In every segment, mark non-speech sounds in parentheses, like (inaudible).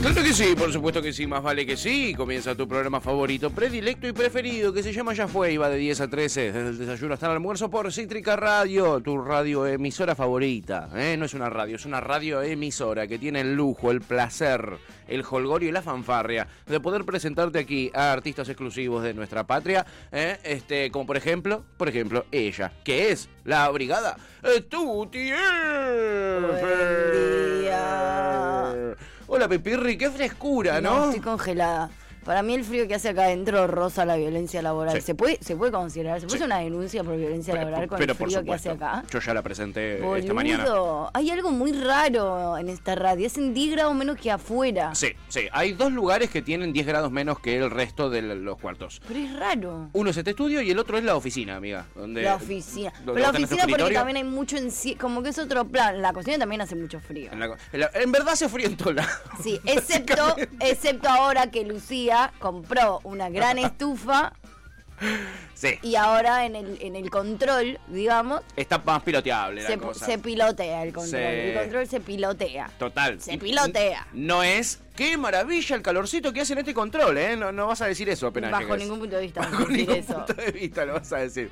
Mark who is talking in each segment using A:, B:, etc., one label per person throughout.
A: Claro que sí, por supuesto que sí, más vale que sí. Comienza tu programa favorito, predilecto y preferido, que se llama Ya Fue y va de 10 a 13, desde el desayuno hasta el almuerzo por Cítrica Radio, tu radio emisora favorita. ¿eh? No es una radio, es una radio emisora que tiene el lujo, el placer, el holgorio y la fanfarria de poder presentarte aquí a artistas exclusivos de nuestra patria, ¿eh? este, como por ejemplo, por ejemplo, ella, que es la brigada eh, Tuti Elfer.
B: día.
A: Hola Pepirri, qué frescura,
B: No,
A: ¿no?
B: Estoy congelada. Para mí el frío que hace acá adentro rosa la violencia laboral.
A: Sí.
B: ¿Se, puede, ¿Se puede considerar? ¿Se puede
A: Sí.
B: hacer una denuncia por violencia laboral con el
A: por
B: frío que hace
A: supuesto.
B: acá?
A: Yo ya la presenté eh, esta mañana.
B: Boludo, hay algo muy raro en esta radio. Es en 10 grados menos que afuera.
A: Sí, sí. Hay dos lugares que tienen 10 grados menos que el resto de los cuartos.
B: Pero es raro.
A: Uno es este estudio y el otro es la oficina, amiga. Donde
B: la oficina.
A: donde
B: Pero
A: vos
B: la
A: tenés tu
B: oficina porque
A: escritorio.
B: también hay mucho en sí- Como que es otro plan. La cocina también hace mucho frío.
A: En, la co- en la- en verdad se frío en todo lado.
B: Sí, excepto, excepto ahora que Lucía compró una
A: (laughs)
B: gran estufa
A: (laughs) Sí.
B: y ahora en el, en el control, digamos,
A: Está más piloteable la
B: se,
A: cosa.
B: se pilotea el control.
A: Se-
B: El control se pilotea.
A: Total.
B: Se
A: Y-
B: pilotea.
A: No es. Qué maravilla el calorcito que hace en este control, ¿eh? No, no vas a decir eso apenas.
B: Bajo
A: llegues.
B: ningún punto de vista vas a
A: Bajo
B: decir
A: ningún
B: eso.
A: punto de vista lo vas a decir.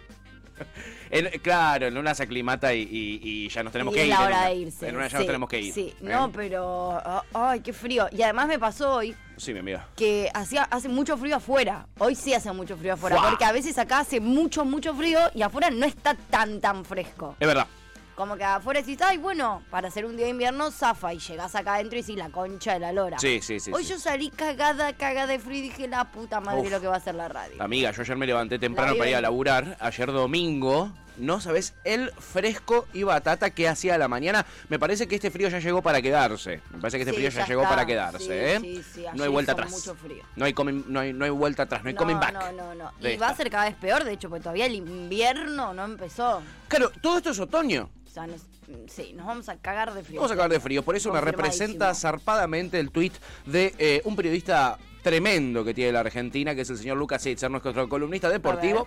A: En- claro, en una se aclimata y, y- y ya nos tenemos
B: y
A: que
B: es
A: ir.
B: la
A: en
B: hora
A: una.
B: de irse.
A: En una ya
B: sí,
A: nos tenemos que ir.
B: Sí,
A: ¿eh?
B: no, pero. ah, Ay, qué frío. Y además me pasó hoy
A: Sí, mi amiga.
B: que hacía, hace mucho frío afuera. Hoy sí hace mucho frío afuera.
A: Fuá.
B: Porque a veces acá hace mucho, mucho frío y afuera no está tan, tan fresco.
A: Es verdad.
B: Como que afuera decís, ay, bueno, para hacer un día de invierno, zafa. Y llegás acá adentro y decís la concha de la lora.
A: Sí, sí, sí.
B: Hoy
A: sí.
B: yo salí cagada, cagada de frío y dije, la puta madre
A: Uf.
B: lo que va a hacer la radio.
A: Amiga, yo ayer me levanté temprano
B: La
A: para ir a
B: vida.
A: laburar. Ayer domingo, no sabes el fresco y batata que hacía a la mañana. Me parece que este frío ya llegó para quedarse. Me parece que este
B: Sí,
A: frío ya,
B: ya
A: llegó
B: está.
A: para quedarse,
B: Sí,
A: ¿eh?
B: sí, sí,
A: no
B: ayer
A: hay vuelta
B: hizo
A: atrás.
B: mucho frío.
A: No hay coming- no hay no hay vuelta atrás, no hay coming back.
B: No, no, no. Y
A: de
B: va a
A: esta.
B: ser cada vez peor, de hecho, porque todavía el invierno no empezó.
A: Claro, todo esto es otoño.
B: O sea, nos- sí, nos vamos a cagar de frío.
A: Vamos a acabar de frío. Por eso me
B: Confirmadísimo.
A: representa zarpadamente el tuit de eh, un periodista tremendo que tiene la Argentina, que es el señor Lucas Itzer, nuestro columnista deportivo,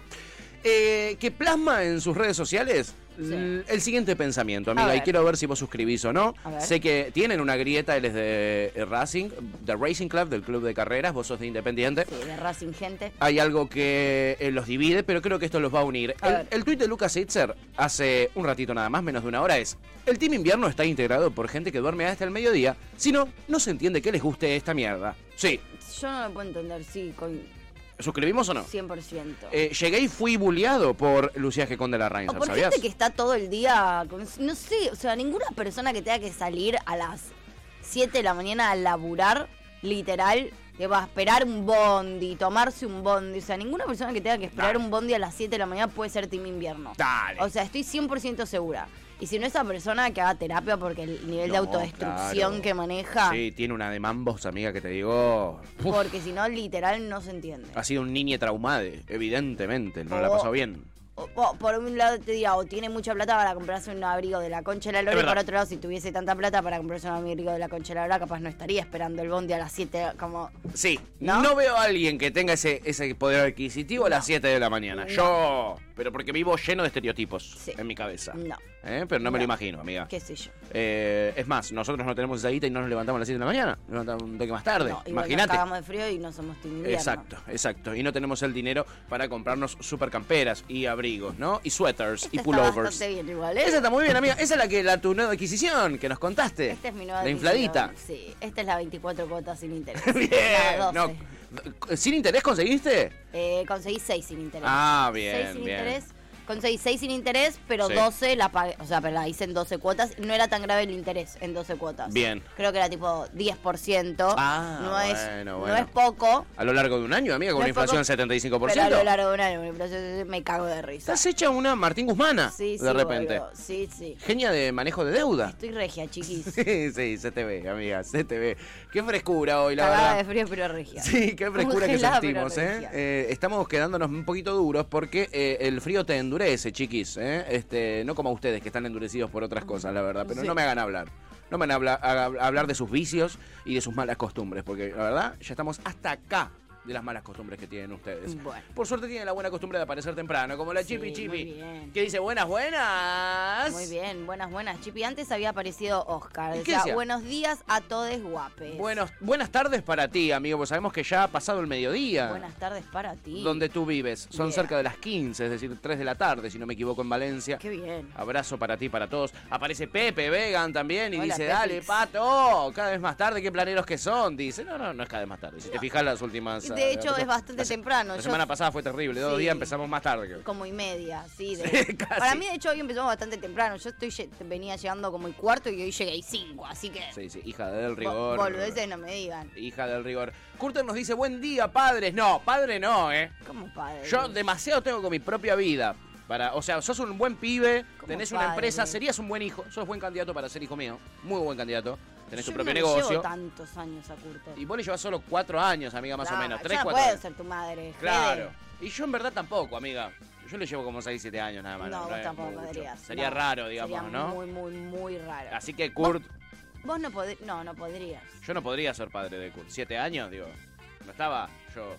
A: eh, que plasma en sus redes sociales l- el siguiente pensamiento, amiga. Y
B: ver.
A: quiero ver si vos suscribís o no.
B: A ver.
A: Sé que tienen una grieta, él es de eh, Racing, de Racing Club, del club de carreras, vos sos de Independiente
B: Sí, de Racing Gente.
A: hay algo que eh, los divide, pero creo que esto los va a unir.
B: A
A: el,
B: ver.
A: el tuit de Lucas Itzer hace un ratito nada más, menos de una hora, es: El Team Invierno está integrado por gente que duerme hasta el mediodía, si no, no se entiende que les guste esta mierda. Sí,
B: Yo no lo puedo entender, sí, con
A: ¿suscribimos o no?
B: 100%.
A: Eh, llegué y fui bulleado por Lucía G. Conde la
B: o
A: Reinser,
B: por
A: ¿sabías?
B: gente que está todo el día, con- no sé, o sea, ninguna persona que tenga que salir a las 7 de la mañana a laburar, literal, que va a esperar un bondi, tomarse un bondi, o sea, ninguna persona que tenga que esperar
A: Dale.
B: un bondi a las 7 de la mañana puede ser Team Invierno.
A: Dale.
B: O sea, estoy 100% segura. Y si no esa persona que haga terapia porque el nivel de
A: No,
B: autodestrucción
A: claro.
B: que maneja,
A: Sí, tiene una de mambos, amiga, que te digo. Uf,
B: porque si no, literal, no se entiende.
A: ha sido un niño traumade, evidentemente. No la ha
B: Oh.
A: pasado bien.
B: O- o, por un lado te diga, o tiene mucha plata para comprarse un abrigo de la concha de la
A: Es
B: lora, y
A: verdad.
B: por otro lado, si tuviese tanta plata para comprarse un abrigo de la concha de la lora, capaz no estaría esperando el bondi a las 7, como...
A: Sí, ¿No?
B: ¿No?
A: veo a alguien que tenga ese, ese poder adquisitivo a las 7 de la mañana.
B: No.
A: Yo, pero porque vivo lleno de estereotipos
B: Sí.
A: en mi cabeza.
B: No.
A: ¿Eh? Pero no, me lo
B: No.
A: imagino, amiga.
B: qué sé yo.
A: Eh, es más, nosotros no tenemos esa guita y no nos levantamos a las 7 de la mañana. Nos levantamos un toque más
B: No,
A: tarde.
B: igual nos
A: Imagínate.
B: cagamos de frío y no somos tímidos.
A: Exacto, exacto. Y no tenemos el dinero para comprarnos supercamperas y abrigos, ¿no? Y sweaters y
B: Está
A: pullovers.
B: bastante bien igual, ¿eh?
A: Esa está muy bien, amiga. Esa es la que la tu nueva adquisición que nos contaste.
B: Esta es mi nueva
A: La
B: decisión.
A: infladita.
B: Sí, esta es la 24 cuotas sin interés.
A: (laughs) bien.
B: La 12.
A: No. ¿Sin interés conseguiste?
B: Eh, conseguí 6 sin interés.
A: Ah,
B: Seis
A: bien,
B: sin
A: bien.
B: interés. Conseguí 6 sin interés, pero
A: Sí.
B: 12 la pagué. O sea, pero la hice en 12 cuotas. No era tan grave el interés en 12 cuotas.
A: Bien.
B: Creo que era tipo 10%.
A: Ah,
B: no es,
A: bueno,
B: No
A: bueno.
B: es poco.
A: A lo largo de un año, amiga, con
B: No
A: una
B: es poco,
A: inflación del 75%.
B: Pero a lo largo de un año, pero yo- me cago de risa.
A: Estás hecha una Martín Guzmana,
B: Sí, sí,
A: de repente.
B: boludo. Sí, sí.
A: Genia de manejo de deuda.
B: Estoy regia, chiquis.
A: (laughs) Sí, sí, se te ve, amiga, se te ve. Qué frescura hoy, la
B: Cagada de
A: verdad.
B: frío, pero regia.
A: Sí, qué frescura que
B: Congelada, pero
A: sentimos, ¿eh?
B: regia.
A: Eh, Estamos quedándonos un poquito duros porque eh, el frío te endurece, chiquis, ¿eh? Este, no como ustedes que están endurecidos por otras cosas, la verdad, pero
B: Sí.
A: no me hagan hablar. No me hagan habla- haga- hablar de sus vicios y de sus malas costumbres, porque la verdad ya estamos hasta acá de las malas costumbres que tienen ustedes.
B: Bueno.
A: Por suerte tienen la buena costumbre de aparecer temprano, como la
B: Sí,
A: Chipi
B: muy
A: Chipi,
B: bien.
A: que dice buenas, buenas.
B: Muy bien, buenas, buenas, Chipi. Antes había aparecido Oscar.
A: ¿Y qué
B: Decía,
A: decía?
B: buenos días a todos guapes.
A: Buenos- buenas tardes para ti, amigo, porque sabemos que ya ha pasado el mediodía.
B: Buenas tardes para ti.
A: Donde tú vives. Son
B: Bien.
A: cerca de las 15, es decir, 3 de la tarde, si no me equivoco, en Valencia.
B: Qué bien.
A: Abrazo para ti, para todos. Aparece Pepe Vegan también y
B: Hola,
A: dice,
B: Pepix.
A: dale, pato, cada vez más tarde, qué planeros que son. Dice, no, no, no es cada vez más tarde. Si te fijas las últimas...
B: De
A: eh,
B: hecho,
A: las-
B: es bastante
A: la se-
B: temprano.
A: La
B: Yo-
A: semana pasada fue terrible, dos
B: Sí.
A: días empezamos más tarde. que-
B: Como y media, sí. de-
A: Sí, (laughs) casi.
B: Para mí, de hecho, hoy empezamos bastante temprano. Yo estoy lle- venía llegando como el cuarto y hoy llegué y cinco, así que...
A: Sí, sí, hija del
B: vo-
A: rigor.
B: Boludeces no me digan.
A: Hija del rigor. Curter nos dice, buen día, padres. No, padre no, ¿eh?
B: ¿Cómo padre?
A: Yo demasiado tengo con mi propia vida. Para, o sea, sos un buen pibe,
B: Como
A: tenés
B: padre.
A: una empresa, serías un buen hijo, sos buen candidato para ser hijo mío, muy buen candidato, tenés
B: Yo
A: tu propio
B: no le
A: negocio.
B: Llevo tantos años a Curter.
A: Y vos le llevás solo cuatro años, amiga, más
B: Claro,
A: o menos. Tres,
B: yo no
A: cuatro
B: puedo
A: años.
B: ser tu madre. Fede.
A: Claro. Y yo en verdad tampoco, amiga. Yo le llevo como seis, siete años nada más.
B: No, vos
A: es
B: tampoco
A: mucho.
B: podrías.
A: Sería
B: no.
A: raro, digamos,
B: Sería
A: ¿no?
B: Muy, muy, muy raro.
A: Así que Kurt,
B: Vos no podrías. No, no podrías.
A: yo no podría ser padre de Kurt. Siete años, digo. No estaba yo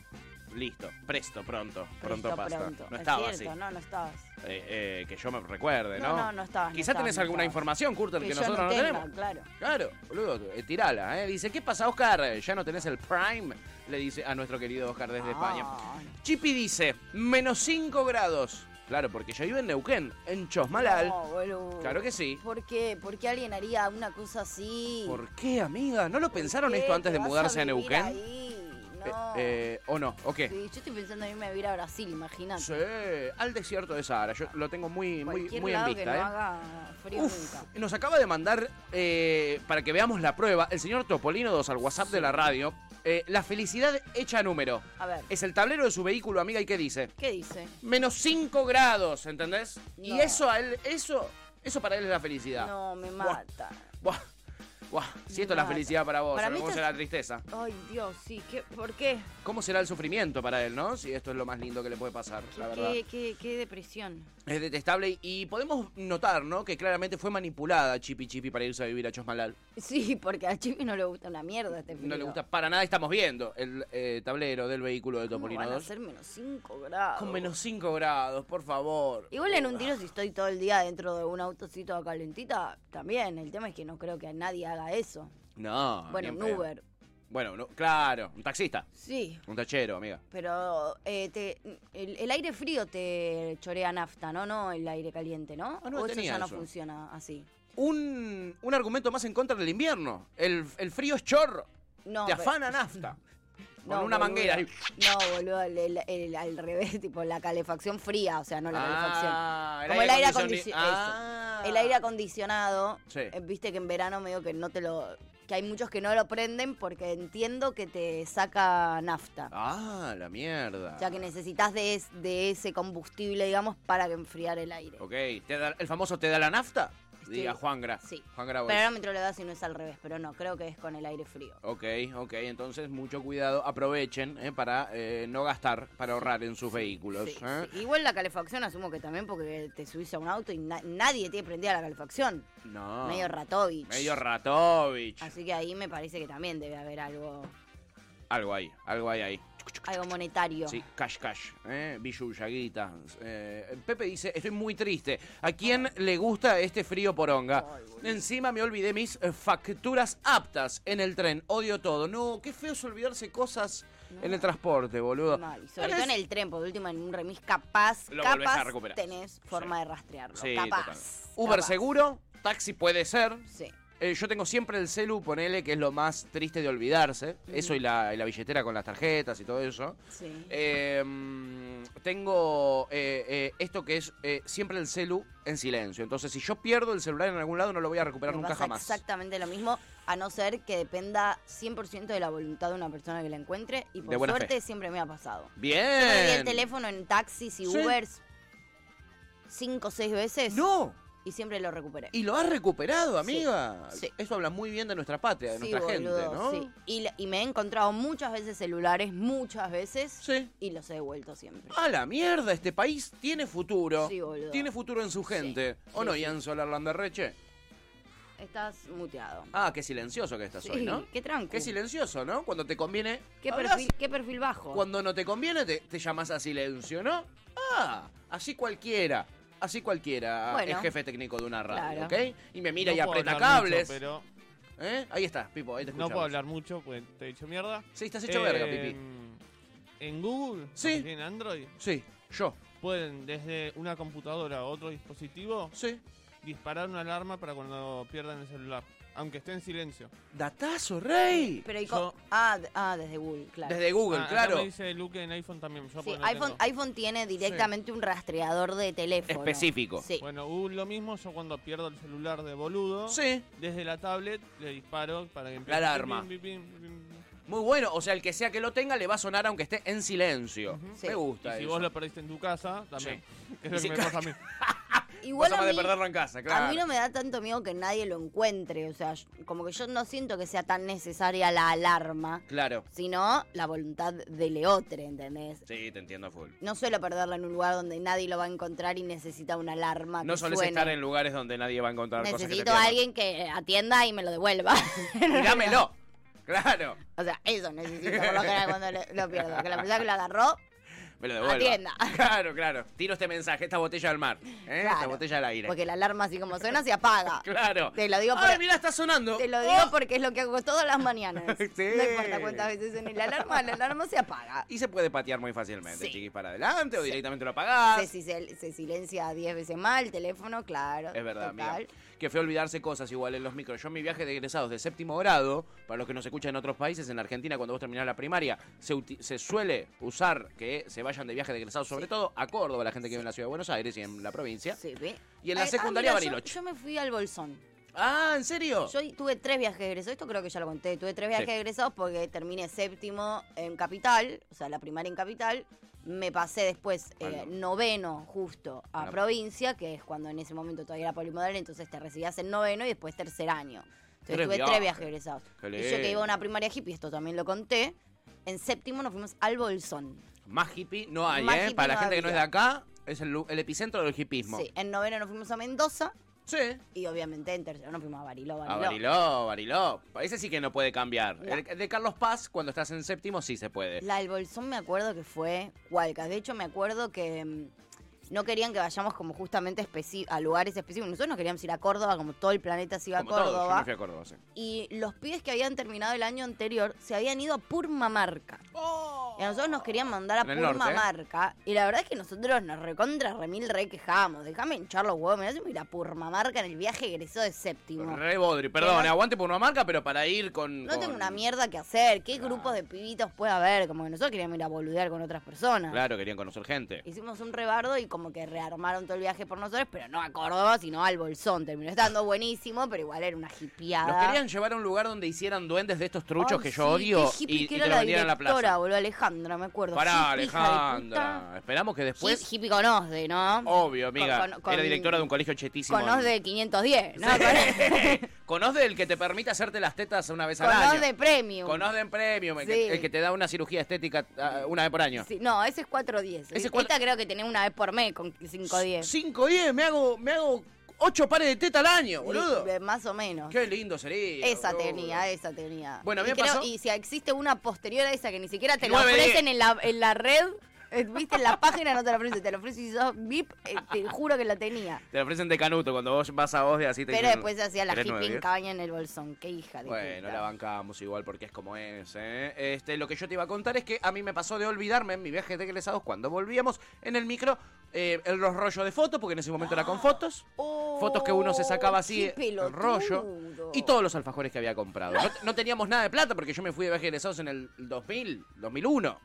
A: listo, presto, pronto, pronto,
B: Presto,
A: pasto.
B: pronto.
A: No estaba
B: es cierto,
A: así.
B: No, no estabas.
A: Eh, eh, que yo me recuerde,
B: No,
A: ¿no?
B: no, no estabas, no
A: Quizás
B: estabas,
A: tenés
B: no
A: alguna
B: estabas.
A: información, Kurt, que,
B: Que yo
A: nosotros no,
B: no tenga,
A: tenemos.
B: claro.
A: Claro, boludo, eh, tirala, ¿eh? Dice, ¿qué pasa, Oscar? ¿Ya no tenés el Prime? Le dice a nuestro querido Oscar
B: Ah.
A: desde España.
B: Ay.
A: Chipi dice, menos 5 grados. Claro, porque yo vivo en Neuquén, en Chosmalal.
B: No, boludo.
A: Claro que sí.
B: ¿Por qué? ¿Por qué alguien haría una cosa así?
A: ¿Por qué, amiga? ¿No lo
B: ¿Por
A: pensaron
B: qué?
A: esto antes
B: ¿Te
A: de
B: vas
A: mudarse a,
B: vivir
A: Neuquén?
B: ahí?
A: Eh,
B: No.
A: eh, ¿O no? ¿O qué?
B: Sí, yo estoy pensando en irme a vivir a Brasil, imagínate.
A: Sí, al desierto de Sahara. Yo lo tengo muy, muy,
B: Cualquier
A: muy en
B: lado
A: vista,
B: que no
A: ¿eh?
B: haga frío
A: Uf,
B: nunca.
A: nos acaba de mandar, eh, para que veamos la prueba, el señor Topolino 2 al WhatsApp de la radio, eh, la felicidad hecha número.
B: A ver.
A: Es el tablero de su vehículo, amiga, ¿y qué dice?
B: ¿Qué dice?
A: Menos 5 grados, ¿entendés? Y
B: No.
A: eso a él, eso, eso para él es la felicidad.
B: No, me
A: Ah. Buah.
B: mata.
A: Buah, buah, si esto es la
B: Nada.
A: felicidad para vos,
B: Para
A: ¿no?
B: mí
A: ¿cómo
B: esto
A: será
B: es-
A: la tristeza?
B: Ay, Dios, sí. ¿Qué, ¿Por qué?
A: ¿Cómo será el sufrimiento para él, no? Si esto es lo más lindo que le puede pasar, la verdad.
B: ¿Qué, qué, qué depresión.
A: Es detestable y- y podemos notar, ¿no? Que claramente fue manipulada Chipi Chipi para irse a vivir a Chosmalal.
B: Sí, porque a Chipi no le gusta una mierda este frío.
A: No le gusta para nada, estamos viendo el eh, tablero del vehículo de
B: ¿Cómo
A: Topolino
B: van a
A: 2.
B: ser menos 5 grados?
A: Con menos 5 grados, por favor.
B: Igual en un tiro si estoy todo el día dentro de un autocito calentita, también. El tema es que no creo que nadie haga eso.
A: No.
B: bueno,
A: Ah,
B: un
A: ni en pedo.
B: Uber.
A: Bueno, no- claro, un taxista,
B: Sí.
A: un tachero, amiga.
B: Pero eh, te- el, el aire frío te chorea nafta, ¿no? No el aire caliente, ¿no?
A: Ah, no,
B: o eso
A: tenía
B: ya no
A: eso.
B: funciona así.
A: Un, un argumento más en contra del invierno. El, el frío es chorro.
B: No,
A: Te
B: pero-
A: afana
B: (laughs)
A: nafta.
B: No,
A: con
B: boludo.
A: una manguera. ahí.
B: No, boludo, el- el- el- al revés, (laughs) tipo la calefacción fría, o sea, no la calefacción.
A: Ah, el
B: Como
A: aire
B: el aire
A: acondicionado.
B: acondicionado.
A: Ah.
B: El aire acondicionado,
A: Sí.
B: eh, viste que en verano medio que no te lo... Que hay muchos que no lo prenden porque entiendo que te saca nafta.
A: Ah, la mierda.
B: O sea, que necesitas de, es- de ese combustible, digamos, para que enfriar el aire.
A: Ok, ¿te da- el famoso te da la nafta.
B: Estoy-
A: Diga Juan Gra.
B: Sí.
A: Juan Gra
B: Pero ahora me lo da si no es al revés, pero no, creo que es con el aire frío.
A: Ok, ok, entonces mucho cuidado, aprovechen eh, para eh, no gastar, para ahorrar en sus vehículos.
B: Sí,
A: ¿eh?
B: sí. Igual la calefacción asumo que también porque te subís a un auto y na- nadie tiene prendida la calefacción.
A: No.
B: Medio Ratovich. Ah.
A: Medio Ratovich.
B: Así que ahí me parece que también debe haber algo,
A: Algo ahí, algo ahí ahí.
B: algo monetario.
A: Sí, cash cash, eh, Bichu Yaguita. Eh, Pepe dice, estoy muy triste. ¿A quién le gusta este frío poronga? Encima me olvidé mis eh, facturas aptas en el tren. Odio todo. No, qué feo es olvidarse cosas en el transporte, boludo.
B: Mal, y sobre
A: Ahora
B: todo
A: es-
B: en el tren, por último en un remis capaz,
A: Lo volvés a
B: capaz
A: recuperar.
B: tenés forma de rastrearlo.
A: Sí,
B: capaz.
A: total. Uber
B: capaz.
A: seguro, taxi puede ser.
B: Sí.
A: Eh, yo tengo siempre el celu, ponele, que es lo más triste de olvidarse. Eso y la, y la billetera con las tarjetas y todo eso.
B: Sí.
A: Eh, mm, tengo eh, eh, esto que es eh, siempre el celu en silencio. Entonces, si yo pierdo el celular en algún lado, no lo voy a recuperar
B: Me
A: nunca
B: pasa
A: jamás.
B: Exactamente lo mismo, a no ser que dependa 100% de la voluntad de una persona que la encuentre. Y
A: De
B: por
A: buena
B: suerte
A: fe.
B: siempre me ha pasado. Yo perdí
A: Bien.
B: el teléfono en taxis y
A: Sí.
B: Ubers cinco o seis veces
A: No.
B: y siempre lo recuperé.
A: Y lo has recuperado, amiga.
B: Sí.
A: Eso habla muy bien de nuestra patria, de nuestra gente, ¿no?
B: sí. Y, la- y me he encontrado muchas veces celulares, muchas veces,
A: Sí.
B: y los he devuelto siempre.
A: A la mierda, este país tiene futuro.
B: Sí, boludo.
A: Tiene futuro en su gente.
B: Sí,
A: ¿O
B: sí,
A: no,
B: sí.
A: Ian Solar Landerreche?
B: Estás muteado.
A: Ah, qué silencioso que estás
B: Sí,
A: hoy, ¿no?
B: qué tranco.
A: Qué silencioso, ¿no? Cuando te conviene.
B: ¿Qué
A: hablas,
B: perfil, qué perfil bajo?
A: Cuando no te conviene, te, te llamas a silencio, ¿no? Ah, así cualquiera. Así cualquiera
B: Bueno.
A: es jefe técnico de una radio,
B: Claro.
A: ¿ok? Y me mira y
C: puedo
A: aprieta
C: hablar mucho,
A: cables.
C: pero
A: ¿Eh? Ahí está, Pipo, ahí te
C: no
A: escuchamos.
C: puedo hablar mucho, pues te he dicho mierda. Eh,
A: Sí, estás hecho verga, Pipi.
C: En Google,
A: Sí.
C: en Android,
A: Sí, yo.
C: pueden desde una computadora a otro dispositivo
A: Sí.
C: disparar una alarma para cuando pierdan el celular, aunque esté en silencio.
A: Datazo, rey.
B: Pero y
C: Yo-
B: co- ah, de- ah, desde Google, claro.
A: Desde Google,
C: Ah, acá
A: claro.
C: me dice Luke en iPhone también. Yo
B: Sí,
C: porque no
B: iPhone,
C: tengo.
B: iPhone tiene directamente un rastreador de teléfono.
A: Específico.
B: Sí.
C: Bueno, Google lo mismo, yo cuando pierdo el celular de boludo,
A: Sí.
C: desde la tablet le disparo para que
A: La alarma.
C: pim, pim, pim, pim, pim.
A: Muy bueno, o sea, el que sea que lo tenga le va a sonar aunque esté en silencio.
B: Sí.
A: Me gusta
C: Y si
A: eso.
C: vos lo perdiste en tu casa, también. Que es lo
A: Y si-
C: que me pasa a mí.
B: (laughs) Igual
A: Cosa
B: a
A: más
B: mí,
A: de perderlo en casa, claro.
B: a mí no me da tanto miedo que nadie lo encuentre. O sea, yo- como que yo no siento que sea tan necesaria la alarma,
A: Claro.
B: sino la voluntad de leotre, ¿entendés?
A: Sí, te entiendo a full.
B: No suelo perderla en un lugar donde nadie lo va a encontrar y necesita una alarma.
A: No
B: que
A: solés
B: suene.
A: estar en lugares donde nadie va a encontrar cosas que te
B: Ah, Necesito
A: pierdas.
B: a alguien que atienda y me lo devuelva. (laughs)
A: Y dámelo. Claro.
B: o sea, eso necesito por lo general cuando lo, lo pierdo. Que la persona que lo agarró
A: Me lo devuelva.
B: Atienda.
A: (laughs) Claro, claro. Tiro este mensaje, esta botella al mar. ¿eh? Esta
B: Claro.
A: botella al aire. (laughs)
B: Porque la alarma así como suena se apaga.
A: Claro.
B: Te lo digo
A: Ay,
B: por-
A: mirá, está sonando.
B: Te lo digo
A: Ah.
B: porque es lo que hago todas las mañanas.
A: (laughs) Sí.
B: No importa cuántas veces suene la alarma, la alarma se apaga.
A: Y se puede patear muy fácilmente,
B: Sí.
A: chiquis, para adelante o directamente lo apagás.
B: Se, si se, se silencia 10 veces más el teléfono, claro.
A: Es verdad, amiga.
B: total.
A: Que fue olvidarse cosas igual en los micros. Yo en mi viaje de egresados de séptimo grado, para los que nos escuchan en otros países, en Argentina cuando vos terminás la primaria, se, uti- se suele usar que se vayan de viaje de egresados, sobre todo a Córdoba, la gente que vive en la ciudad de Buenos Aires y en la provincia.
B: Sí, ve.
A: Y en la
B: Ay, ah,
A: secundaria,
B: mira, yo-
A: Bariloche.
B: Yo, me fui al Bolsón.
A: Ah, ¿en serio?
B: Yo tuve tres viajes egresados, esto creo que ya lo conté. Tuve tres viajes
A: Sí.
B: egresados porque terminé séptimo en Capital, o sea, la primaria en Capital. Me pasé después
A: Al
B: eh,
A: norte.
B: noveno justo a
A: Ah.
B: provincia, que es cuando en ese momento todavía era polimodal, entonces te recibías en noveno y después tercer año. Entonces
A: Tres
B: tuve
A: viajes.
B: tres viajes egresados.
A: Qué
B: Y yo que
A: lindo.
B: iba a una primaria hippie, esto también lo conté. En séptimo nos fuimos al Bolsón.
A: Más hippie no hay,
B: Más
A: ¿eh?
B: hippie
A: Para la
B: no
A: gente que no es de
B: había.
A: acá, es el, lu- el epicentro del hippismo.
B: Sí, en noveno nos fuimos a Mendoza
A: Sí.
B: y obviamente en tercero nos fuimos a Barilo,
A: A Bariló, Ah, Bariló. Ese sí que no puede cambiar.
B: No.
A: El de Carlos Paz, cuando estás en séptimo, sí se puede.
B: La del Bolsón me acuerdo que fue Hualcas. De hecho, me acuerdo que mm, no querían que vayamos como justamente especi- a lugares específicos. Nosotros no queríamos ir a Córdoba, como todo el planeta se iba
A: Como
B: a
A: todos, yo
B: Córdoba.
A: me fui a Córdoba, sí.
B: Y los pibes que habían terminado el año anterior se habían ido a Purmamarca. Y a nosotros nos querían mandar a
A: En el norte,
B: Purmamarca. Y la verdad es que nosotros nos recontra remil re quejamos. Déjame hinchar los huevos. Me hacemos ir a Purmamarca en el viaje egresó de séptimo.
A: Re bodri, perdón,
B: no-
A: aguante por una marca, pero para ir con.
B: No
A: con-
B: tengo una mierda que hacer. ¿Qué
A: Claro.
B: grupos de pibitos puede haber? Como que nosotros queríamos ir a boludear con otras personas.
A: Claro, querían conocer gente.
B: Hicimos un rebardo y como que rearmaron todo el viaje por nosotros, pero no a Córdoba, sino al Bolsón. Terminó estando buenísimo, pero igual era una hipiada.
A: Los querían llevar a un lugar donde hicieran duendes de estos truchos
B: Ay,
A: que
B: sí,
A: yo odio
B: qué hippie
A: y,
B: que
A: y
B: era
A: te lo
B: la
A: vendían en la
B: directora,
A: plaza.
B: boludo, Alejandra, me acuerdo.
A: Pará,
B: Hippie, hija de
A: Alejandra. Pues-
B: puta.
A: Esperamos que después.
B: Hip- hippie con Osde, ¿no?
A: Obvio, amiga.
B: Con- con-
A: Era directora de un colegio chetísimo.
B: Con Osde 510, ¿no?
A: Conoz del que te permite hacerte las tetas una vez
B: Con,
A: al
B: con
A: año.
B: Osde Premium.
A: Conoz de premium, el,
B: Sí.
A: que, el que te da una cirugía estética ah, una vez por año.
B: Sí, no, ese es 410.
A: Ese
B: Esta
A: cuatro-
B: creo que tenés una vez por mes con 510.
A: 5-10, me hago, me hago 8 pares de teta al año, boludo.
B: Sí, eh, Más o menos.
A: Qué lindo sería.
B: Esa
A: boludo.
B: tenía, esa tenía.
A: Bueno, a mí
B: y,
A: me pasó-
B: y si existe una posterior a esa que ni siquiera te la
A: 9,
B: ofrecen en la, en la red, eh, viste, en la página no te la ofrecen, te la ofrecen y si sos VIP, eh, te juro que la tenía.
A: Te la ofrecen de canuto cuando vos vas a vos de así te
B: Pero
A: dicen,
B: después se hacía la
A: ¿querés
B: hippie
A: nueve,
B: en
A: diez?
B: cabaña en el bolsón, qué hija de
A: Bueno,
B: puta.
A: la bancamos igual porque es como es, ¿eh? Este, lo que yo te iba a contar es que a mí me pasó de olvidarme en mi viaje de egresados cuando volvíamos en el micro eh, el- los rollos de fotos, porque en ese momento era con fotos.
B: Oh,
A: Fotos que uno se sacaba así,
B: qué
A: el rollo.
B: pelotudo.
A: Y todos los alfajores que había comprado. No, no teníamos nada de plata porque yo me fui de viaje de egresados en el 2000, 2001,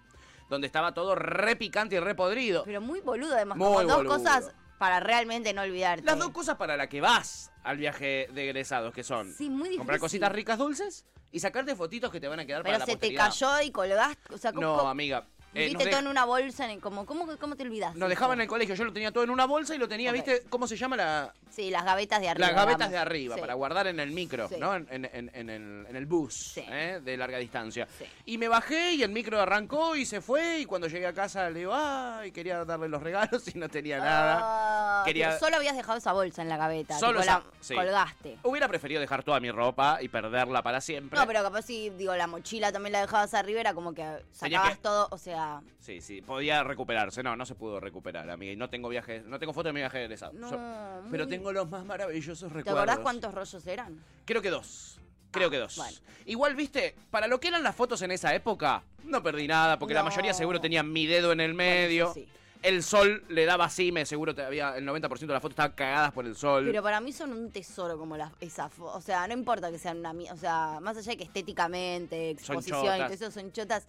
A: donde estaba todo re picante y re podrido.
B: Pero muy boludo además,
A: Muy
B: como dos
A: boludo.
B: cosas para realmente no olvidarte.
A: Las dos cosas para las que vas al viaje de egresados, que son
B: Sí, muy
A: comprar
B: difícil.
A: cositas ricas dulces y sacarte fotitos que te van a quedar para
B: Pero
A: la
B: se te
A: posteridad.
B: cayó y colgaste, o sea, ¿cómo,
A: No,
B: cómo-
A: amiga. eh,
B: metiste
A: nos,
B: todo
A: deja-
B: en una bolsa, en el- como, ¿cómo, ¿cómo te olvidas?
A: nos dejaban en el colegio, yo lo tenía todo en una bolsa y lo tenía,
B: Ok.
A: ¿viste? ¿Cómo se llama la,
B: Sí, las gavetas de arriba.
A: Las gavetas
B: vamos.
A: de arriba,
B: Sí.
A: para guardar en el micro,
B: Sí.
A: ¿no? En, en- en- en el, en el bus
B: Sí.
A: ¿eh? de larga distancia.
B: Sí.
A: Y me bajé y el micro (laughs) arrancó y se fue. Y cuando llegué a casa le digo, ay, quería darle los regalos y no tenía nada. quería-
B: Ah, Solo habías dejado esa bolsa en la gaveta.
A: Solo
B: tipo, la
A: esa- sí.
B: colgaste.
A: Hubiera preferido dejar toda mi ropa y perderla para siempre.
B: No, pero capaz si, digo, la mochila también la dejabas arriba, era como que sacabas
A: que-
B: todo, o sea...
A: Sí, sí, podía recuperarse. No, no se pudo recuperar, amiga. Y no tengo viajes, no tengo foto de mi viaje de egresado.
B: No,
A: So-
B: muy-
A: pero tengo los más maravillosos
B: mm. ¿Te
A: recuerdos.
B: acordás cuántos rollos eran?
A: Creo que dos. Creo que dos.
B: bueno.
A: Igual, viste, para lo que eran las fotos en esa época, no perdí nada, porque la
B: No.
A: mayoría seguro tenía mi dedo en el medio.
B: sí.
A: El sol le daba cime, seguro te había, el 90% de las fotos estaban cagadas por el sol.
B: Pero para mí son un tesoro como las esas fo- O sea, no importa que sean una... mi- O sea, más allá de que estéticamente,
A: Son
B: exposición, y
A: chotas.
B: todo eso son chotas,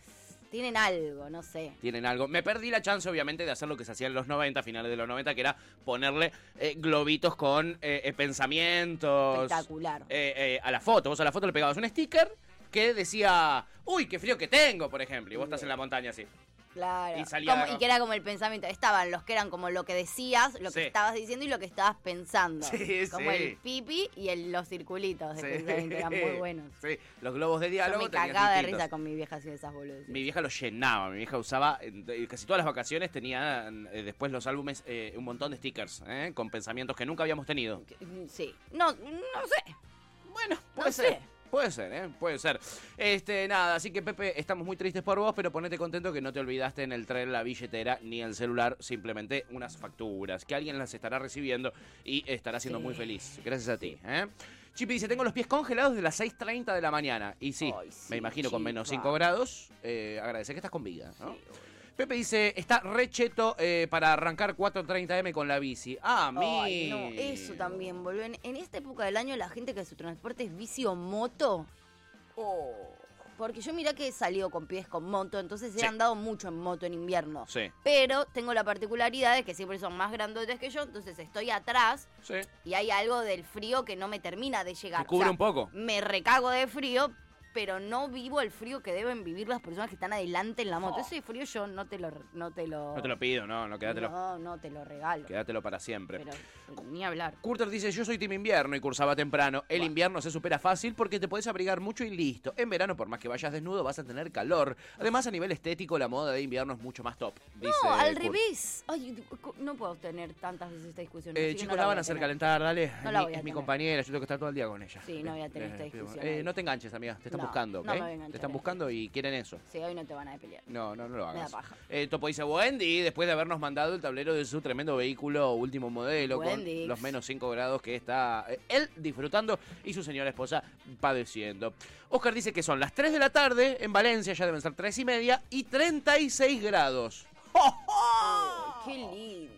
B: tienen algo, no sé.
A: Tienen algo. Me perdí la chance, obviamente, de hacer lo que se hacía en los 90, finales de los 90, que era ponerle eh, globitos con eh, eh, pensamientos.
B: Espectacular.
A: eh, eh, a la foto. Vos a la foto le pegabas un sticker que decía, uy, qué frío que tengo, por ejemplo. Y vos estás en la montaña así.
B: Claro.
A: Y salía-
B: Como- y que era como el pensamiento. Estaban los que eran como lo que decías, lo que
A: Sí.
B: estabas diciendo y lo que estabas pensando.
A: Sí,
B: como
A: sí.
B: el pipi y el- los circulitos de pensamiento. Eran
A: (laughs)
B: muy buenos.
A: Sí, los globos de
B: Yo
A: diálogo.
B: me
A: tenías
B: cagaba de
A: distintos.
B: risa con mi vieja haciendo esas boludeces.
A: Mi vieja los llenaba, mi vieja usaba, eh, casi todas las vacaciones tenía eh, después los álbumes eh, un montón de stickers, ¿eh? con pensamientos que nunca habíamos tenido.
B: Que- Sí. No, no sé.
A: Bueno, puede
B: No sé.
A: ser. Puede ser, ¿eh? Puede ser. Este, nada, así que Pepe, estamos muy tristes por vos, pero ponete contento que no te olvidaste en el tren la billetera ni el celular, simplemente unas facturas, que alguien las estará recibiendo y estará siendo
B: Sí.
A: muy feliz. Gracias a ti, ¿eh? Chipi dice, tengo los pies congelados de las 6.30 de la mañana. Y sí,
B: Ay, sí,
A: me imagino con menos
B: chica.
A: 5 grados, eh, agradecer que estás con vida, ¿no? Pepe dice, está recheto para arrancar 4.30M con la bici. Ah,
B: Ay,
A: amigo.
B: no, eh, eso también, boludo. En, en esta época del año la gente que su transporte es bici o moto.
A: Oh.
B: Porque yo mirá que he salido con pies con moto, entonces
A: Sí.
B: he andado mucho en moto en invierno.
A: Sí,
B: Pero tengo la particularidad de que siempre son más grandotes que yo, entonces estoy atrás
A: sí.
B: y hay algo del frío que no me termina de llegar.
A: Te
B: O
A: cubre
B: sea,
A: un poco.
B: Me recago de frío, pero no vivo el frío que deben vivir las personas que están adelante en la moto. Ese frío yo no te lo... No te lo,
A: Oh. No te lo pido, no, no, quédatelo.
B: No, no te lo regalo.
A: Quédatelo para siempre.
B: Pero ni hablar.
A: Curter dice, yo soy team invierno y cursaba temprano. El invierno se supera fácil porque te podés abrigar mucho y listo. En verano, por más que vayas desnudo, vas a tener calor. Además, a nivel estético, la moda de invierno es mucho más top. Dice Eh,
B: No, al
A: Kurt.
B: revés. Ay, cu- no puedo tener tantas veces esta discusión.
A: Eh,
B: así que
A: chicos,
B: no
A: la van
B: voy
A: a hacer
B: tener.
A: calentar, dale.
B: No
A: es
B: la
A: mi-
B: voy a
A: es mi
B: tener.
A: compañera, yo tengo que estar todo el día con ella.
B: Sí, no voy a tener
A: Eh,
B: esta
A: eh,
B: discusión
A: eh,
B: ahí.
A: no te enganches, amiga, te están
B: No,
A: buscando.
B: no
A: ¿ok?
B: me voy a enganchar
A: te están
B: en
A: buscando y quieren eso.
B: Sí, hoy no te van a pelear.
A: No, no, no lo hagas.
B: da paja.
A: Eh, Topo dice, Wendy, después de habernos mandado el tablero de su tremendo vehículo último modelo
B: Wendy.
A: con los menos 5 grados que está eh, él disfrutando y su señora esposa padeciendo. Oscar dice que son las 3 de la tarde, en Valencia ya deben ser 3 y media y
B: (laughs)
A: 36 grados.
B: Qué lindo.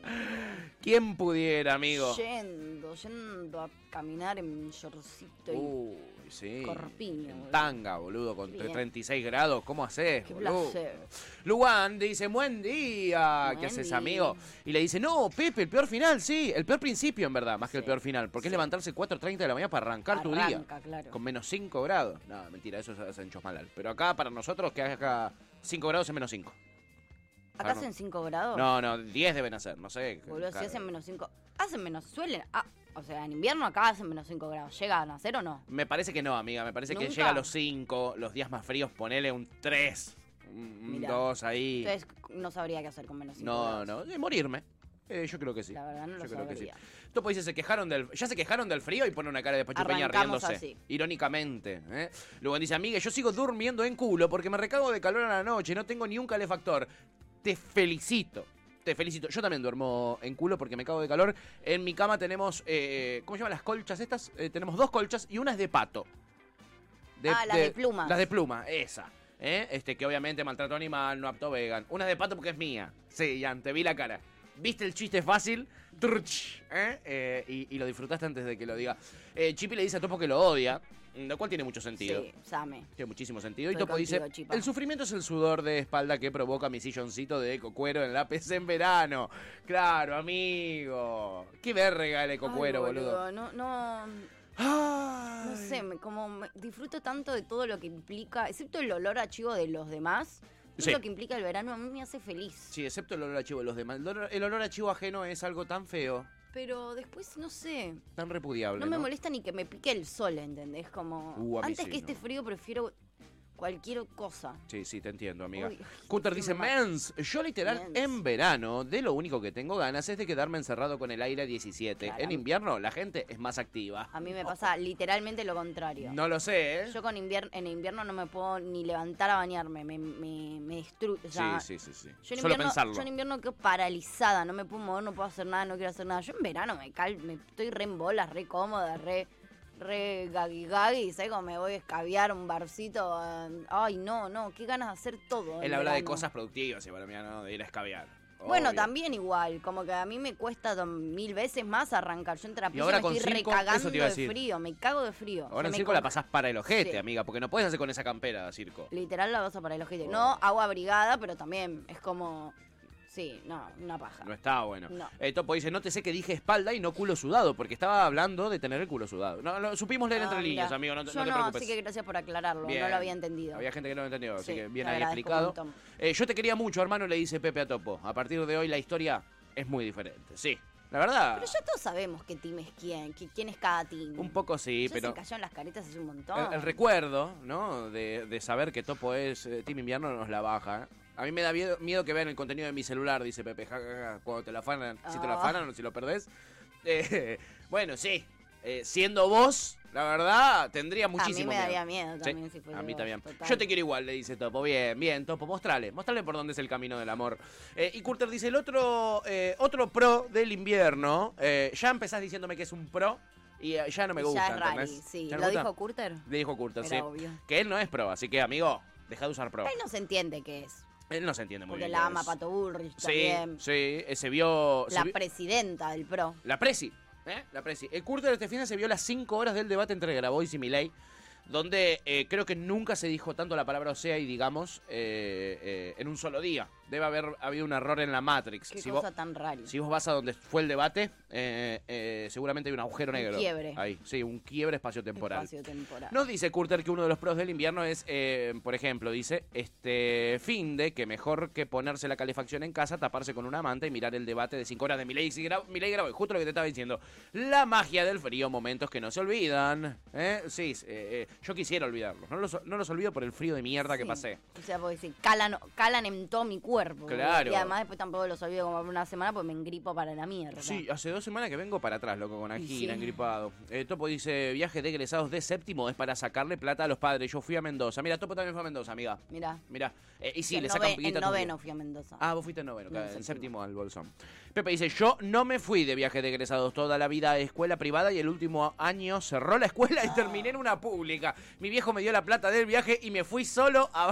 A: ¿Quién pudiera, amigo?
B: Yendo, yendo a caminar en shortcito y
A: Uy, sí.
B: corpiño,
A: Uh, En
B: boludo.
A: tanga, boludo, con
B: Qué
A: tre-
B: bien.
A: 36 grados. ¿Cómo haces,
B: Qué
A: boludo?
B: placer.
A: Luan dice, buen día.
B: Buen
A: ¿Qué haces,
B: día.
A: amigo? Y le dice, no, Pepe, el peor final, sí. El peor principio, en verdad, más que el
B: Sí,
A: peor final. Porque es
B: sí.
A: levantarse 4.30 de la mañana para arrancar tu día.
B: Arranca, claro.
A: Con menos 5 grados. No, mentira, eso es en Chosmalal. Pero acá, para nosotros, que haga 5 grados es menos 5.
B: ¿Acá hacen 5 grados?
A: No, no, 10 deben hacer, no sé.
B: Boludo, si
A: Claro.
B: hacen menos 5. Hacen menos, suelen. ah, o sea, en invierno acá hacen menos 5 grados. ¿Llegan a cero o no?
A: Me parece que no, amiga. Me parece que
B: ¿Nunca?
A: llega a los 5, los días más fríos, ponele un 3, un
B: Mirá.
A: 2 Mm, ahí.
B: Entonces no sabría qué hacer con menos 5
A: no,
B: grados.
A: no, eh, morirme. Eh, yo creo que sí.
B: La verdad no
A: yo
B: lo
A: creo que sí.
B: sabría.
A: Topo dice, se quejaron del, ya se quejaron del frío y pone una cara de pachupeña
B: Arrancamos
A: riéndose.
B: así.
A: Irónicamente. ¿eh? Luego dice, amiga, yo sigo durmiendo en culo porque me recago de calor a la noche, no tengo ni un calefactor. Te felicito. Te felicito. Yo también duermo en culo porque me cago de calor. En mi cama tenemos, eh, ¿cómo se llaman las colchas estas? Eh, tenemos dos colchas y una es de pato.
B: Ah, las de plumas.
A: Las de pluma, esa. ¿eh? Este, que obviamente maltrato animal, no apto vegan. Una es de pato porque es mía. Sí, Ian, te vi la cara. ¿Viste el chiste fácil? Truch, ¿eh? Eh, y, y lo disfrutaste antes de que lo diga. Eh, Chippy le dice a Topo que lo odia, lo cual tiene mucho sentido.
B: Sí, same.
A: Tiene muchísimo sentido. Y
B: Estoy
A: Topo
B: contigo,
A: dice:
B: Chipa.
A: El sufrimiento es el sudor de espalda que provoca mi silloncito de cocuero en la PC en verano. Claro, amigo. Qué verga el ecocuero,
B: Ay,
A: boludo.
B: No, no. No
A: Ay.
B: sé, me- como me- disfruto tanto de todo lo que implica, excepto el olor a chivo de los demás, todo
A: Sí.
B: lo que implica el verano a mí me hace feliz.
A: Sí, excepto el olor a chivo de los demás. El olor, el olor a chivo ajeno es algo tan feo,
B: Pero después, no sé,
A: tan repudiable.
B: no me molesta ni que me pique el sol, ¿entendés? Como,
A: Uh, a mí
B: antes
A: sí,
B: que este
A: no.
B: frío prefiero cualquier cosa.
A: Sí, sí, te entiendo, amiga.
B: Uy,
A: Cutter
B: qué
A: dice,
B: mal.
A: mens, yo literal
B: Mens.
A: en verano, de lo único que tengo ganas es de quedarme encerrado con el aire a 17.
B: Claro.
A: En invierno la gente es más activa.
B: A mí me pasa literalmente lo contrario.
A: No lo sé, ¿eh?
B: Yo con invierno, en invierno no me puedo ni levantar a bañarme, me, me, me destruyo. o sea,
A: sí, sí, sí, sí.
B: Yo en,
A: Solo
B: invierno,
A: pensarlo.
B: yo en invierno quedo paralizada, no me puedo mover, no puedo hacer nada, no quiero hacer nada. Yo en verano me cal, me estoy re en bolas, re cómoda, re, re gagui gagui, ¿sabes cómo me voy a escabiar un barcito? ah, Ay, no, no, qué ganas de hacer todo. en
A: Él habla de
B: verano.
A: cosas productivas, y para mí no, de ir a escabiar.
B: Bueno,
A: Obvio.
B: también igual, como que a mí me cuesta do- mil veces más arrancar. Yo en terapia
A: ahora
B: me
A: con
B: estoy
A: circo, eso
B: recagando
A: te iba a
B: de
A: decir.
B: frío, me cago de frío.
A: Ahora
B: Se
A: en
B: me
A: circo la
B: conge-
A: pasás para el ojete,
B: Sí.
A: amiga, porque no puedes hacer con esa campera, circo.
B: Literal la vas a parar el ojete.
A: Oh.
B: No, agua abrigada, pero también es como. Sí, no, una paja.
A: No está bueno.
B: No.
A: Eh, Topo dice, no te sé que dije espalda y no culo sudado, porque estaba hablando de tener el culo sudado. No, lo supimos leer
B: Ah,
A: entre líneas,
B: mira.
A: amigo, no te,
B: yo
A: no te preocupes.
B: así que gracias por aclararlo,
A: Bien.
B: no lo había entendido.
A: Había gente que no lo entendió, así
B: Sí,
A: que bien
B: te
A: ahí
B: agradezco
A: explicado.
B: un montón.
A: Eh, yo te quería mucho, hermano, le dice Pepe a Topo. A partir de hoy la historia es muy diferente. Sí, la verdad,
B: Pero ya todos sabemos qué team es quién, que- quién es cada team.
A: un poco sí,
B: Ya
A: pero...
B: se cayó en las caretas hace un montón.
A: El, el recuerdo, ¿no? De, de saber que Topo es eh, Team Invierno nos la baja. A mí me da miedo, miedo que vean el contenido de mi celular, dice Pepe. ja, ja, ja, cuando te la afanan, si te la
B: Ah.
A: afanan o si lo perdés. (laughs) Eh, bueno, sí. eh, siendo vos, la verdad, tendría muchísimo
B: a mí me
A: miedo.
B: daría miedo
A: Sí,
B: también. si fuese
A: a mí
B: vos,
A: también.
B: total.
A: Yo te quiero igual, le dice Topo. Bien, bien, Topo. Mostrale, mostrale por dónde es el camino del amor. Eh, y Curter dice: el otro, eh, otro pro del invierno. eh, ya empezás diciéndome que es un pro y eh, ya no me
B: Ya
A: gusta.
B: es rari,
A: ¿entendés?
B: sí.
A: ¿Ya
B: ¿Lo
A: no me gusta?
B: dijo Curter?
A: Le dijo Curter,
B: Era
A: sí.
B: obvio.
A: Que él no es pro, así que amigo, deja de usar pro.
B: Él no se entiende qué es.
A: Él no se entiende muy
B: Porque
A: bien.
B: la
A: qué
B: ama
A: es.
B: Pato Bullrich
A: Sí,
B: también.
A: sí, eh, se vio. se
B: La
A: vi-
B: presidenta del PRO.
A: la Presi. ¿eh? La Presi. El Curter este fin de se vio las 5 horas del debate entre Grabois y Milei, donde eh, creo que nunca se dijo tanto la palabra o sea y digamos eh, eh, en un solo día. Debe haber habido un error en la Matrix.
B: Qué
A: Si vos,
B: cosa tan rara.
A: si vos vas a donde fue el debate, eh, eh, seguramente hay un agujero
B: Un
A: negro.
B: quiebre.
A: Ahí, sí, un quiebre espaciotemporal.
B: Espacio temporal.
A: Nos dice Curter que uno de los pros del invierno es, eh, por ejemplo, dice, este fin de que mejor que ponerse la calefacción en casa, taparse con una manta y mirar el debate de 5 horas de Milei y Gra- Milei Grabois. Justo lo que te estaba diciendo. La magia del frío, momentos que no se olvidan. ¿eh? Sí, eh, eh, yo quisiera olvidarlos. No los, no los olvido por el frío de mierda que
B: Sí.
A: pasé.
B: O sea, porque se calan, calan en todo mi cuerpo.
A: Claro.
B: Y además después tampoco los olvido como por una semana porque me engripo para la mierda.
A: Sí, hace dos semanas que vengo para atrás, loco, con angina,
B: sí.
A: engripado. Eh, Topo dice, viaje de egresados de séptimo es para sacarle plata a los padres. Yo fui a Mendoza. Mira, Topo también fue a Mendoza, amiga.
B: Mirá.
A: Mira, eh, y sí,
B: El
A: le sacan
B: nove-
A: guita a
B: El
A: tus
B: noveno fui a Mendoza.
A: Ah, vos fuiste en noveno,
B: No,
A: claro, en
B: séptimo.
A: séptimo al bolsón. Pepe dice, yo no me fui de viaje de egresados toda la vida a escuela privada y el último año cerró la escuela y
B: Ah.
A: terminé en una pública. Mi viejo me dio la plata del viaje y me fui solo a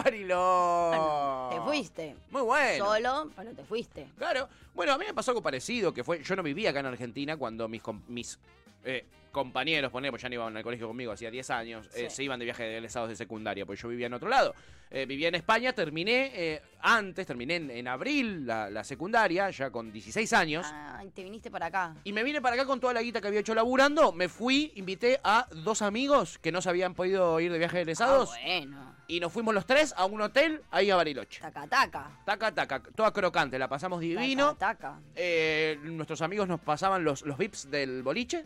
A: Bariló.
B: Te fuiste.
A: Oh. Muy bueno.
B: Solo, pero te fuiste.
A: Claro. Bueno, a mí me pasó algo parecido, que fue, yo no vivía acá en Argentina cuando mis, com- mis eh, compañeros, ponemos, ya no iban al colegio conmigo, hacía 10 años, eh,
B: Sí.
A: se iban de viaje de egresados de secundaria, pues yo vivía en otro lado. Eh, vivía en España, terminé eh, antes, terminé en, en abril la, la secundaria, ya con 16 años.
B: Ah, te viniste para acá.
A: Y me vine para acá con toda la guita que había hecho laburando, me fui, invité a dos amigos que no se habían podido ir de viaje de egresados,
B: Ah, bueno.
A: y nos fuimos los tres a un hotel ahí a Bariloche.
B: Taca, taca.
A: Taca, taca, toda crocante, la pasamos divino.
B: Taca, taca.
A: Eh, nuestros amigos nos pasaban los, los VIPs del boliche.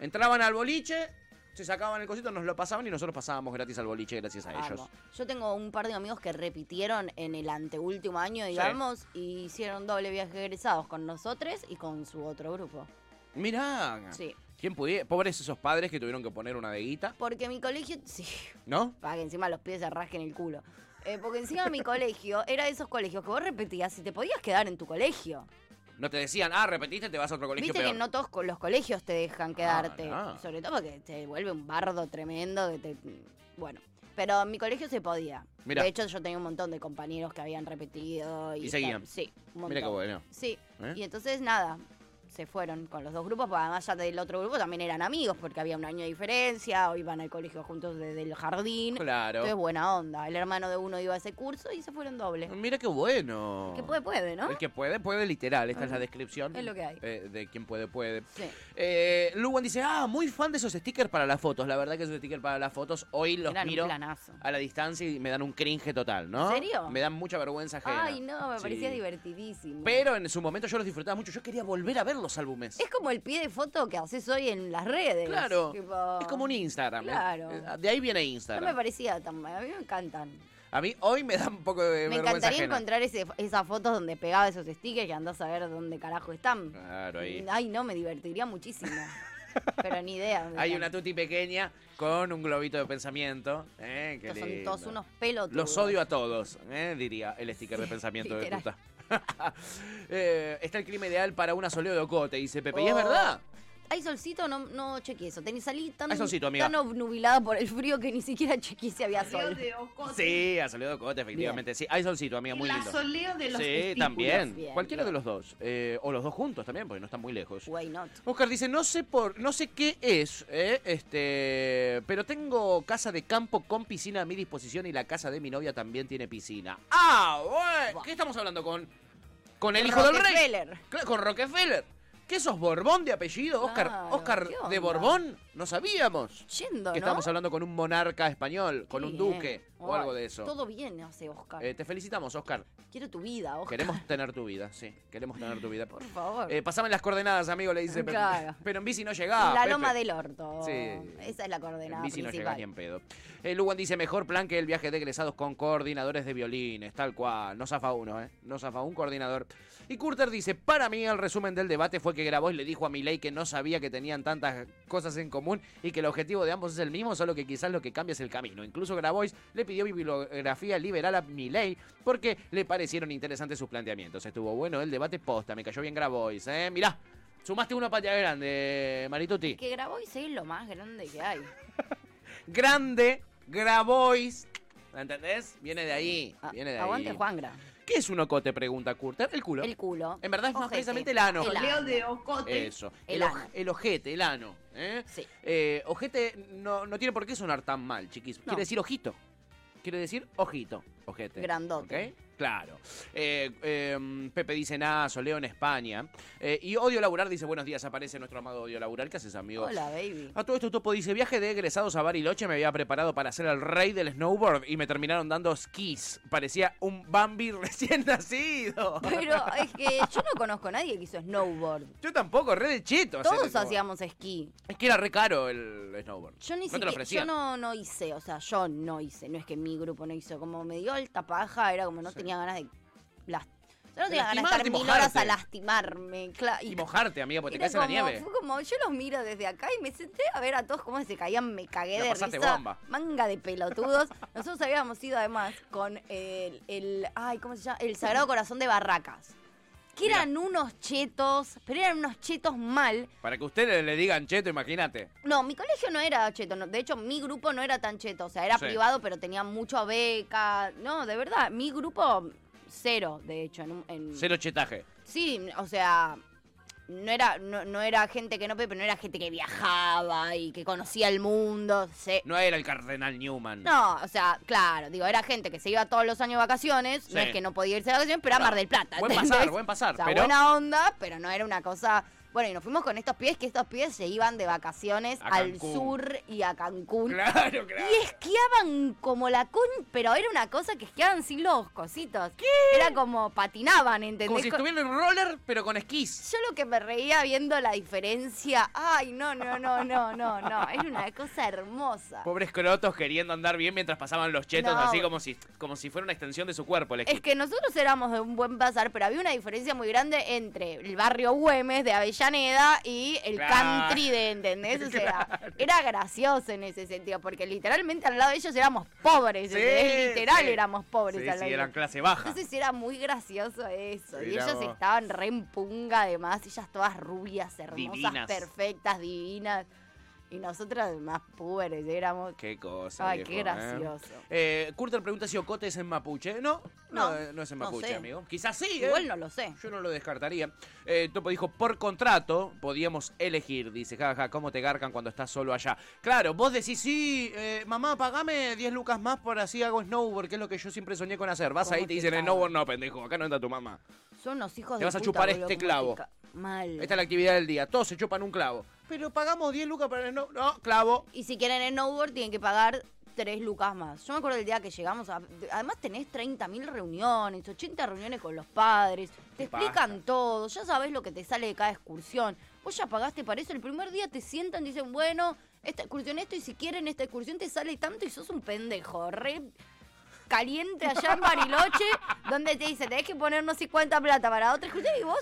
A: Entraban al boliche, se sacaban el cosito, nos lo pasaban y nosotros pasábamos gratis al boliche gracias a ellos.
B: Amo. Yo tengo un par de amigos que repitieron en el anteúltimo año, digamos, y hicieron doble viaje de egresados con nosotros y con su otro grupo.
A: Mirá.
B: Sí.
A: ¿Quién pudiera? Pobres esos padres que tuvieron que poner una de guita,
B: Porque mi colegio, (laughs) sí,
A: ¿no?
B: para que encima los pies se rasquen el culo. Eh, porque encima
A: (laughs)
B: mi colegio era de esos colegios que vos repetías y te podías quedar en tu colegio.
A: No te decían, ah, repetiste, te vas a otro colegio
B: Viste
A: peor. Ah,
B: que no todos co- los colegios te dejan quedarte.
A: no.
B: Sobre todo porque te vuelve un bardo tremendo que te. Bueno. Pero en mi colegio se podía.
A: Mirá.
B: De hecho, yo tenía un montón de compañeros que habían repetido. Y,
A: Y seguían.
B: tal. Sí, un montón.
A: Mira qué bueno.
B: Sí.
A: ¿Eh?
B: Y entonces, nada, se fueron con los dos grupos. Porque además, ya del otro grupo también eran amigos porque había un año de diferencia. O iban al colegio juntos desde el jardín.
A: Claro.
B: Entonces, buena onda. El hermano de uno iba a ese curso y se fueron doble.
A: Mira qué bueno.
B: Que puede, puede, ¿no?
A: El que puede, puede literal. Esta es la descripción.
B: Es lo que hay.
A: eh, de quien puede, puede.
B: Sí.
A: Eh, Luwan dice, ah, muy fan de esos stickers para las fotos. La verdad que esos stickers para las fotos hoy los
B: Eran un
A: miro
B: planazo.
A: a la distancia y me dan un cringe total, ¿no?
B: ¿En serio?
A: Me dan mucha vergüenza ajena.
B: Ay, no, me
A: Sí.
B: parecía divertidísimo.
A: Pero en su momento yo los disfrutaba mucho. Yo quería volver a ver los álbumes.
B: Es como el pie de foto que haces hoy en las redes.
A: claro.
B: Tipo,
A: Es como un Instagram. ¿eh?
B: Claro.
A: Eh, De ahí viene
B: No me
A: Instagram.
B: parecía tan mal. A mí me encantan.
A: A mí hoy me da un poco de
B: Me
A: vergüenza
B: encantaría
A: ajena.
B: encontrar ese, esas fotos donde pegaba esos stickers y andás a ver dónde carajo están. Mm,
A: Claro, ahí.
B: Ay, no, me divertiría
A: (laughs)
B: muchísimo. Pero ni idea. dónde
A: Hay
B: están.
A: una tuti pequeña con un globito de pensamiento. ¿eh? Qué
B: Estos son
A: lindo.
B: todos unos pelotudos.
A: Los odio a todos, ¿eh? diría el sticker de
B: Sí,
A: pensamiento de
B: literal.
A: puta. (laughs) Eh, está el crimen ideal para una soleo de ocote, dice Pepe. Y es
B: Oh.
A: verdad.
B: Hay solcito, no, no chequeé eso. Tení salí tan,
A: Hay solcito, amiga.
B: tan obnubilada por el frío que ni siquiera chequeé si había sol. oh,
A: Sí, a soleo de ocote, efectivamente. Sí, hay solcito, amiga, muy
D: La
A: lindo.
D: soleo de los
A: Sí,
D: testículos.
A: también.
B: Bien,
A: Cualquiera
B: bien.
A: de los dos. Eh, o los dos juntos también, porque no están muy lejos.
B: Why not?
A: Oscar dice, no sé por, no sé qué es, eh, este, pero tengo casa de campo con piscina a mi disposición y la casa de mi novia también tiene piscina. Ah, bueno.
B: Buah.
A: ¿Qué estamos hablando con? Con el hijo del rey.
B: Rockefeller.
A: Claro, con Rockefeller. ¿Qué sos Borbón de apellido? Oscar,
B: Claro,
A: Oscar
B: ¿qué onda?
A: de Borbón, no sabíamos.
B: Yendo,
A: que
B: ¿no?
A: estábamos hablando con un monarca español, con
B: Qué
A: un
B: bien.
A: duque o
B: Ay,
A: algo de eso.
B: Todo bien hace Oscar.
A: Eh, te felicitamos, Oscar.
B: Quiero tu vida, Oscar.
A: Queremos tener tu vida, sí. Queremos tener tu vida.
B: Por favor.
A: Eh, pasame las coordenadas, amigo, le dice Pepe.
B: Claro.
A: Pero en bici no llegaba.
B: la loma
A: Pepe.
B: del orto.
A: Sí.
B: Esa es la coordenada
A: En bici no
B: principal.
A: llegás ni en pedo. Eh, Lugan dice, mejor plan que el viaje de egresados con coordinadores de violines, tal cual. No zafa uno, ¿eh? No zafa un coordinador. Y Curter dice, para mí el resumen del debate fue que grabó y le dijo a Milei que no sabía que tenían tantas cosas en común y que el objetivo de ambos es el mismo, solo que quizás lo que cambia es el camino. Incluso Grabois le pidió bibliografía liberal a Milei porque le parecieron interesantes sus planteamientos. Estuvo bueno el debate posta, me cayó bien Grabois, ¿eh? Mirá, sumaste una patria grande, Marituti.
B: Que grabó y se es lo más grande que hay.
A: grande, Grabois. ¿La entendés? Viene de ahí.
B: Ah,
A: viene de
B: aguante
A: ahí.
B: Juangra.
A: ¿Qué es un ocote? Pregunta Curter. El culo.
B: El culo.
A: En verdad es más
B: Ojete.
A: precisamente el ano.
B: El ano.
D: Soleo de ocote.
A: Eso.
B: El
A: oj-
B: ano.
A: el ojete, el ano. ¿eh?
B: Sí.
A: Eh, ojete no, no tiene por qué sonar tan mal, chiquis. Quiere decir ojito. Quiere decir ojito. Ojete.
B: Grandote.
A: ¿Ok? Claro. Eh, eh, Pepe dice nada, soleo en España. Eh, y Odio Laburar dice buenos días, aparece nuestro amado Odio Laburar. ¿Qué haces, amigo?
B: Hola, baby.
A: A todo esto Topo dice, viaje de egresados a Bariloche me había preparado para ser el rey del snowboard y me terminaron dando skis. Parecía un Bambi (laughs) recién nacido.
B: Pero es que yo no conozco a nadie que hizo snowboard.
A: Yo tampoco, re de cheto. hacer
B: Todos
A: snowboard.
B: hacíamos esquí.
A: Es que era re caro el snowboard.
B: Yo ni
A: no te
B: siquiera, yo
A: lo ofrecían.
B: no, no hice, o sea, yo no hice, no es que mi grupo no hizo, como me dio alta paja, era como no tenía ganas de las, yo no
A: De
B: tenía ganas de
A: lastimarte,
B: estar mil horas
A: mojarte.
B: a lastimarme, claro.
A: Y mojarte, amiga, porque te caes en
B: como,
A: la nieve.
B: Fue como, yo los miro desde acá y me senté a ver a todos cómo se caían, me cagué
A: La
B: de
A: pasaste
B: risa.
A: bomba.
B: Manga de pelotudos. (laughs) Nosotros habíamos ido además con el, el- ay, ¿cómo se llama? El Sagrado Corazón de Barracas. Que
A: Mirá.
B: eran unos chetos, pero eran unos chetos mal.
A: Para que ustedes le digan cheto, imagínate.
B: No, mi colegio no era cheto. no- de hecho, mi grupo no era tan cheto. O sea, era
A: Sí.
B: privado, pero tenía mucho beca. No, de verdad, mi grupo cero, de hecho. En, un- en-
A: Cero chetaje.
B: Sí, o sea, no era, no, no era gente que no pe- pero no era gente que viajaba y que conocía el mundo. se-
A: No era el cardenal Newman.
B: No, o sea, claro, digo, era gente que se iba todos los años de vacaciones. No
A: Sí.
B: es que no podía irse de vacaciones, pero era Mar del Plata.
A: Buen
B: ¿entendés?
A: pasar, buen pasar,
B: O sea,
A: pero-
B: buena onda, pero no era una cosa. Bueno, y nos fuimos con estos pies, que estos pies se iban de vacaciones
A: A
B: al
A: Cancún.
B: sur y a Cancún.
A: Claro, claro.
B: Y esquiaban como la con, pero era una cosa que esquiaban sin los cositos. Era como patinaban, ¿entendés?
A: Como si
B: Co-
A: estuvieran en roller, pero con esquís.
B: yo lo que me reía viendo la diferencia, ay, no, no, no, no, no, no, era una cosa hermosa.
A: Pobres crotos queriendo andar bien mientras pasaban los chetos,
B: No.
A: así como si, como si fuera una extensión de su cuerpo el esquí.
B: Es que nosotros éramos de un buen pasar, pero había una diferencia muy grande entre el barrio Güemes de Avellaneda y el
A: Claro.
B: country de,
A: (laughs)
B: ¿entendés? O sea, era gracioso en ese sentido, porque literalmente al lado de ellos éramos pobres,
A: Sí,
B: ¿entendés? literal
A: sí.
B: éramos pobres
A: Sí,
B: al
A: sí,
B: lado de
A: eran
B: ellos.
A: clase baja.
B: Entonces era muy gracioso eso. y
A: Mirá
B: ellas
A: vos.
B: estaban re en punga, además. Ellas todas rubias, hermosas,
A: Divinas.
B: perfectas, divinas. Y nosotras más pobres éramos.
A: Qué cosa.
B: Ay,
A: viejo,
B: qué
A: ¿eh?
B: gracioso.
A: Eh, Curter pregunta si Ocote es en mapuche. No, no,
B: No,
A: eh, no es en
B: no
A: mapuche,
B: sé.
A: amigo. Quizás sí. ¿eh?
B: Igual no lo sé.
A: Yo no lo descartaría. Eh, Topo dijo, por contrato podíamos elegir. Dice, jaja, ¿cómo te garcan cuando estás solo allá? Claro, vos decís, sí, eh, mamá, pagame 10 lucas más por así hago snowboard, que es lo que yo siempre soñé con hacer. Vas
B: ¿Cómo
A: ahí y te
B: te
A: dicen,
B: cagan?
A: snowboard no, pendejo, acá no anda tu mamá.
B: Son unos hijos
A: Te
B: de
A: vas a
B: puta,
A: chupar
B: boludo,
A: este
B: cómo te
A: clavo.
B: ca- Mal.
A: Esta es la actividad del día, todos se chupan un clavo. Pero pagamos 10 lucas para el snowboard. No, clavo.
B: Y si quieren snowboard, tienen que pagar tres lucas más. Yo me acuerdo del día que llegamos, a- además tenés 30.000 reuniones, 80 reuniones con los padres, te
A: Qué paja.
B: explican todo, ya sabes lo que te sale de cada excursión. Vos ya pagaste para eso, el primer día te sientan, dicen, bueno, esta excursión esto y si quieren esta excursión te sale tanto y sos un pendejo, re caliente allá en
A: (laughs)
B: Bariloche, donde te dicen, tenés que poner no sé cuánta plata para otra excursión y vos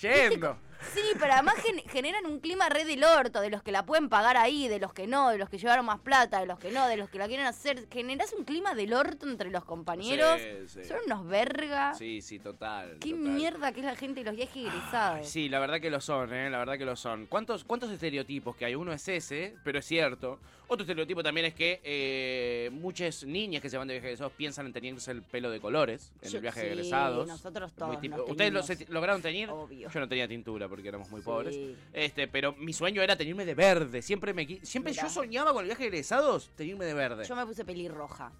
A: Yendo.
B: Sí, pero además gen- generan un clima re del orto, de los que la pueden pagar ahí, de los que no, de los que llevaron más plata, de los que no, de los que la quieren hacer. Generás un clima del orto entre los compañeros.
A: Sí, sí.
B: Son unos verga.
A: Sí, sí, total.
B: Qué
A: total.
B: mierda que es la gente y los viajes egresados.
A: Ay, Sí, la verdad que lo son, ¿eh? La verdad que lo son. ¿Cuántos, ¿Cuántos estereotipos que hay? Uno es ese, pero es cierto. Otro estereotipo también es que eh, muchas niñas que se van de viaje egresados piensan en teñirse el pelo de colores en
B: Yo-
A: el viaje
B: sí,
A: de egresados.
B: nosotros
A: Es muy
B: todos
A: típico.
B: nos
A: ¿Ustedes lo-
B: teñimos.
A: se- lograron teñir?
B: Obvio.
A: Yo no tenía tintura porque éramos muy
B: Sí.
A: pobres. Este, pero mi sueño era teñirme de verde. Siempre me qui- siempre
B: Mirá.
A: yo soñaba con el viaje de egresados teñirme de verde.
B: Yo me puse pelirroja.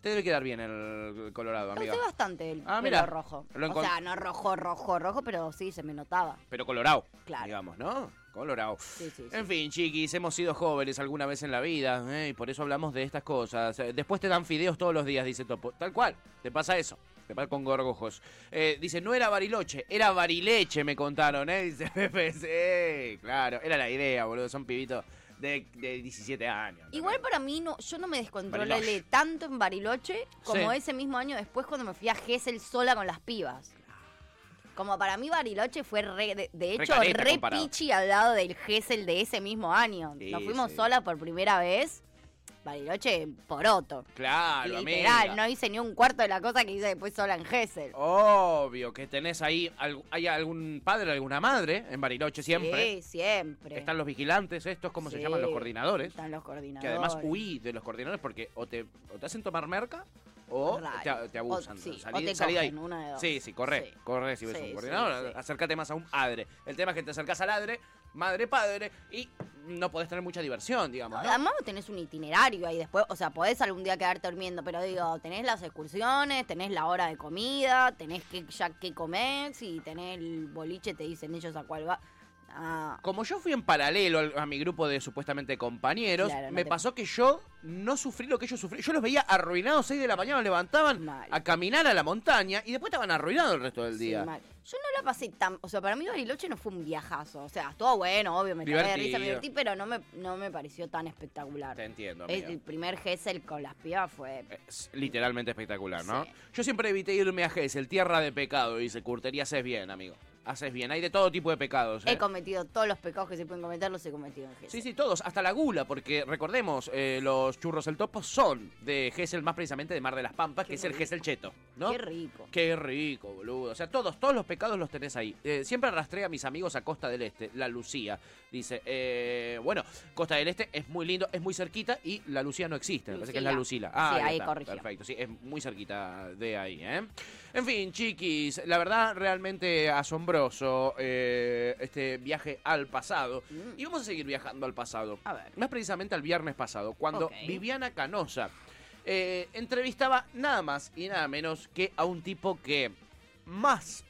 A: Te debe quedar bien el colorado,
B: Me
A: amiga.
B: usé bastante el
A: Ah,
B: pelo
A: mirá.
B: rojo.
A: Lo
B: o
A: encon-
B: sea, no rojo, rojo, rojo, pero sí se me notaba.
A: Pero colorado.
B: Claro.
A: Digamos, ¿no? Colorado.
B: Sí, sí, sí.
A: En fin, chiquis, hemos sido jóvenes alguna vez en la vida ¿eh? y por eso hablamos de estas cosas. Eh, Después te dan fideos todos los días, dice Topo. Tal cual, te pasa eso. Te pasa con gorgojos. Eh, dice, no era bariloche, era barileche, me contaron, ¿eh? Dice (laughs) Pepe, sí, claro. Era la idea, boludo. Son pibitos de, de 17 años. ¿no?
B: Igual para mí, no, yo no me descontrolé
A: Bariloche.
B: tanto en Bariloche como
A: Sí.
B: ese mismo año después cuando me fui a Gessel sola con las pibas. Como para mí Bariloche fue re, de, de hecho re,
A: careta comparado.
B: pichi al lado del Gessel de ese mismo año.
A: Sí,
B: Nos fuimos
A: sí.
B: sola por primera vez. Bariloche poroto.
A: Claro,
B: Literal,
A: amiga. Oh,
B: no hice ni un cuarto de la cosa que hice después sola en Gessel.
A: Obvio que tenés ahí, al- hay algún padre, alguna madre en Bariloche siempre.
B: Sí, siempre.
A: Están los vigilantes estos, ¿cómo se
B: Sí,
A: llaman? Los coordinadores.
B: Están los
A: Que
B: coordinadores.
A: además huí de los coordinadores porque o te, o te hacen tomar merca o
B: Raro.
A: te, te abusan.
B: O- sí,
A: Salí-
B: o te
A: salí de ahí.
B: cogen, una de dos.
A: Sí, sí, corre,
B: Sí.
A: corre si ves
B: Sí,
A: un
B: sí,
A: coordinador.
B: sí.
A: Acércate más a un adre. El tema es que te acercás al adre, madre, padre, y no podés tener mucha diversión, digamos. ¿no?
B: Además vos tenés un itinerario ahí después, o sea, podés algún día quedarte durmiendo, pero digo, tenés las excursiones, tenés la hora de comida, tenés que ya qué comer, si tenés el boliche te dicen ellos a cuál va. Ah,
A: Como yo fui en paralelo al- a mi grupo de supuestamente compañeros,
B: Claro, no
A: me
B: te-
A: pasó que yo no sufrí lo que ellos sufrieron. Yo los veía arruinados, 6 de la mañana, los levantaban
B: Mal.
A: a caminar a la montaña y después estaban arruinados el resto del
B: sí,
A: día.
B: mal. Yo no la pasé tan, o sea, para mí Bariloche no fue un viajazo, o sea, estuvo bueno, obvio, me cagué de risa, me
A: Divertido.
B: divertí, pero no me, no me pareció tan espectacular.
A: Te entiendo,
B: Es-
A: amiga. Eh,
B: el primer Gessel con las pibas fue
A: Es literalmente espectacular, ¿no?
B: Sí.
A: Yo siempre evité irme a Gessel, tierra de pecado, dice Curtería, haces bien, amigo. Haces bien, hay de todo tipo de pecados. ¿eh?
B: he cometido todos los pecados que se pueden cometer, los he cometido en Gessel.
A: Sí, sí, todos, hasta la gula, porque recordemos, eh, los churros el topo son de Gessel, más precisamente de Mar de las Pampas,
B: Qué
A: que es el
B: rico.
A: Gessel cheto, ¿no?
B: Qué rico.
A: Qué rico, boludo. O sea, todos, todos los pecados los tenés ahí. Eh, siempre arrastré a mis amigos a Costa del Este, la Lucía. Dice, eh, bueno, Costa del Este es muy lindo, es muy cerquita y la Lucía no existe. Me parece que es la
B: Lucila.
A: Lucila. Ah,
B: Sí, ahí
A: está,
B: corrigió.
A: Perfecto, sí, es muy cerquita de ahí, ¿eh? En fin, chiquis, la verdad, realmente asombroso eh, este viaje al pasado.
B: Mm.
A: Y vamos a seguir viajando al pasado.
B: A ver.
A: Más precisamente al viernes pasado, cuando
B: Ok.
A: Viviana Canosa eh, entrevistaba nada más y nada menos que a un tipo que más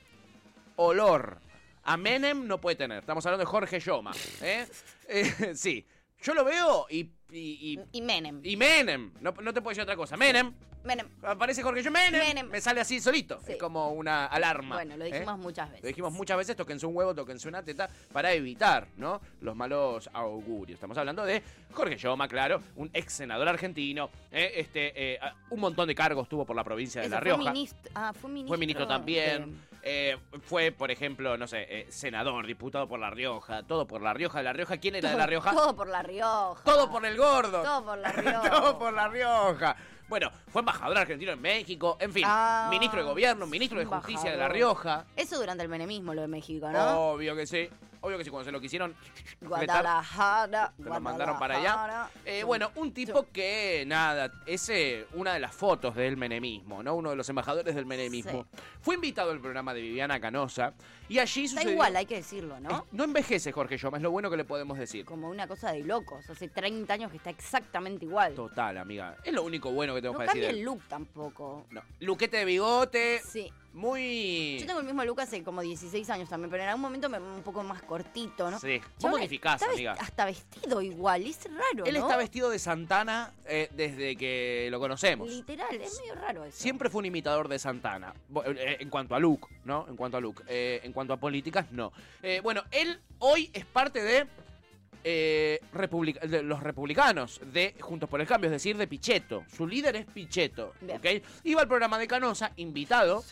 A: olor a Menem no puede tener. Estamos hablando de Jorge Yoma. ¿eh? (laughs) Eh, sí, yo lo veo y, y, y-
B: Y Menem.
A: y Menem. No, no te puedo decir otra cosa. Menem.
B: Menem.
A: Aparece Jorge Yoma. Menem.
B: Menem.
A: Me sale así solito.
B: Sí.
A: Es como una alarma.
B: Bueno, lo
A: ¿eh?
B: dijimos muchas veces.
A: Lo dijimos muchas veces, tóquense un huevo, tóquense una teta, para evitar, ¿no? Los malos augurios. Estamos hablando de Jorge Yoma, claro, un ex senador argentino, eh, este, eh, ah, un montón de cargos tuvo por la provincia de
B: Ese
A: La
B: fue
A: Rioja.
B: ministro- ah, fue ministro.
A: Fue ministro también.
B: de-
A: eh, fue, por ejemplo, no sé, eh, senador, diputado por La Rioja, todo por La Rioja, de La Rioja. ¿Quién era de La (laughs) Rioja?
B: Todo por La Rioja.
A: Todo por el gordo.
B: Todo por La Rioja.
A: Todo por La Rioja. Bueno, fue embajador argentino en México, en fin,
B: Ah,
A: ministro de gobierno, ministro de justicia de La
B: embajador.
A: Rioja.
B: Eso durante el menemismo, lo de México, ¿no?
A: Obvio que sí. Obvio que sí, cuando se lo quisieron. vetar,
B: Guadalajara.
A: Te lo mandaron para allá.
B: Guadalajara.
A: Eh, bueno, un tipo que, nada, es eh, una de las fotos del menemismo, ¿no? Uno de los embajadores del menemismo. Fue invitado al programa de Viviana Canosa y allí
B: Está
A: sucedió-
B: igual, hay que decirlo,
A: Es-
B: ¿no?
A: No envejece Jorge Yoma, es lo bueno que le podemos decir.
B: Como una cosa de locos. Hace 30 años que está exactamente igual.
A: Total, amiga. Es lo único bueno que tengo
B: No
A: para decir.
B: cambia
A: de
B: el
A: él.
B: look tampoco.
A: No. Luquete de bigote,
B: Sí.
A: muy.
B: Yo tengo el mismo Lucas hace como 16 años también, pero en algún momento me un poco más cortito, ¿no?
A: Sí. Vos
B: Chabón,
A: modificás,
B: está vest-
A: amiga.
B: Hasta vestido igual, es raro,
A: Él
B: ¿no?
A: está vestido de Santana eh, desde que lo conocemos.
B: Literal, es medio raro eso.
A: Siempre fue un imitador de Santana. Bo- eh, En cuanto a look, ¿no? En cuanto a look. Eh, en cuanto a políticas, no. Eh, bueno, él hoy es parte de, eh, republic- de los republicanos de Juntos por el Cambio, es decir, de Pichetto. Su líder es Pichetto.
B: Bien.
A: ¿ok? Iba al programa de Canosa, invitado.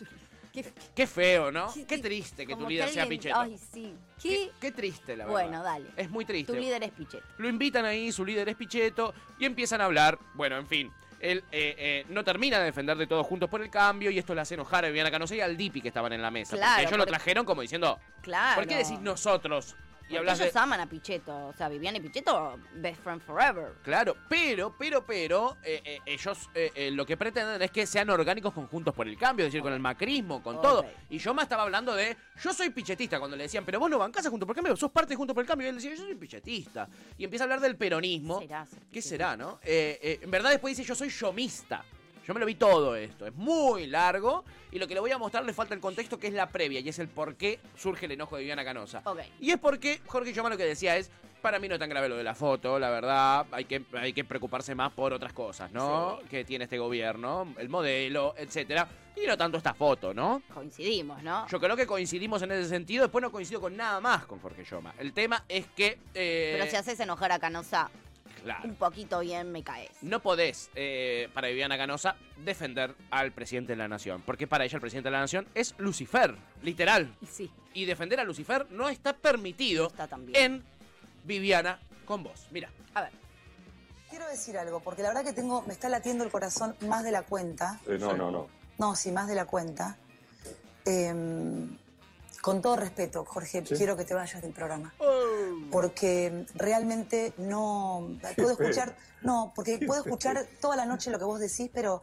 B: Qué-
A: Qué feo, ¿no?
B: Sí,
A: Qué
B: sí,
A: triste que
B: como
A: tu líder sea
B: alguien-
A: Pichetto.
B: Ay, sí.
A: Qué,
B: ¿Qué?
A: qué triste, la verdad.
B: Bueno, dale.
A: Es muy triste.
B: Tu líder es Pichet.
A: Lo invitan ahí, su líder es Pichetto, y empiezan a hablar. Bueno, en fin. Él eh, eh, no termina de defender de todos juntos por el cambio, y esto le hace enojar a Viviana Canosa y al Dipi que estaban en la mesa.
B: Claro,
A: porque ellos
B: porque-
A: lo trajeron como diciendo,
B: Claro.
A: ¿por qué decís nosotros? Y
B: Porque
A: hablas de.
B: ellos aman a Pichetto. O sea, Viviana y Pichetto, best friend forever.
A: Claro, pero, pero, pero, eh, eh, ellos eh, eh, lo que pretenden es que sean orgánicos conjuntos por el cambio, es decir, con el macrismo, con
B: Ok.
A: todo. Y yo más estaba hablando de, yo soy pichetista, cuando le decían, pero vos no bancás a Juntos por el Cambio, sos parte de Juntos por el Cambio, y él decía, yo soy pichetista. Y empieza a hablar del peronismo.
B: Será, será.
A: ¿Qué será, no? Eh, eh, en verdad después dice, yo soy yomista. Yo me lo vi todo esto, es muy largo, y lo que le voy a mostrar le falta el contexto que es la previa, y es el por qué surge el enojo de Viviana Canosa.
B: Ok.
A: Y es porque Jorge Yomán lo que decía es, para mí no es tan grave lo de la foto, la verdad, hay que, hay que preocuparse más por otras cosas, ¿no? Que tiene este gobierno, el modelo, etcétera, y no tanto esta foto, ¿no?
B: Coincidimos, ¿no?
A: Yo creo que coincidimos en ese sentido, después no coincido con nada más con Jorge Yoma. El tema es que... eh,
B: Pero si haces enojar a Canosa
A: Claro.
B: un poquito bien, me caes.
A: No podés, eh, para Viviana Canosa, defender al presidente de la nación, porque para ella el presidente de la nación es Lucifer, literal.
B: Y sí,
A: Y defender a Lucifer no está permitido
B: está también.
A: en Viviana con vos. Mira.
B: A ver.
D: Quiero decir algo, porque la verdad que tengo, me está latiendo el corazón más de la cuenta.
E: Eh, no, no, no.
D: No, sí, más de la cuenta. Em, con todo respeto, Jorge,
E: Sí.
D: quiero que te vayas del programa. Porque realmente no.
E: Qué
D: Puedo escuchar.
E: pena.
D: No, porque puedo escuchar toda la noche lo que vos decís, pero.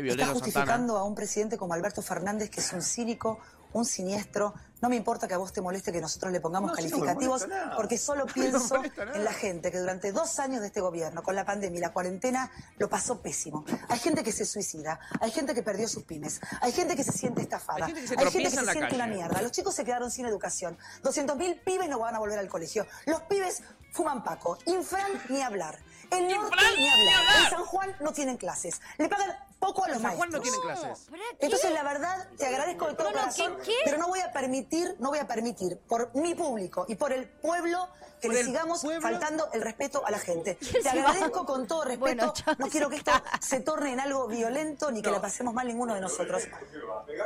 D: Está
A: violento Santana.
D: justificando a un presidente como Alberto Fernández, que es un cínico, un siniestro. No me importa que a vos te moleste que nosotros le pongamos
E: No, sí, no me
D: calificativos,
E: molesta nada.
D: porque
A: (laughs)
D: solo pienso
E: molesta nada.
D: en la gente que durante dos años de este gobierno, con la pandemia y la cuarentena, lo pasó pésimo. Hay gente que se suicida, hay gente que perdió sus pymes, hay gente que se siente estafada,
A: Hay gente que se
D: gente
A: tropieza
D: que
A: en
D: se
A: la
D: siente
A: calle.
D: una mierda. Los chicos se quedaron sin educación. 200.000 pibes no van a volver al colegio. Los pibes fuman paco. Infran ni hablar. El norte
A: Infran,
D: ni
A: ni
D: hablar.
A: hablar.
D: En San Juan no tienen clases. Le pagan poco a los
A: San Juan no
D: maestros.
A: tienen clases.
B: ¿Para qué?
D: Entonces, la verdad, te agradezco de todo
B: No, no,
D: corazón,
B: ¿qué- qué?
D: pero no voy a permitir, no voy a permitir, por mi público y por el pueblo, que
A: Por
D: le
A: el
D: sigamos
A: pueblo.
D: faltando el respeto a la
B: (laughs)
D: gente. Te
B: sigamos.
D: agradezco con todo respeto,
B: Bueno, chao,
D: no quiero que esto se torne en algo violento ni que
A: No.
D: la pasemos mal ninguno de nosotros.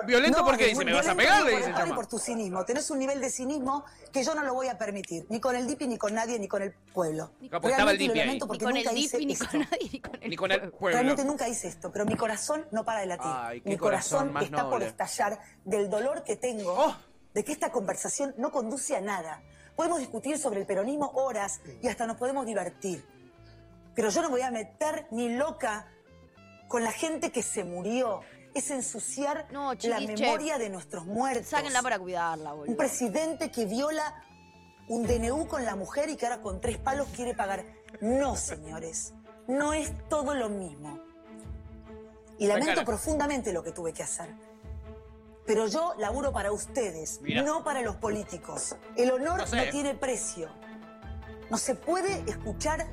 A: Violento
D: No,
A: porque
D: es
A: dice,
D: muy
A: me vas a
D: violento,
A: pegar,
D: ni por
A: le dice
D: el padre,
A: Yoma.
D: por tu cinismo, tenés un nivel de cinismo que yo no lo voy a permitir, ni con el DIPI, ni con nadie, ni con el pueblo.
A: Capo, estaba el
D: Realmente lo
A: DIPI ahí.
D: lamento
B: Ni
D: porque
B: con el
D: nunca hice
B: DIP, ni
D: esto.
B: con nadie, ni con el.
A: Ni con el pueblo.
D: Realmente nunca hice esto, pero mi corazón no para de latir.
A: Ay, qué
D: mi
A: corazón
D: corazón,
A: más
D: está por
A: noble.
D: estallar del dolor que tengo
A: Oh.
D: de que esta conversación no conduce a nada. Podemos discutir sobre el peronismo horas y hasta nos podemos divertir. Pero yo no me voy a meter ni loca con la gente que se murió. Es ensuciar
B: No,
D: la
B: chiquis, che.
D: memoria de nuestros muertos.
B: Sáquenla para cuidarla,
D: Un
B: boludo.
D: presidente que viola un DNU con la mujer y que ahora con tres palos quiere pagar. No, señores, no es todo lo mismo. Y
A: La
D: lamento
A: cara.
D: profundamente lo que tuve que hacer. Pero yo laburo para ustedes,
A: Mira.
D: no para los políticos. El honor
A: No
D: no,
A: sé.
D: tiene precio. No se puede escuchar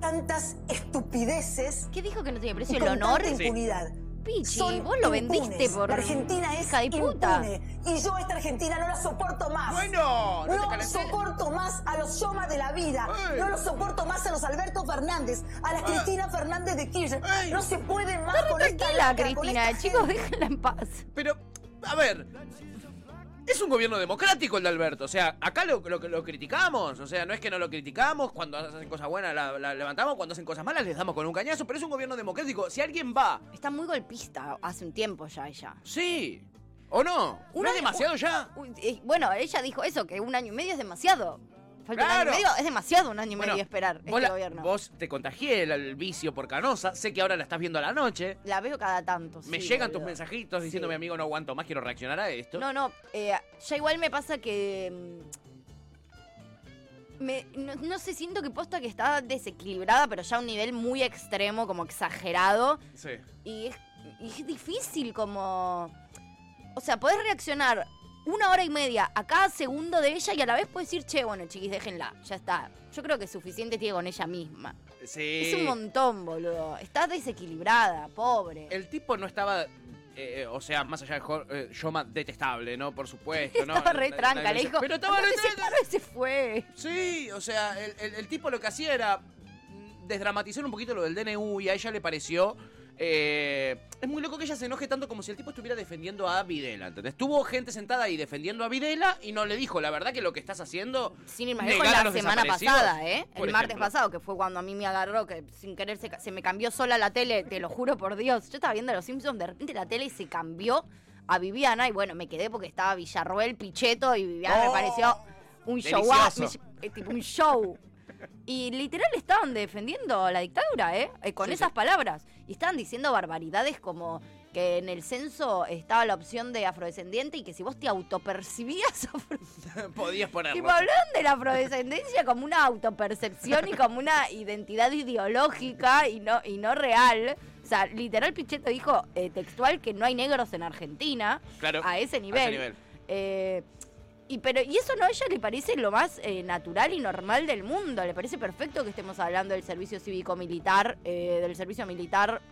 D: tantas estupideces
B: ¿Qué dijo que no tiene
D: y
B: precio el
D: con
B: honor?
D: tanta impunidad.
B: Pichi,
D: Son
B: vos lo vendiste
D: impunes.
B: por.
D: La Argentina es
B: hija de puta.
D: impune. Y yo a esta Argentina no la soporto más.
A: Bueno, no te
D: No
A: calentés.
D: soporto más a los Yomas de la vida.
A: Ey.
D: No los soporto más a los Alberto Fernández, a la Cristina Fernández de Kirchner.
A: Ey.
D: No se puede más
B: Está re
D: con esta
B: tranquila,
D: loca, con esta
B: Cristina. (laughs) Chicos,
D: gente.
B: déjenla en paz.
A: Pero, a ver. Es un gobierno democrático el de Alberto. O sea, acá lo, lo, lo criticamos. O sea, no es que no lo criticamos. Cuando hacen cosas buenas la, la levantamos. Cuando hacen cosas malas les damos con un cañazo. Pero es un gobierno democrático. Si alguien va,
B: Está muy golpista hace un tiempo ya ella.
A: sí. ¿O no? ¿No
B: Una-
A: es demasiado ya?
B: Uy, eh, Bueno, ella dijo eso, que un año y medio es demasiado. Falta
A: Claro.
B: un año y medio, es demasiado un año y
A: Bueno,
B: medio esperar
A: vos,
B: este
A: la-
B: gobierno.
A: vos te contagié el, el vicio por canosa. Sé que ahora la estás viendo a la noche.
B: La veo cada tanto.
A: Me
B: sí,
A: llegan
B: boludo.
A: tus mensajitos
B: Sí.
A: diciendo, mi amigo, no aguanto más, quiero reaccionar a esto.
B: No, no, eh, ya igual me pasa que. mm, me- no, no sé, siento que posta que está desequilibrada, pero ya a un nivel muy extremo, como exagerado.
A: Sí.
B: Y es, y es difícil como... O sea, podés reaccionar una hora y media a cada segundo de ella y a la vez podés decir, che, bueno, chiquis, déjenla, ya está. Yo creo que suficiente tiene con ella misma.
A: Sí.
B: Es un montón, boludo. Estás desequilibrada, pobre.
A: El tipo no estaba. eh, o sea, más allá de jo- eh, Yoma, detestable, ¿no? Por supuesto, ¿no?
B: estaba re
A: Nadie
B: tranca,
A: lo
B: le
A: hizo.
B: dijo.
A: Pero estaba re
B: "Andate, se
A: tranca.
B: paró y se fue.
A: Sí, o sea, el, el- el tipo lo que hacía era mm, desdramatizar un poquito lo del DNU y a ella le pareció. eh, es muy loco que ella se enoje tanto como si el tipo estuviera defendiendo a Videla. ¿entendés? Estuvo gente sentada ahí defendiendo a Videla y no le dijo, la verdad que lo que estás haciendo.
B: Sin ir más lejos,
A: negar a
B: la
A: los
B: semana
A: desaparecidos,
B: pasada, ¿eh? El
A: por
B: martes
A: ejemplo.
B: pasado, que fue cuando a mí me agarró, que sin querer se, ca- se me cambió sola la tele, te lo juro por Dios. Yo estaba viendo Los Simpsons, de repente la tele se cambió a Viviana y bueno, me quedé porque estaba Villarroel, Picheto y Viviana me
A: Oh,
B: pareció un show, Ah,
A: delicioso.
B: eh, tipo un show. Y literal estaban defendiendo la dictadura, ¿eh? Eh, con
A: Sí,
B: esas
A: sí.
B: palabras. Y estaban diciendo barbaridades como que en el censo estaba la opción de afrodescendiente y que si vos te autopercibías (laughs) afrodescendiente.
A: (laughs) Podías
B: Y
A: ponerlo.
B: me hablaron de la afrodescendencia como una autopercepción y como una identidad ideológica y no, y no real. O sea, literal Pichetto dijo eh, textual que no hay negros en Argentina
A: Claro.
B: a ese nivel.
A: nivel.
B: Eh, y, pero, y eso no a ella le parece lo más eh, natural y normal del mundo. Le parece perfecto que estemos hablando del servicio cívico-militar, eh, del servicio militar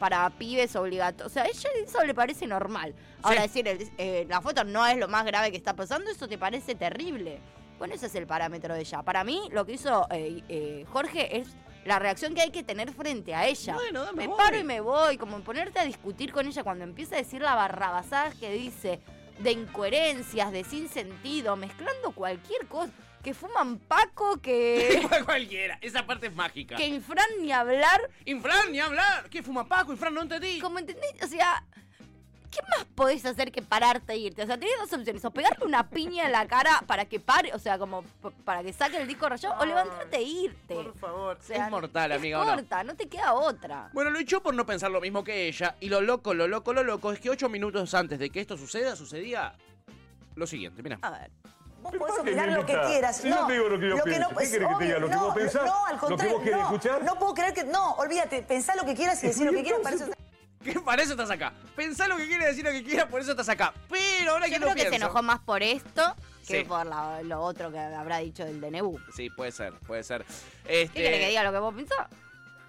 B: para pibes obligatorios. O sea, a ella eso le parece normal. Ahora, decir, el- eh, la foto no es lo más grave que está pasando, eso te parece terrible. Bueno, ese es el parámetro de ella. Para mí, lo que hizo eh, eh, Jorge es la reacción que hay que tener frente a ella.
A: Bueno, dame
B: me
A: voy.
B: paro y me voy, como ponerte a discutir con ella cuando empieza a decir la barrabasada que dice de incoherencias, de sin sentido, mezclando cualquier cosa, que fuman Paco,
A: (laughs)
B: que
A: Cualquiera. Esa parte es mágica.
B: que infran ni hablar,
A: Infran, ni hablar. ¿Qué fuma Paco? Infran, no entendí.
B: como entendés, o sea, ¿qué más podés hacer que pararte e irte? O sea, tenés dos opciones, o pegarle una piña en la cara para que pare, o sea, como p- para que saque el disco rayado, o levantarte e irte.
A: Por favor.
B: O sea,
A: es mortal,
B: es
A: amiga. ¿o no?
B: corta, no te queda otra.
A: Bueno, lo echó por no pensar lo mismo que ella. Y lo loco, lo loco, lo loco es que ocho minutos antes de que esto suceda, sucedía lo siguiente. Mira.
B: A ver.
D: Vos
E: ¿Para
D: podés
E: qué
D: opinar
E: me
D: lo que
E: invitás?
D: quieras.
E: Si yo te digo lo que yo pienso, ¿qué
D: pues,
E: querés que te diga? ¿Lo que
D: obvio,
E: vos
D: no,
E: pensás?
D: No, al
E: ¿Lo que
D: contrario.
E: vos querés
D: no,
E: escuchar?
D: No puedo creer que. No, olvídate. Pensá lo que quieras y decir lo que quieras. Para eso está-
A: Que para eso estás acá. Pensá lo que quieres decir lo que quieras, por eso estás acá. Pero ahora
B: Yo
A: que
B: creo
A: lo
B: que se
A: pienso-
B: enojó más por esto que
A: Sí.
B: por la- lo otro que habrá dicho del DNU.
A: Sí, puede ser, puede ser.
B: ¿Qué querés que
A: Este,
B: diga lo que vos pensás?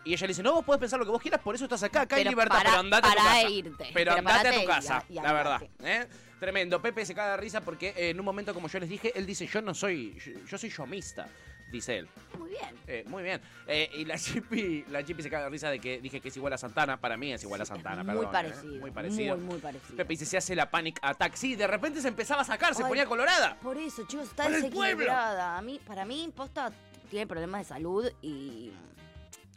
A: y ella le dice, no, vos podés pensar lo que vos quieras, por eso estás acá, acá hay
B: Pero
A: libertad,
B: para-
A: pero andate a tu
B: para
A: casa.
B: irte.
A: Pero,
B: Pero
A: andate a
B: parate
A: tu
B: y
A: casa,
B: a- y
A: la verdad.
B: andate.
A: ¿eh? Tremendo. Pepe se caga de risa porque eh, en un momento, como yo les dije, él dice, yo no soy, yo, yo soy yomista, dice él.
B: Muy bien.
A: Eh, muy bien. Eh, y la Chippy, la Chippy se caga de risa de que dije que es igual a Santana. Para mí es igual a Santana,
B: muy
A: perdón, ¿eh?
B: parecido,
A: Muy parecido.
B: muy, muy parecido.
A: Pepe dice, se hace la panic attack. Sí, de repente se empezaba a sacar, se
B: Ay.
A: ponía colorada.
B: Por eso, chicos, está
A: Para el pueblo.
B: desequilibrada. A mí, para mí, posta tiene problemas de salud y,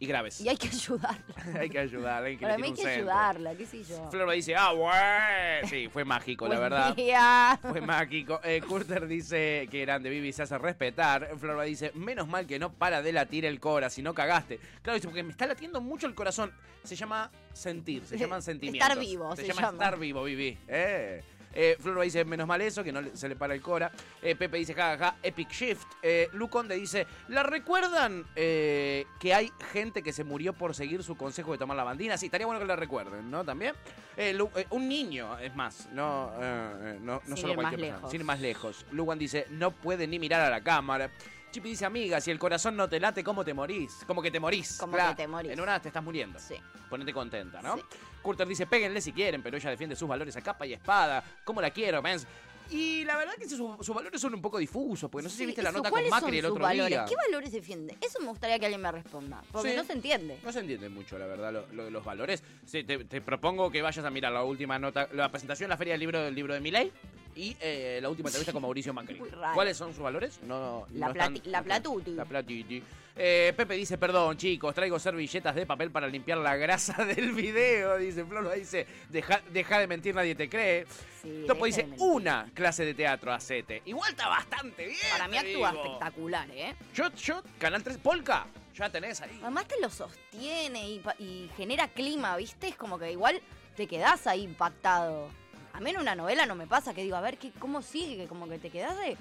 A: Y graves.
B: y hay que ayudarla.
A: (laughs) hay que ayudar, hay que
B: para
A: le
B: mí hay
A: tiene
B: que
A: un centro.
B: ayudarla, qué sé yo.
A: Flor me dice, ah, güey. Sí, fue mágico, la
B: Buen
A: verdad.
B: día.
A: Fue mágico. Eh, Curter dice que grande Vivi se hace respetar. Florba dice, menos mal que no para de latir el cora, si no cagaste. Claro, dice, porque me está latiendo mucho el corazón. Se llama sentir,
B: (laughs)
A: se llaman sentimientos.
B: vivo,
A: se,
B: se
A: llama,
B: llama.
A: estar vivo, Vivi. Eh. Eh, Florba dice, menos mal eso, que no le- se le para el cora. Eh, Pepe dice, jajaja, epic shift. Eh, Luconde dice, ¿la recuerdan eh, que hay gente que se murió por seguir su consejo de tomar la bandina? Sí, estaría bueno que la recuerden, ¿no? También. Eh, Lu- eh, un niño, es más, no, eh, eh, no,
B: Sin
A: no solo
B: ir más
A: cualquier persona,
B: lejos.
A: sin ir más lejos. Luwan dice, no puede ni mirar a la cámara. Chippy dice, amiga, si el corazón no te late, ¿cómo te morís? Como que te morís.
B: Como que te morís.
A: En una te estás muriendo.
B: Sí.
A: Ponete contenta, ¿no?
B: Sí.
A: Curter dice, péguenle si quieren, pero ella defiende sus valores a capa y espada. ¿Cómo la quiero, mens? Y la verdad que sus, sus valores son un poco difusos, porque no sé si
B: Sí,
A: viste la
B: eso,
A: nota con
B: ¿cuáles
A: Macri
B: son
A: el
B: sus
A: otro
B: valores?
A: día.
B: ¿Qué valores defiende? Eso me gustaría que alguien me responda, porque
A: Sí.
B: no se entiende.
A: No se entiende mucho, la verdad, lo, lo de los valores. Sí, te, te propongo que vayas a mirar la última nota, la presentación en la Feria del Libro del libro de Miley y eh, la última entrevista con Mauricio Macri.
B: Muy raro.
A: ¿Cuáles son sus valores? No,
B: La
A: no están-
B: plati- la
A: no están-
B: platuti.
A: La platiti. Eh, Pepe dice, perdón, chicos, traigo servilletas de papel para limpiar la grasa (laughs) del video. Dice, Flor dice, deja, deja de mentir, nadie te cree.
B: Sí,
A: Topo
B: deja de
A: dice,
B: mentir.
A: una clase de teatro hacete. Igual está bastante bien.
B: Para mí
A: te
B: actúa
A: digo.
B: espectacular, ¿eh?
A: Yo, yo, Canal 3, Polka, ya tenés ahí.
B: Además te lo sostiene y, pa- y genera clima, ¿viste? Es como que igual te quedás ahí impactado. A mí en una novela no me pasa que digo, a ver, ¿qué, ¿cómo sigue? Que como que te quedás de...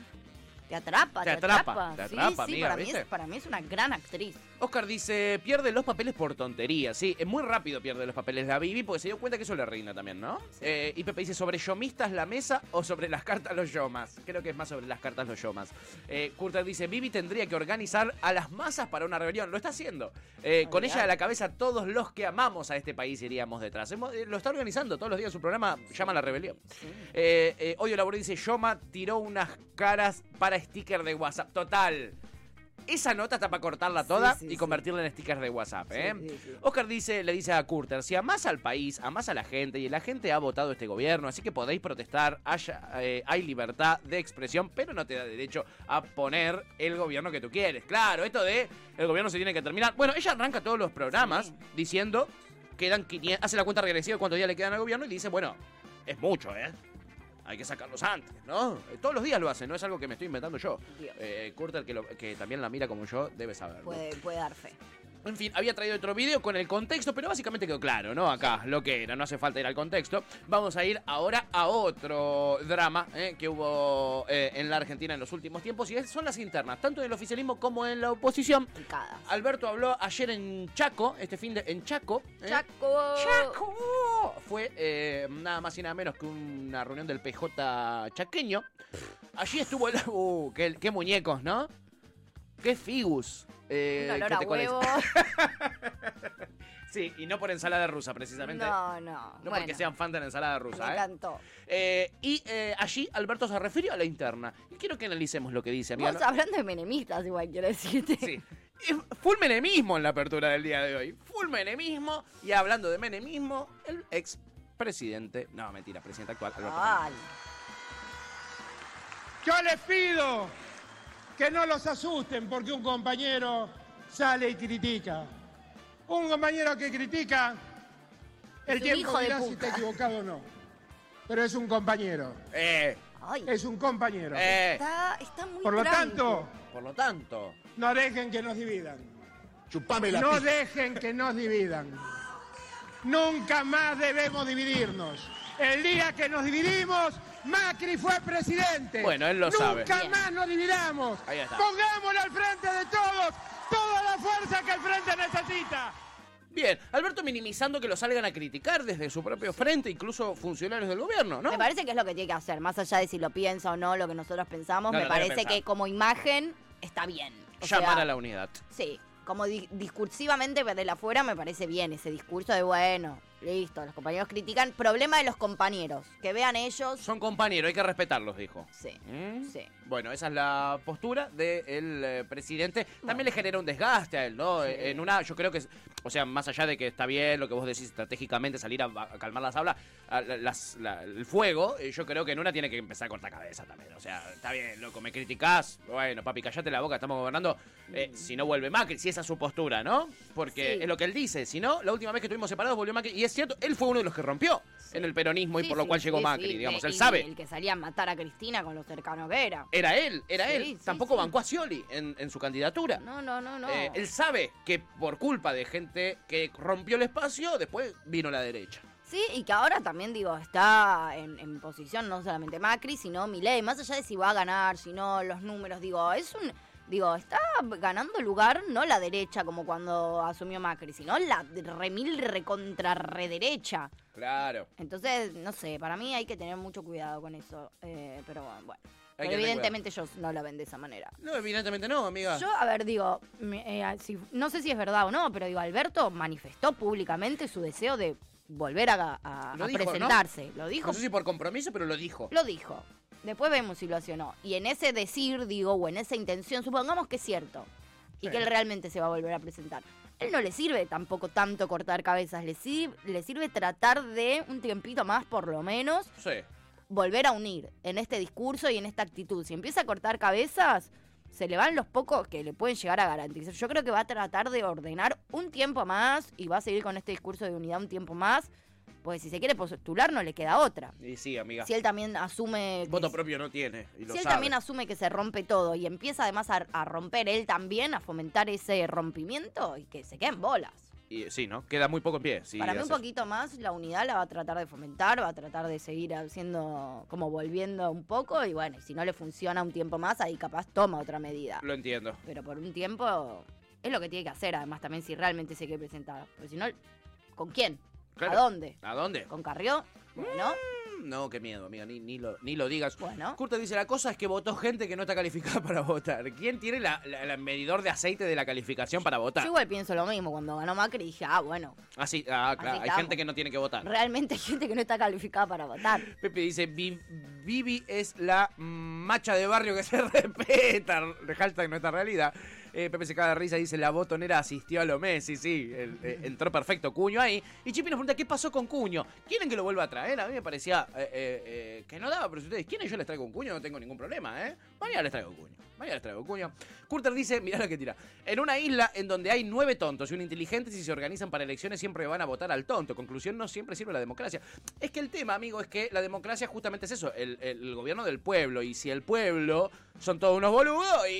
B: Te atrapa,
A: Te
B: te,
A: atrapa, te
B: Sí,
A: atrapa,
B: sí,
A: amiga,
B: para, mí
A: ¿viste?
B: es, para mí es una gran actriz.
A: Oscar dice, pierde los papeles por tontería. Sí, eh, muy rápido pierde los papeles la Bibi porque se dio cuenta que eso le reina también, ¿no? Eh, y Pepe dice, ¿sobre yomistas la mesa o sobre las cartas los yomas? Creo que es más sobre las cartas los yomas. Eh, Curter dice, Bibi tendría que organizar a las masas para una rebelión. Lo está haciendo. Eh, con ella a la cabeza todos los que amamos a este país iríamos detrás. Hemos- eh, Lo está organizando todos los días su programa, llama a la rebelión. Eh, eh, Odio Labor dice, Yoma tiró unas caras para sticker de WhatsApp. Total. Esa nota está para cortarla toda
B: sí,
A: y
B: sí.
A: convertirla en stickers de WhatsApp. ¿eh?
B: sí, sí.
A: Oscar dice, le dice a Curter, si amás al país, amás a la gente y la gente ha votado este gobierno, así que podéis protestar, haya- eh, hay libertad de expresión, pero no te da derecho a poner el gobierno que tú quieres. Claro, esto de el gobierno se tiene que terminar. Bueno, ella arranca todos los programas diciendo, quedan 500, hace la cuenta regresiva de cuántos días le quedan al gobierno y dice, bueno, es mucho, ¿eh? Hay que sacarlos antes, ¿no? Eh, Todos los días lo hacen, no es algo que me estoy inventando yo.
B: Dios.
A: Eh, Curter, que, lo- que también la mira como yo, debe saberlo.
B: Puede, puede dar fe.
A: En fin, había traído otro video con el contexto, pero básicamente quedó claro, ¿no? Acá lo que era, no hace falta ir al contexto. Vamos a ir ahora a otro drama ¿eh? que hubo eh, en la Argentina en los últimos tiempos y es- son las internas, tanto en el oficialismo como en la oposición.
B: Picadas.
A: Alberto habló ayer en Chaco, este fin de en Chaco. ¿eh?
B: Chaco.
A: Chaco. Fue eh, nada más y nada menos que una reunión del PJ chaqueño. Allí estuvo el. Uh, qué, qué muñecos, ¿no? Qué figus. eh,
B: Un olor
A: que
B: a
A: te coles- (laughs)
B: huevo.
A: Sí, y no por ensalada rusa, precisamente.
B: No, no.
A: No
B: bueno,
A: porque sean fan de la ensalada
B: Me
A: rusa, ¿eh?
B: encantó.
A: Eh, y eh, allí Alberto se refirió a la interna. Y quiero que analicemos lo que dice, amiga.
B: Vamos hablando de menemistas, igual quiero decirte.
A: Sí. Es Full menemismo en la apertura del día de hoy. Full menemismo. Y hablando de menemismo, el ex presidente. No, mentira, presidente actual. Alberto Fernández.
B: Ay,
E: Yo les pido que no los asusten porque un compañero sale y critica. Un compañero que critica,
B: Es
E: el
B: un
E: tiempo
B: hijo de
E: dirá si
B: puta.
E: está equivocado o no. Pero es un compañero,
A: Eh,
B: ay.
E: es un compañero.
A: eh.
B: Está, está muy
E: Por lo
B: tranqui.
E: tanto,
A: Por lo tanto.
E: no dejen que nos dividan.
F: Chupame la
E: No
F: pija.
E: dejen que nos dividan. Nunca más debemos dividirnos. El día que nos dividimos, Macri fue presidente.
A: Bueno, él lo
E: Nunca
A: sabe.
E: Nunca más nos dividamos.
A: Ahí está.
E: Pongámosle al frente de todos toda la fuerza que el frente necesita.
A: Bien, Alberto minimizando que lo salgan a criticar desde su propio frente, incluso funcionarios del gobierno, ¿no?
B: Me parece que es lo que tiene que hacer, más allá de si lo piensa o no, lo que nosotros pensamos, me
A: No, lo tiene que
B: parece
A: pensar.
B: que como imagen está bien. O
A: Llamar
B: sea,
A: a la unidad.
B: Sí, como di- discursivamente desde afuera me parece bien ese discurso de bueno, listo, los compañeros critican, problema de los compañeros, que vean e-, ellos.
A: Son compañeros, hay que respetarlos, dijo.
B: Sí,
A: ¿Mm?
B: sí.
A: Bueno, esa es la postura del eh, presidente. También le genera un desgaste a él, ¿no? Eh, En una, yo creo que, es- o sea, más allá de que está bien lo que vos decís estratégicamente, salir a, a calmar las hablas, a la- las- la- el fuego, eh, yo creo que en una tiene que empezar a cortar cabeza también. O sea, está bien, loco, me criticás. Bueno, papi, callate la boca, estamos gobernando. Eh, Si no vuelve Macri, si esa es su postura, ¿no? Porque
B: Mm. Sí.
A: es lo que él dice. Si no, la última vez que estuvimos separados volvió Macri. Y es cierto, él fue uno de los que rompió en el peronismo y
B: Sí,
A: por lo
B: sí,
A: cual llegó
B: sí,
A: Macri,
B: sí,
A: digamos.
B: de-
A: Él
B: y
A: sabe.
B: El que salía a matar a Cristina con lo cercano que era.
A: Era él, era
B: Sí,
A: él.
B: sí,
A: Tampoco
B: sí.
A: bancó a Scioli en, en su candidatura.
B: No, no, no, no.
A: Eh, él sabe que por culpa de gente que rompió el espacio, después vino la derecha.
B: Sí, y que ahora también, digo, está en, en posición no solamente Macri, sino Milei, más allá de si va a ganar, si no, los números, digo, es un... Digo, está ganando lugar no la derecha como cuando asumió Macri, sino la remil recontra rederecha.
A: Claro.
B: Entonces, no sé, para mí hay que tener mucho cuidado con eso. eh, pero bueno,
A: Hay
B: Pero
A: que tener
B: evidentemente ellos no lo ven de esa manera.
A: No, evidentemente no, amiga.
B: Yo, a ver, digo, me- eh, si- no sé si es verdad o no, pero digo, Alberto manifestó públicamente su deseo de volver a, a-
A: Lo
B: a
A: dijo, ¿no?
B: presentarse. Lo dijo.
A: no sé si por compromiso, pero lo dijo.
B: Lo dijo. Después vemos si lo hace o no. Y en ese decir, digo, o en esa intención, supongamos que es cierto. Y
A: Sí.
B: que él realmente se va a volver a presentar. A Él no le sirve tampoco tanto cortar cabezas, le sirve, le sirve tratar de un tiempito más, por lo menos,
A: Sí.
B: volver a unir en este discurso y en esta actitud. Si empieza a cortar cabezas, se le van los pocos que le pueden llegar a garantizar. Yo creo que va a tratar de ordenar un tiempo más y va a seguir con este discurso de unidad un tiempo más, pues si se quiere postular no le queda otra.
A: Y sí, amiga.
B: Si él también asume... que
A: Voto
B: se-
A: propio no tiene. Y lo
B: si él
A: sabe.
B: también asume que se rompe todo y empieza además a, a romper él también, a fomentar ese rompimiento y que se queden bolas.
A: Y, eh, sí, ¿no? Queda muy poco en pie. si
B: Para mí un
A: haces-
B: poquito más, la unidad la va a tratar de fomentar, va a tratar de seguir haciendo, como volviendo un poco, y bueno, y si no le funciona un tiempo más, ahí capaz toma otra medida.
A: Lo entiendo.
B: Pero por un tiempo es lo que tiene que hacer, además también si realmente se quiere presentar. Porque si no, ¿con quién?
A: Claro.
B: ¿A dónde?
A: ¿A dónde?
B: ¿Con Carrió? Bueno,
A: Mm, No, qué miedo, amiga, ni, ni lo, ni lo digas.
B: Bueno.
A: Curta dice, la cosa es que votó gente que no está calificada (laughs) para votar. ¿Quién tiene la, la- la medidor de aceite de la calificación para votar?
B: yo igual pienso lo mismo. Cuando ganó Macri dije, ah, bueno,
A: Ah, sí, ah, claro,
B: Así
A: hay
B: estamos.
A: gente que no tiene que votar.
B: realmente hay gente que no está calificada para votar.
A: Pepe dice, "Vi- Vivi es la macha de barrio que se (laughs) respeta. Hashtag nuestra realidad. Eh, Pepe se caga de risa y dice, la botonera asistió a lo Messi, sí. el- eh, entró perfecto Cuño ahí. Y Chipi nos pregunta, ¿qué pasó con Cuño? ¿Quieren que lo vuelva a traer? A mí me parecía eh, eh, eh, que no daba, pero si ustedes quieren yo les traigo un Cuño, no tengo ningún problema, ¿eh? Mañana les traigo un Cuño. Mañana les traigo un Cuño. Curter dice, mirá lo que tira. En una isla en donde hay nueve tontos y un inteligente, si se organizan para elecciones siempre van a votar al tonto. Conclusión, no siempre sirve la democracia. Es que el tema, amigo, es que la democracia justamente es eso, el, el gobierno del pueblo. Y si el pueblo son todos unos boludos, y,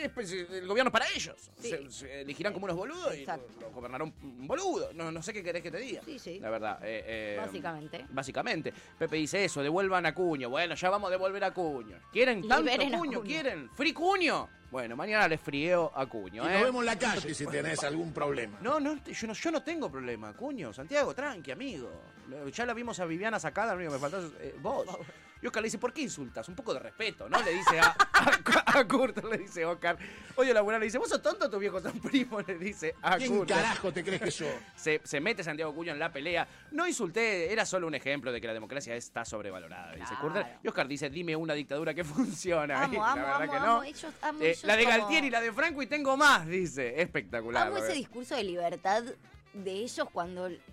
A: y- y- pues, el gobierno es para ellos.
B: Sí.
A: Se, se elegirán como unos boludos y
B: Exacto.
A: lo gobernará un- un boludo. No, no sé qué querés que te diga.
B: Sí, sí.
A: La verdad. eh, eh,
B: Básicamente.
A: Básicamente. Pepe dice eso, devuelvan a Cuño. Bueno, ya vamos a devolver a Cuño. ¿Quieren tanto
B: Liberen a
A: Cuño?
B: Cuño.
A: ¿Quieren? ¡Free Cuño! Bueno, mañana les frieo a Cuño, ¿eh?
F: en la calle si tenés algún problema.
A: No, no, te- yo no, yo no tengo problema, Cuño. Santiago, tranqui, amigo. Lo- Ya la vimos a Viviana sacada, lo único que me faltó es eh, vos. Y Oscar le dice, ¿por qué insultas? Un poco de respeto, ¿no? Le dice a, a, a Kurt, le dice Oscar. Oye, la abuela le dice, ¿vos sos tonto tu viejo tan primo? Le dice a Kurt.
F: te crees que yo?
A: Se, se mete Santiago Cuño en la pelea. No insulté, era solo un ejemplo de que la democracia está sobrevalorada, dice
B: Claro.
A: Kurtner. Y Oscar dice, dime una dictadura que (laughs) funciona.
B: Amo,
A: Y
B: amo,
A: la verdad
B: amo,
A: que
B: amo.
A: no.
B: Ellos- amo,
A: Eh,
B: ellos
A: la de
B: como-
A: Galtieri, la de Franco y tengo más, dice. Espectacular.
B: Amo
A: la
B: ese
A: verdad.
B: discurso de libertad de ellos cuando están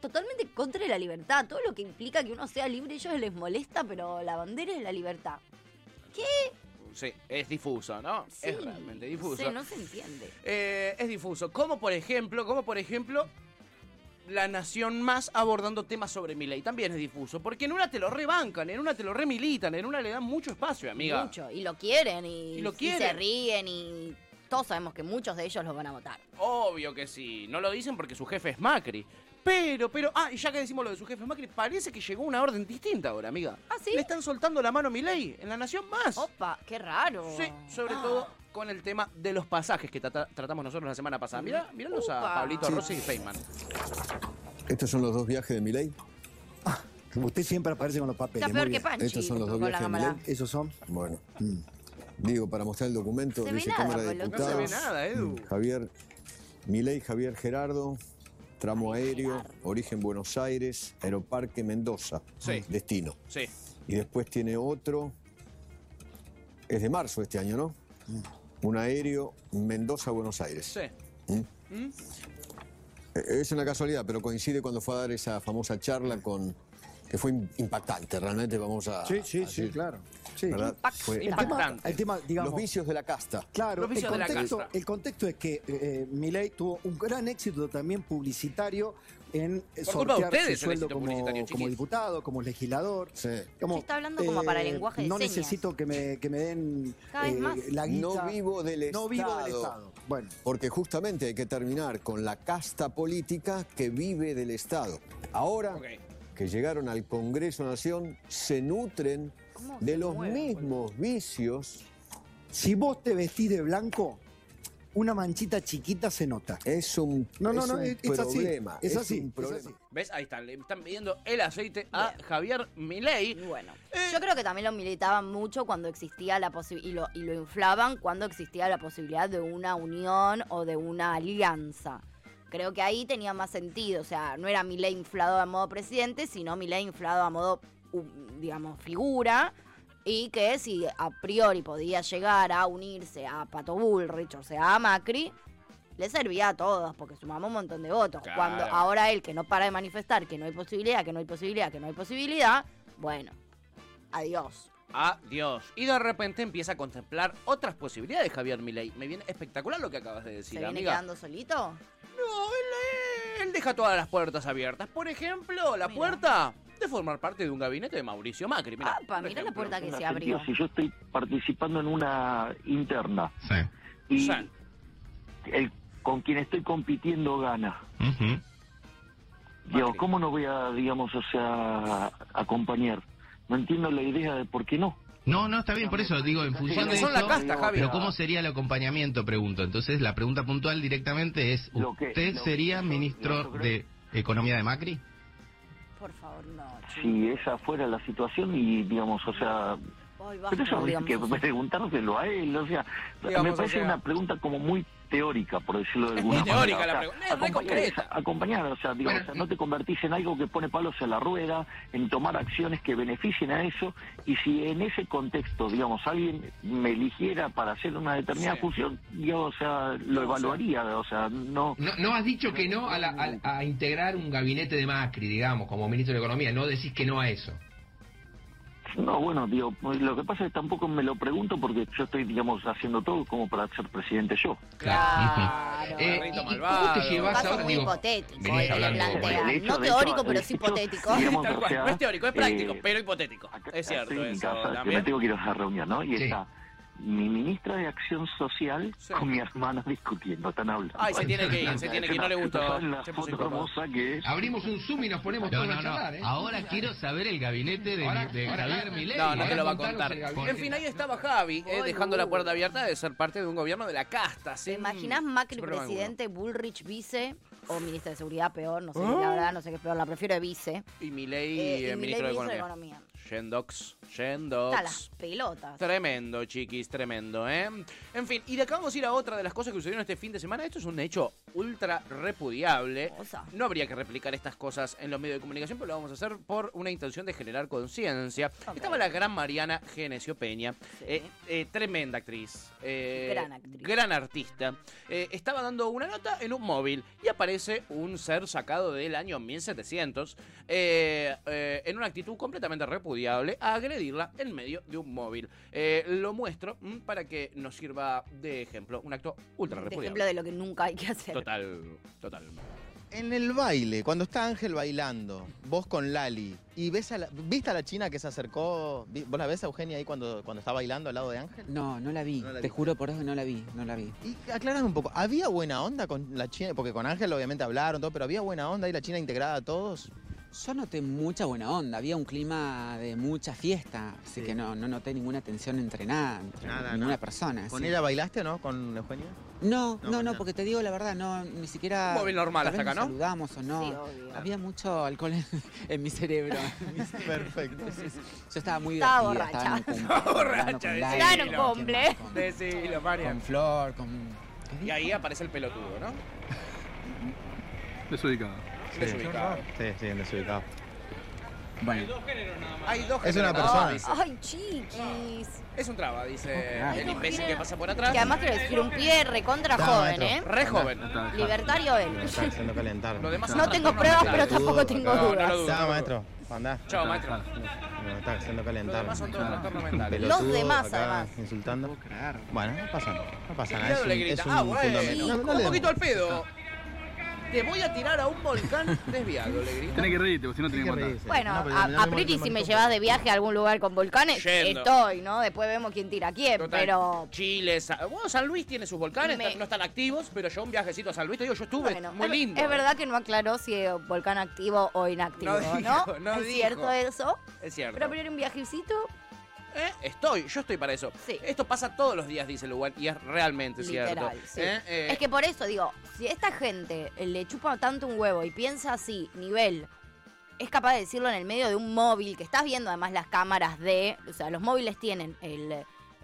B: totalmente contra de la libertad. Todo lo que implica que uno sea libre, a ellos les molesta, pero la bandera es la libertad.
A: Sí, es difuso, ¿no?
B: Sí,
A: es realmente difuso.
B: Sí, no se entiende.
A: Eh, es difuso. Como por ejemplo, como por ejemplo, la nación más abordando temas sobre Milei. También es difuso. Porque en una te lo rebancan, en una te lo remilitan, en una le dan mucho espacio, amiga.
B: Mucho. Y lo quieren, y,
A: Y lo
B: y se
A: quieren.
B: ríen, y todos sabemos que muchos de ellos los van a votar.
A: Obvio que sí. No lo dicen porque su jefe es Macri. Pero, pero, ah, y ya que decimos lo de su jefe Macri, parece que llegó una orden distinta ahora, amiga.
B: ¿Ah, sí?
A: Le están soltando la mano a Milei en la nación más.
B: Opa, qué raro.
A: Sí, sobre
B: Ah,
A: todo con el tema de los pasajes que trata- tratamos nosotros la semana pasada. Mirá, míralos a
B: Upa.
A: Pablito
G: Sí.
A: Rossi y Feynman.
G: ¿Estos son los dos viajes de Milei? Ah, usted siempre aparece con los papeles.
B: Está peor
G: muy bien.
B: que Panchi,
G: Estos son los dos
B: con la
G: viajes de
B: cámara.
G: Milei. ¿Esos son? Bueno. mm. Digo, para mostrar el documento,
B: No se ve
G: dice
B: nada,
G: Cámara de
B: boludo. No
G: Diputados.
A: se ve nada, Edu.
G: Mm, Javier Milei, Javier Gerardo, tramo aéreo, origen Buenos Aires, Aeroparque Mendoza.
A: Sí.
G: Destino.
A: Sí.
G: Y después tiene otro. Es de marzo este año, ¿no?
H: Mm.
G: Un aéreo Mendoza-Buenos Aires.
A: Sí. ¿Mm?
G: Eh, Es una casualidad, pero coincide cuando fue a dar esa famosa charla con. que fue im- impactante, realmente vamos a.
H: Sí, sí,
G: a
H: sí,
G: decir,
H: claro. Sí.
G: ¿verdad?
B: Impact-
G: Fue-
A: El tema- Impactante.
H: El tema, digamos,
G: Los vicios de la casta.
H: claro,
A: los
H: el
A: vicios de la
H: contexto,
A: casta.
H: el contexto es que eh, eh, Milei tuvo un gran éxito también publicitario en eh,
A: Por culpa de
H: sortear
A: ustedes el
H: su sueldo
A: éxito
H: como,
A: publicitario,
H: como
A: chiquis.
H: diputado, como legislador.
G: Sí.
H: Como, eh,
B: Se está hablando como para lenguaje de
H: No
B: señas.
H: necesito que me, que me den eh,
B: Cada vez más.
H: la guita.
G: No vivo del
H: No vivo del
G: Estado.
H: Estado. Bueno,
G: Porque justamente hay que terminar con la casta política que vive del Estado. Ahora
A: Ok.
G: que llegaron al Congreso Nación, se nutren
B: ¿Cómo
G: de
B: se
G: los
B: mueve,
G: mismos vicios.
H: si vos te vestís de blanco, una manchita chiquita se nota.
G: Es un,
H: No, no,
G: es
H: no,
G: un
H: es, es así.
G: problema.
H: Es así.
G: un
H: es
G: problema.
H: así.
A: ¿Ves? Ahí están. Le están pidiendo el aceite a Javier Milei.
B: Y bueno,
A: Eh.
B: yo creo que también lo militaban mucho cuando existía la posibilidad, y lo, y lo inflaban cuando existía la posibilidad de una unión o de una alianza. Creo que ahí tenía más sentido, o sea, no era Milei inflado a modo presidente, sino Milei inflado a modo, um, digamos, figura, y que si a priori podía llegar a unirse a Pato Bullrich, o sea, a Macri, le servía a todos, porque sumamos un montón de votos.
A: Claro.
B: Cuando ahora él, que no para de manifestar que no hay posibilidad, que no hay posibilidad, que no hay posibilidad, bueno, adiós.
A: Adiós. Y de repente empieza a contemplar otras posibilidades, Javier Milei. Me viene espectacular lo que acabas de
B: ¿Se
A: decir,
B: viene
A: amiga.
B: quedando solito?
A: No, él, él deja todas las puertas abiertas. Por ejemplo, la
B: Mira.
A: puerta de formar parte de un gabinete de Mauricio Macri. Mira,
B: Apa, mira la puerta que se abrió.
I: Argentina, si yo estoy participando en una interna y
A: Sí.
I: el con quien estoy compitiendo gana.
J: Ujú.
I: Digo, ¿cómo no voy a, digamos, o sea, acompañar? No entiendo la idea de por qué no.
J: No, no, está bien, por eso digo, en función de
I: Porque son
J: esto,
I: la casta, Javi.
J: pero ¿cómo sería el acompañamiento? Pregunto. Entonces, la pregunta puntual directamente es,
I: Lo que-
J: ¿usted
I: lo que
J: sería
I: yo-
J: ministro
I: yo creo-
J: de Economía de Macri?
B: Por favor, no.
I: Si esa fuera la situación y, digamos, o sea...
B: Ay, basta,
I: Pero eso habría
B: digamos.
I: que preguntárselo a él, o sea,
B: Digamos,
I: me
B: o
I: parece
B: sea-
I: una pregunta como muy teórica, por decirlo de
A: Es
I: alguna
A: muy teórica
I: manera.
A: la
I: o sea,
A: pregunta, es re
I: acompañar,
A: concreta.
I: acompañar, o sea, digo, o sea, no te convertís en algo que pone palos a la rueda, en tomar acciones que beneficien a eso, y si en ese contexto, digamos, alguien me eligiera para hacer una determinada
J: Sí.
I: función, yo, o sea, lo evaluaría, o sea, no...
J: No, no has dicho que no a, la- a- a integrar un gabinete de Macri, digamos, como ministro de Economía. No decís que no a eso.
I: No, bueno, digo, pues, lo que pasa es que tampoco me lo pregunto porque yo estoy, digamos, haciendo todo como para ser presidente yo.
J: Claro. Eh, ¿y- y
A: Ah,
J: ¿Cómo te
B: Un
J: llevas
B: caso
J: ahora?
B: muy
J: Digo,
B: hipotético,
J: venís
B: el que
J: hablando,
B: plantea.
I: bueno, de hecho,
B: no
I: de hecho,
B: teórico, pero
I: de
B: es
I: hecho,
B: hipotético.
I: digamos,
A: (laughs) Tal
I: o
A: cual,
I: sea,
A: no es teórico, es práctico,
I: eh,
A: pero hipotético. Es cierto
I: Estoy en mi
A: eso
I: casa, que me
A: también.
I: tengo que ir a una reunión, ¿no? Y está mi ministra de Acción Social con mi hermana discutiendo, están hablando.
A: Ay, se tiene que ir, se tiene que ir, no le gustó.
I: No saben la
A: Se puso
I: foto
A: incómodo.
I: hermosa que es.
J: Abrimos un Zoom y nos
A: (laughs)
J: ponemos
I: No,
J: todos
I: no,
J: a
I: no.
J: charlar, ¿eh?
I: Ahora
J: quiero saber el gabinete de, Javier Milei.
A: No, no te lo va a contar. En fin, ahí estaba Javi, eh, dejando la puerta abierta de ser parte de un gobierno de la casta.
B: uh. ¿Te
A: sin-
B: imaginas Macri
A: sin problema
B: presidente, Bullrich vice o ministra de seguridad peor? No sé,
A: ¿Ah?
B: la verdad no sé qué es peor, la prefiero de vice.
A: alguno. Y Milei,
B: Eh, y
A: eh,
B: Milei
A: ministro de
B: ministro de
A: Economía. Yendox, Yendox.
B: Está las pelotas.
A: Tremendo, chiquis, tremendo, ¿eh? En fin, y de acá vamos a ir a otra de las cosas que sucedieron este fin de semana. Esto es un hecho ultra repudiable. No habría que replicar estas cosas en los medios de comunicación, pero lo vamos a hacer por una intención de generar conciencia. Estaba la gran Mariana Genesio Peña, eh, eh, tremenda actriz. eh,
B: Gran actriz.
A: gran artista. Eh, estaba dando una nota en un móvil y aparece un ser sacado del año 1700 eh, eh, en una actitud completamente repudiable a agredirla en medio de un móvil. Eh, lo muestro mm, para que nos sirva de ejemplo. Un acto ultra
B: De
A: repudiable.
B: ejemplo de lo que nunca hay que hacer.
A: Total, total.
K: En el baile, cuando está Ángel bailando, vos con Lali, y ves a la, ¿viste a la china que se acercó? Vi- ¿Vos la ves a Eugenia ahí cuando, cuando está bailando al lado de Ángel?
L: No, no la vi.
K: No la
L: Te
K: vi.
L: juro por eso que no la vi, no la vi.
K: Y aclárame un poco, ¿había buena onda con la china? Porque con Ángel obviamente hablaron todo, pero ¿había buena onda y la china integrada a todos?
L: Yo noté mucha buena onda, había un clima de mucha fiesta, así que no, no noté ninguna tensión entre nada, entre
K: Nada,
L: ninguna
K: nada.
L: persona.
K: ¿Con
L: sí.
K: ella bailaste o no? ¿Con Eugenia?
L: No,
K: No,
L: no,
K: con
L: no,
K: nada.
L: porque te digo la verdad, no, ni siquiera.
K: Un móvil normal
L: tal vez
K: hasta acá,
L: nos
K: ¿no?
L: Ah, Saludamos o no.
K: Sí, obvio.
L: Había mucho alcohol en, en mi cerebro.
K: Perfecto.
L: Yo estaba muy
B: Estaba
L: divertida, estaba en un
B: borracha.
L: cumple,
A: (laughs) Estaba borracha,
L: bailando con
A: decilo.
L: Lali,
A: Estaba en
B: un
L: con-
B: cumple.
A: Decilo,
L: Con Flor, con.
A: Y ahí aparece el pelotudo, ¿no?
M: Desubicado.
A: Desubicado.
K: Sí, sí, desubicado.
L: Bueno.
A: Hay dos
K: Es una
A: generadores,
K: persona.
A: dice.
B: Ay, chiquis.
A: Ah. Es un traba, dice
K: Ah.
A: el imbécil que pasa por atrás.
B: Que además quiero decir un pie recontra
K: Está,
B: joven,
K: maestro.
B: ¿eh?
A: Re joven.
B: Libertario él.
K: Me está haciendo calentar.
A: Lo demás
B: No tengo pruebas, pero tampoco tengo
K: No,
B: dudas.
K: Chao, maestro. Andá.
A: Chao, maestro.
K: Me está haciendo calentar.
A: demás son todos trastornos mentales.
K: Pelotudo,
A: Los demás,
K: acá
A: además.
K: Insultando. Bueno, no pasa nada. No pasa nada.
A: Tirado
K: Es un,
A: le grita,
K: es un
A: ah, bueno,
K: fundamento. No, no
A: un
K: le-
A: poquito al pedo. Te voy a tirar a un volcán desviado, le grita.
M: Tenés que reírte, porque si no tenés que aguantar.
B: Bueno,
A: Ah,
B: (laughs) a, a priori si me llevas de viaje a algún lugar con volcanes,
A: Yendo.
B: estoy, ¿no? Después vemos quién tira a quién,
A: Total,
B: pero...
A: Chile, Sa- bueno, San Luis tiene sus volcanes,
B: Me-
A: no están activos, pero yo un viajecito a San Luis, te digo, yo estuve, muy
B: es-
A: lindo. eh.
B: Es verdad que no aclaró si es volcán activo o inactivo,
A: No
B: ¿no?
A: dijo, (laughs) no
B: ¿Es
A: dijo.
B: cierto eso?
A: Es cierto.
B: Pero a priori un viajecito,
A: Eh, Estoy, yo estoy para eso. Esto pasa todos los días, dice Lugan, y es realmente
B: literal,
A: cierto.
B: sí.
A: Eh, eh,
B: Es que por eso digo, si esta gente le chupa tanto un huevo y piensa así, nivel... Es capaz de decirlo en el medio de un móvil, que estás viendo además las cámaras de... O sea, los móviles tienen el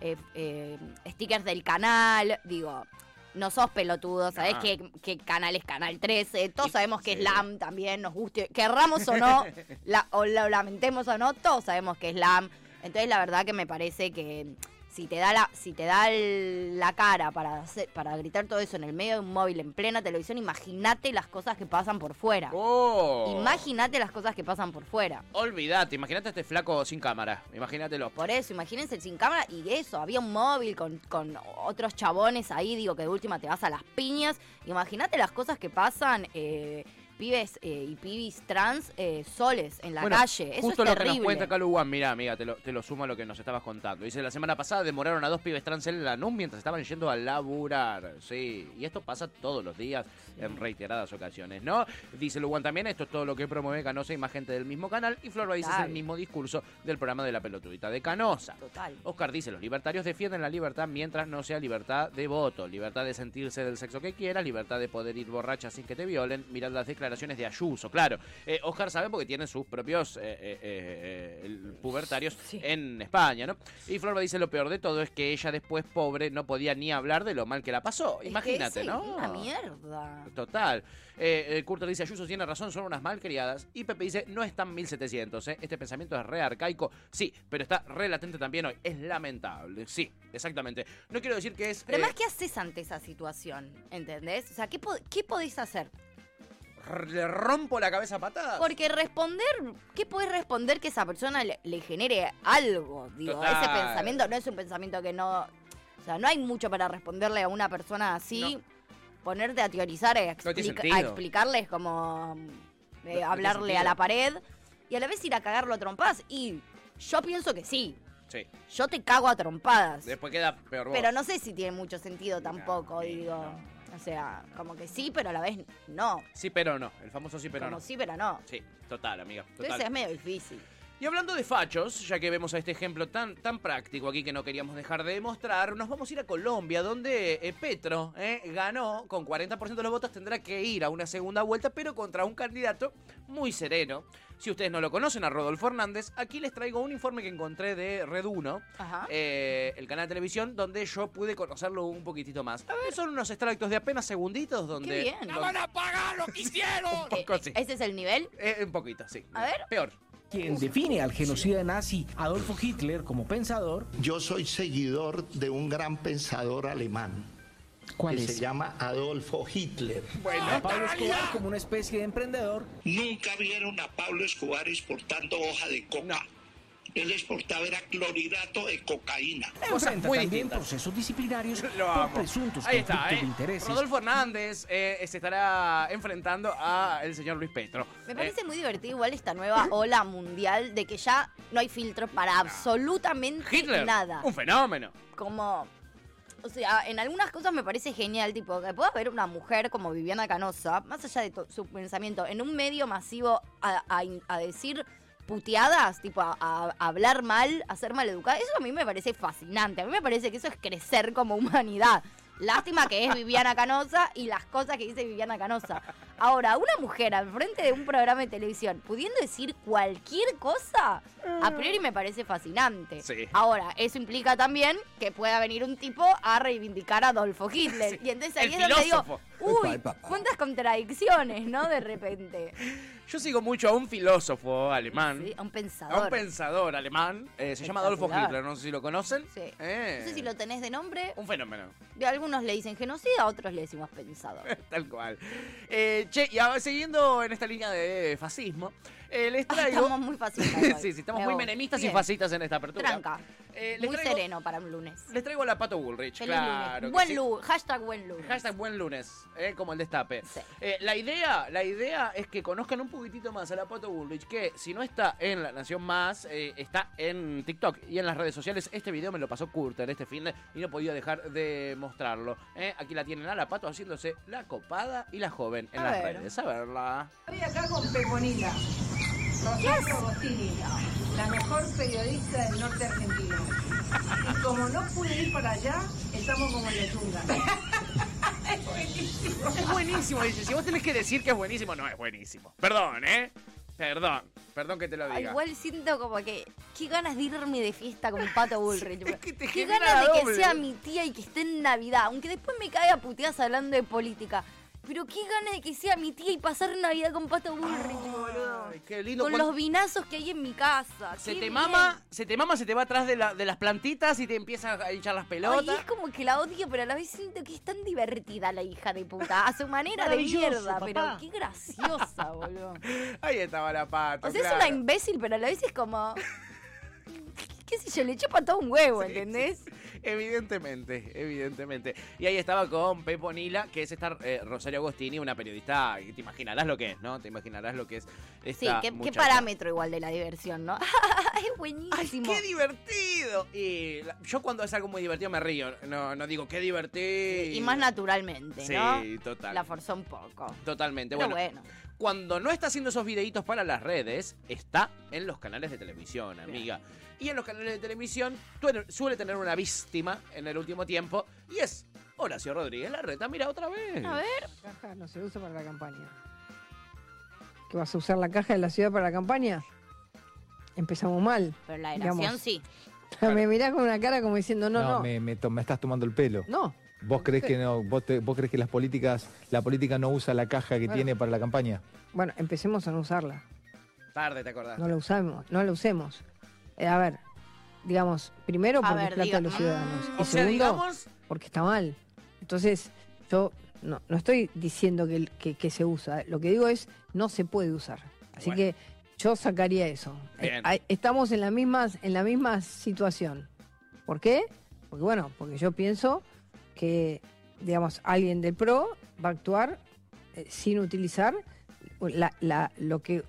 B: eh, eh, stickers del canal, digo... No sos pelotudo,
A: Ah.
B: sabés
N: No.
B: que, que canal es Canal 13, todos sabemos que es LAM también, nos guste, querramos o
A: (laughs)
B: no, la- o lo lamentemos o no, todos sabemos que es LAM. Entonces la verdad que me parece que si te da la, si te da el- la cara para hacer- para gritar todo eso en el medio de un móvil en plena televisión, imagínate las cosas que pasan por fuera.
A: Oh.
B: Imagínate las cosas que pasan por fuera.
A: Olvídate, imagínate a este flaco sin cámara, imagínatelo.
B: Por eso, imagínense el sin cámara y eso, había un móvil con, con otros chabones ahí, digo que de última te vas a las piñas. Imagínate las cosas que pasan eh, pibes eh, y pibis trans eh, soles en la
A: Bueno,
B: calle. Eso
A: justo
B: es
A: lo que nos
B: terrible.
A: cuenta Caluguán, mira, amiga, te lo, te lo sumo a lo que nos estabas contando. Dice, la semana pasada demoraron a dos pibes trans en Lanús mientras estaban yendo a laburar. Sí, y esto pasa todos los días en reiteradas ocasiones, ¿no? Dice Luguán también, esto es todo lo que promueve Canosa y más gente del mismo canal. Y Flor Baiz es
B: Total.
A: el mismo discurso del programa de la pelotudita de Canosa.
B: Total.
A: Oscar dice, los libertarios defienden la libertad mientras no sea libertad de voto, libertad de sentirse del sexo que quieras, libertad de poder ir borracha sin que te violen. Mirad las declaraciones de Ayuso, claro. Eh, Oscar sabe porque tiene sus propios eh, eh, eh, eh, pubertarios en España, ¿no? Y Florba dice, lo peor de todo es que ella después, pobre, no podía ni hablar de lo mal que la pasó. Imagínate,
B: Es que es
A: ¿no?
B: Una mierda.
A: Total. Eh, eh, Curto dice, Ayuso tiene razón, son unas malcriadas. Y Pepe dice, no están 1700, ¿eh? Este pensamiento es re arcaico, sí, pero está re latente también hoy. Es lamentable, sí, exactamente. No quiero decir que es...
B: Pero
A: eh,
B: además, ¿qué haces ante esa situación? ¿Entendés? O sea, ¿qué, po- qué podés hacer?
A: r- le rompo la cabeza a patadas.
B: Porque responder, ¿qué podés responder que esa persona le, le genere algo? Digo,
A: Total.
B: ese pensamiento no es un pensamiento que no. O sea, no hay mucho para responderle a una persona así. Ponerte a teorizar, a,
M: No tiene
B: explica-
M: sentido.
B: a explicarles como. eh,
M: tiene
B: hablarle
M: sentido.
B: a la pared y a la vez ir a cagarlo a trompadas. Y yo pienso que sí.
A: Sí,
B: Yo te cago a trompadas.
A: después queda peor vos.
B: Pero no sé si tiene mucho sentido tampoco, digo. O sea, como que sí, pero a la vez no.
A: Sí, pero no. El famoso sí, pero
B: como
A: no.
B: sí, pero no.
A: Sí, total, amiga.
B: Entonces
A: Total.
B: es medio difícil.
A: Y hablando de fachos, ya que vemos a este ejemplo tan, tan práctico aquí que no queríamos dejar de demostrar, nos vamos a ir a Colombia, donde eh, Petro eh, ganó con 40% de los votos, tendrá que ir a una segunda vuelta, pero contra un candidato muy sereno. Si ustedes no lo conocen, a Rodolfo Hernández, aquí les traigo un informe que encontré de Reduno,
B: Ajá.
A: eh, el canal de televisión, donde yo pude conocerlo un poquitito más. Son unos extractos de apenas segunditos donde...
B: Qué bien.
A: donde-
B: a pagar lo que hicieron!
A: Un poco así.
B: (laughs) ¿Ese es el nivel?
A: Eh, un poquito, sí.
B: A ver.
A: Peor.
N: Quien define al genocida nazi Adolfo Hitler como pensador.
O: Yo soy seguidor de un gran pensador alemán.
N: ¿Cuál
O: que
N: es? Ah,
O: se llama Adolfo Hitler.
N: a Pablo Escobar como una especie de emprendedor.
O: Nunca vieron a Pablo Escobar exportando hoja de coca. Él exportaba era clorhidrato de cocaína.
N: Enfrenta también procesos
A: (laughs)
N: disciplinarios por presuntos
A: Ahí
N: conflictos
A: está, ¿eh?
N: de intereses.
A: Rodolfo Hernández eh, se estará enfrentando a el señor Luis Petro.
B: Me
A: Eh,
B: parece muy divertido igual esta nueva ola mundial de que ya no hay filtro para absolutamente
A: Hitler,
B: nada.
A: un fenómeno.
B: Como. O sea, en algunas cosas me parece genial, tipo, que pueda haber una mujer como Viviana Canosa, más allá de to- su pensamiento, en un medio masivo a, a in- a decir puteadas, tipo, a, a hablar mal, a ser maleducada, eso a mí me parece fascinante. A mí me parece que eso es crecer como humanidad. Lástima que es Viviana Canosa y las cosas que dice Viviana Canosa. Ahora, una mujer al frente de un programa de televisión pudiendo decir cualquier cosa, a priori me parece fascinante.
M: Sí.
B: Ahora, eso implica también que pueda venir un tipo a reivindicar a Adolfo Hitler. Y entonces ahí
A: El
B: es donde digo,
A: filósofo.
B: uy, cuántas contradicciones, ¿no? De repente.
A: Yo sigo mucho a un filósofo alemán.
B: Sí, a un
A: A
B: pensador.
A: un pensador alemán, eh, se llama Adolfo
B: Espectacular.
A: Hitler, no sé si lo conocen.
B: Sí.
A: Eh,
B: No sé si lo tenés de nombre.
A: Un fenómeno, (laughs)
B: De algunos le dicen genocida, a otros le decimos pensador.
A: tal cual. Eh, che, y ahora, siguiendo en esta línea de fascismo, eh, les traigo...
B: Ah, Estamos muy
A: (laughs)
B: fascistas. hoy.
A: sí, sí, estamos
B: Me
A: muy
B: voy.
A: menemistas y
B: Bien.
A: fascistas en esta apertura.
B: Tranca.
A: les
B: muy
A: Eh, traigo-
B: sereno para un lunes.
A: Les traigo la Pato Bullrich,
B: Feliz
A: claro.
B: lunes.
A: que
B: Buen
A: sí.
B: lunes. Hashtag buen lunes.
A: Hashtag buen lunes, eh, como el destape. Eh, la, idea, la idea es que conozcan un poquitito más a la Pato Bullrich, que si no está en La Nación Más, eh, está en TikTok y en las redes sociales. Este video me lo pasó Curter este fin de y no podía dejar de mostrarlo. eh. Aquí la tienen a la Pato haciéndose la copada y la joven en
P: A
A: las
P: ver.
A: redes. A verla.
P: Estoy acá con Peponila, Rosario Botini, la mejor periodista del norte argentino. Y como no pude ir para allá, estamos como lechuga.
A: Es buenísimo, dice. Si vos tenés que decir que es buenísimo, no es buenísimo. Perdón, ¿eh? Perdón. Perdón que te lo
B: Ah,
A: diga.
B: Igual siento como que. Qué ganas de irme de fiesta con
A: (laughs)
B: Pato Bullrich. qué
A: genera
B: ganas de que
A: doble.
B: sea mi tía y que esté en Navidad. Aunque después me caiga puteadas hablando de política. Pero qué ganas de que sea mi tía y pasar Navidad con Pato Bullrich, boludo.
A: qué lindo,
B: Con
A: cuán-
B: los vinazos que hay en mi casa.
A: Se
B: qué
A: te
B: bien.
A: mama, se te mama, se te va atrás de, la- de las plantitas y te empieza a hinchar las
B: Ay,
A: pelotas.
B: es como que la odio, pero a la vez siento que es tan divertida la hija de puta.
A: (laughs)
B: A su manera de
A: Maravilloso,
B: mierda, pero
A: papá.
B: qué
A: (laughs)
B: graciosa, boludo.
A: Ahí estaba la pata.
B: O sea, es una (laughs) imbécil, pero a la vez es como. ¿Qué sé yo? Le chupa todo un huevo, ¿entendés?
A: Evidentemente, evidentemente. Y ahí estaba con Pepo Nila, que es esta eh, Rosario Agostini, una periodista, que te imaginarás lo que es, ¿no? Te imaginarás lo que es
B: Sí,
A: esta
B: qué, qué
A: muchacha.
B: parámetro igual de la diversión, ¿no? (laughs) es buenísimo.
A: ¡Qué divertido! Y la- yo cuando es algo muy divertido me río. No, no digo qué divertido.
B: Y más naturalmente,
A: Sí,
B: ¿no?
A: total.
B: La forzó un poco.
A: Totalmente.
B: Pero
A: Bueno,
B: bueno.
A: cuando no está haciendo esos videitos para las redes, está en los canales de televisión, amiga. Y en los canales de televisión tuene- suele tener una víctima en el último tiempo y es Horacio Rodríguez Larreta. Mira, otra vez.
M: A ver. Caja no se usa para la campaña. ¿Que vas a usar la caja de la ciudad para la campaña? Empezamos mal.
B: Pero la
M: digamos.
B: delación sí.
M: (laughs) Me mirás con una cara como diciendo, no, no. No.
Q: Me, me to- me estás tomando el pelo. ¿Vos crees que no? Vos, te- vos crees que las políticas, la política no usa la caja que
M: Bueno.
Q: tiene para la campaña?
M: Bueno, empecemos a no usarla.
A: Tarde, ¿te acordás?
M: No la usamos, no la usemos. Eh, a ver, digamos, primero
B: A
M: porque
B: ver,
M: es plata
B: diga-
M: de los ciudadanos.
B: Mm,
M: y
B: o sea,
M: segundo,
B: digamos-
M: porque está mal. Entonces, yo no, no estoy diciendo que, el- que- que se usa. Lo que digo es, no se puede usar. Así que yo sacaría eso. Eh,
R: Bien.
M: ahí- Estamos en la, misma, en la misma situación. ¿Por qué? Porque bueno, porque yo pienso que, digamos, alguien del PRO va a actuar eh, sin utilizar la- la- lo que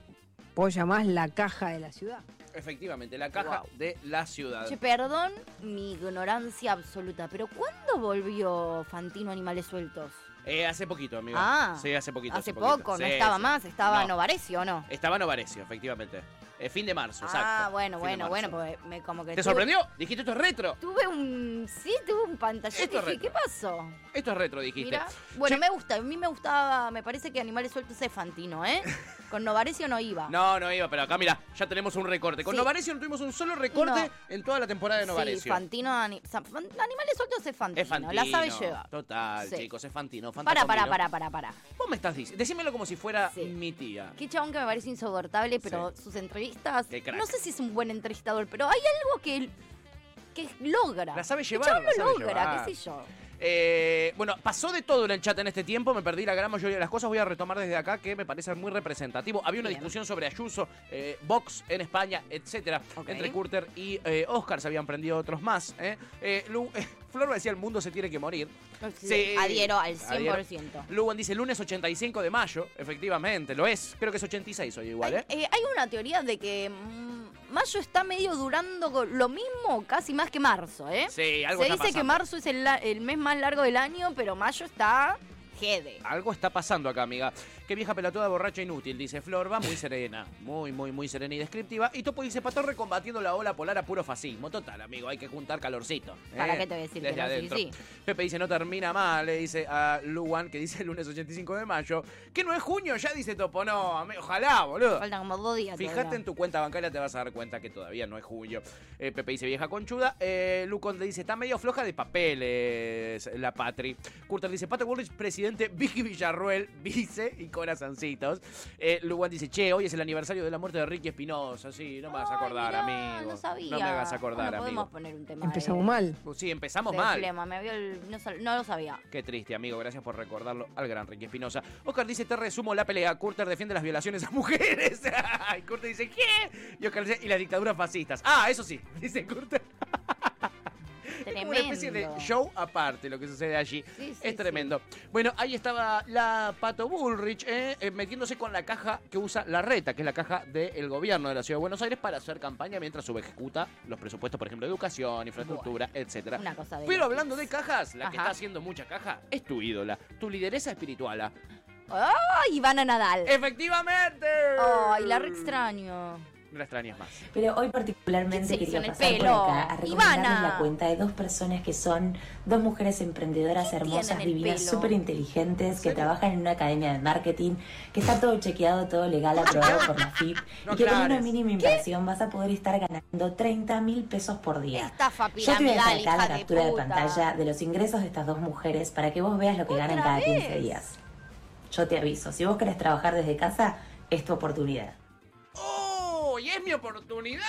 M: vos llamás la caja de la ciudad.
A: Efectivamente, la caja de la ciudad.
B: Che, perdón mi ignorancia absoluta, pero ¿cuándo volvió Fantino Animales Sueltos?
A: Eh, hace poquito, amigo.
B: Ah,
A: sí, hace poquito.
B: Hace poco, no estaba más, estaba Novarecio, ¿o no?
A: Estaba Novarecio, efectivamente. Eh, fin de marzo,
B: Ah,
A: exacto.
B: bueno,
A: Fin de
B: bueno,
A: marzo.
B: bueno, porque me, como que.
A: ¿Te
B: tuve-
A: sorprendió? Dijiste esto es retro.
B: Tuve un. Sí, tuve un pantallazo.
A: Esto es
B: Dije, ¿qué pasó?
A: Esto es retro, dijiste.
B: Mira. Bueno, me gusta, a mí me gustaba, me parece que Animales Sueltos es Fantino,
A: (laughs)
B: ¿eh? Con Novarecio no iba.
A: No, no iba, pero acá mira, ya tenemos un recorte. Con
B: Sí.
A: Novarecio no tuvimos un solo recorte en toda la temporada de
B: Sí,
A: Novarecio.
B: Fantino. ani- Sa- Fan- Animales Sueltos es Fantino.
A: es Fantino.
B: La sabe llevar.
A: Total,
B: Sí.
A: chicos, es Fantino.
B: Para,
A: Fantasomino.
B: para, para, para, para.
A: Vos me estás diciendo, decímelo como si fuera mi tía.
B: Qué chabón que me parece insoportable, pero sus entrevistas.
A: Qué crack.
B: No sé si es un buen entrevistador, pero hay algo que, que logra.
A: La sabe
B: El
A: llevar,
B: chabón
A: la
B: lo
A: sabe
B: logra,
A: llevar.
B: qué sé yo.
A: Eh, bueno, pasó de todo en el chat en este tiempo, me perdí la gran mayoría de las cosas, voy a retomar desde acá que me parece muy representativo. Había una
J: Bien.
A: discusión sobre Ayuso, eh, Vox en España, etcétera, entre Curter y eh, Oscar se habían prendido otros más. ¿eh? Eh, Lu- (laughs) Flor decía, el mundo se tiene que morir. Sí.
B: Adhiero al
A: Adhiero.
B: 100%.
A: Luwan dice, lunes 85 de mayo, efectivamente, lo es. Creo que es 86 hoy igual, ¿eh?
B: Eh, hay una teoría de que mm, mayo está medio durando con lo mismo, casi más que marzo, ¿eh?
A: Sí, algo
B: Se
A: está
B: dice que
A: pasando.
B: marzo es el, la- el mes más largo del año, pero mayo está jede.
A: Algo está pasando acá, amiga. Qué vieja pelatuda borracha inútil, dice Flor. Va muy serena. Muy, muy, muy serena y descriptiva. Y Topo dice Patorre combatiendo la ola polar a puro fascismo. Total, amigo, hay que juntar calorcito. ¿eh?
B: ¿Para qué te voy a decir que
A: Desde
B: no? Sí,
A: adentro.
B: sí.
A: Pepe dice, no termina mal, le dice a Luan, que dice el lunes 85 de mayo. Que no es junio, ya dice Topo. No, ami- ojalá, Ah, boludo.
B: Faltan como dos días.
A: Fíjate
B: todavía.
A: en tu cuenta bancaria, te vas a dar cuenta que todavía no es julio. Eh, Pepe dice vieja conchuda. Eh, Lucon le dice, está medio floja de papeles la Patri. Curter dice, Pato Bullrich, presidente, Vicky (laughs) Villarruel, vice y corazoncitos. Eh, Luan dice, che, hoy es el aniversario de la muerte de Ricky Espinosa. Sí, no me vas a acordar, amigo.
B: No sabía.
A: No me hagas acordar,
B: No podemos
A: amigo. Pues
B: poner un tema.
M: Empezamos
B: de-
M: mal.
A: Sí, empezamos
B: de
A: mal.
B: flema, me vio el- no, sal- no lo sabía.
A: Qué triste, amigo. Gracias por recordarlo al gran Ricky Espinosa. Oscar dice, te resumo la pelea. Curter defiende las violaciones a mujeres. (laughs) y Curter dice, ¿qué? Y Oscar dice, y las dictaduras fascistas. Ah, eso sí, dice Curter. Es como una especie de
B: Tremendo.
A: show aparte lo que sucede allí.
B: Sí, sí,
A: es tremendo. Bueno, ahí estaba la Pato Bullrich eh, eh, metiéndose con la caja que usa la reta, que es la caja del gobierno de la Ciudad de Buenos Aires para hacer campaña mientras subejecuta los presupuestos, por ejemplo, educación, infraestructura, etcétera.
B: Una cosa de
A: Pero
B: locos.
A: hablando de cajas, la que
B: Ajá.
A: está haciendo mucha caja es tu ídola, tu lideresa espiritual. ah.
B: ¡Ay, Ivana Nadal!
A: ¡Efectivamente!
B: ¡Ay, la re extraño!
A: No la extrañas más.
S: Pero hoy particularmente
B: ¿Quién se hizo
S: quería
B: en el
S: pasar por
B: pelo?
S: acá a recomendarles
B: Ivana.
S: la cuenta de dos personas que son dos mujeres emprendedoras hermosas,
B: tiene en el
S: divinas,
B: pelo?
S: súper inteligentes, que trabajan en una academia de marketing, que está todo chequeado, todo legal, aprobado por la FIP,
B: No
S: y que con una
B: aclares.
S: mínima inversión vas a poder estar ganando 30 mil pesos por día.
B: Estafa
S: Yo te voy a
B: piramidal,
S: sacar
B: hija
S: la
B: de
S: captura de
B: puta.
S: pantalla de los ingresos de estas dos mujeres para que vos veas lo que ganan cada 15
B: vez?
S: días. Yo te aviso, si vos querés trabajar desde casa, es tu oportunidad.
A: ¡Oh, y es mi oportunidad!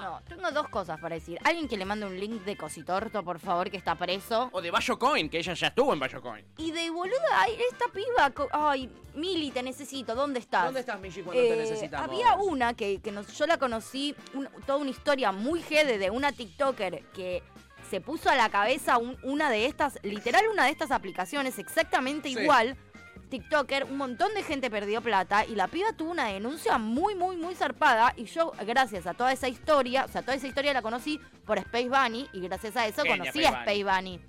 B: No, tengo dos cosas para decir. Alguien que le mande un link de Cositorto, por favor, que está preso.
A: O de Bayo Coin, que ella ya estuvo en Bayo Coin.
B: Y de boluda, ay, esta piba. co- Ay, Mili, te necesito. ¿Dónde estás? Eh,
A: ¿Dónde estás, Mili, cuando te necesitamos?
B: Había una que, que nos- yo la conocí, un- toda una historia muy jede de una TikToker que se puso a la cabeza un- una de estas, literal una de estas aplicaciones exactamente
R: Sí.
B: igual. TikToker, un montón de gente perdió plata y la piba tuvo una denuncia muy, muy, muy zarpada. Y yo, gracias a toda esa historia, o sea, toda esa historia la conocí por Space Bunny y gracias a eso
R: Genia,
B: conocí a
R: Space
B: Space Bunny.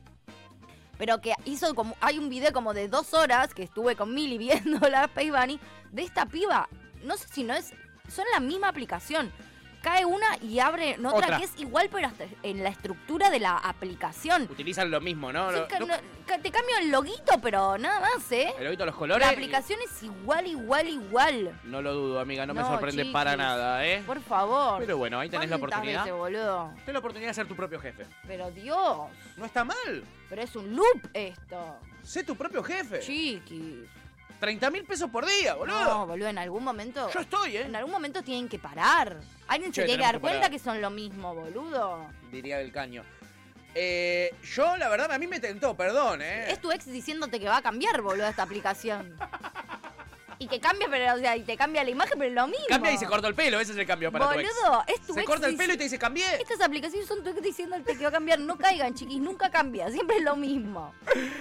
B: Pero que hizo como. Hay un video como de dos horas que estuve con Milly viendo (laughs) la Space Bunny de esta piba. No sé si no es. Son la misma aplicación. Cae una y abre en otra,
A: Otra.
B: que es igual, pero hasta en la estructura de la aplicación.
A: Utilizan lo mismo, ¿no?
B: Sí,
A: Lo-
B: ca-
A: lo-
B: no- ca- te cambio el loguito, pero nada más, ¿eh?
A: el oído a los colores.
B: La aplicación es igual, igual, igual.
A: No lo dudo, amiga, no, me
B: No,
A: sorprende
B: chiquis,
A: para nada, ¿eh?
B: Por favor.
A: Pero bueno, ahí tenés la
B: ¿Cuántas
A: oportunidad.
B: veces, boludo?
A: Tenés la oportunidad de ser tu propio jefe.
B: Pero Dios.
A: No está mal.
B: Pero es un loop esto.
A: Sé tu propio jefe.
B: Chiquis.
A: 30 mil pesos por día, boludo.
B: No, boludo, en algún momento. Yo
A: estoy, ¿eh?
B: En algún momento tienen que parar. Alguien
A: Che,
B: se tiene que
A: tenemos
B: dar
A: que
B: cuenta
A: parar.
B: que son lo mismo, boludo.
A: Diría del caño. Eh, yo, la verdad, a mí me tentó, perdón, ¿eh?
B: Es tu ex diciéndote que va a cambiar, boludo, esta
A: (laughs)
B: aplicación. y que cambia, pero, o sea, y te cambia la imagen, pero es lo mismo.
A: Cambia y se cortó el pelo, ese es el cambio para tu ex.
B: Boludo, es tu
A: Se
B: ex
A: corta el
B: dici-
A: pelo y te dice, cambié.
B: Estas aplicaciones son tu ex diciéndote que va a cambiar. No caigan, chiquis, nunca cambia. Siempre es lo mismo.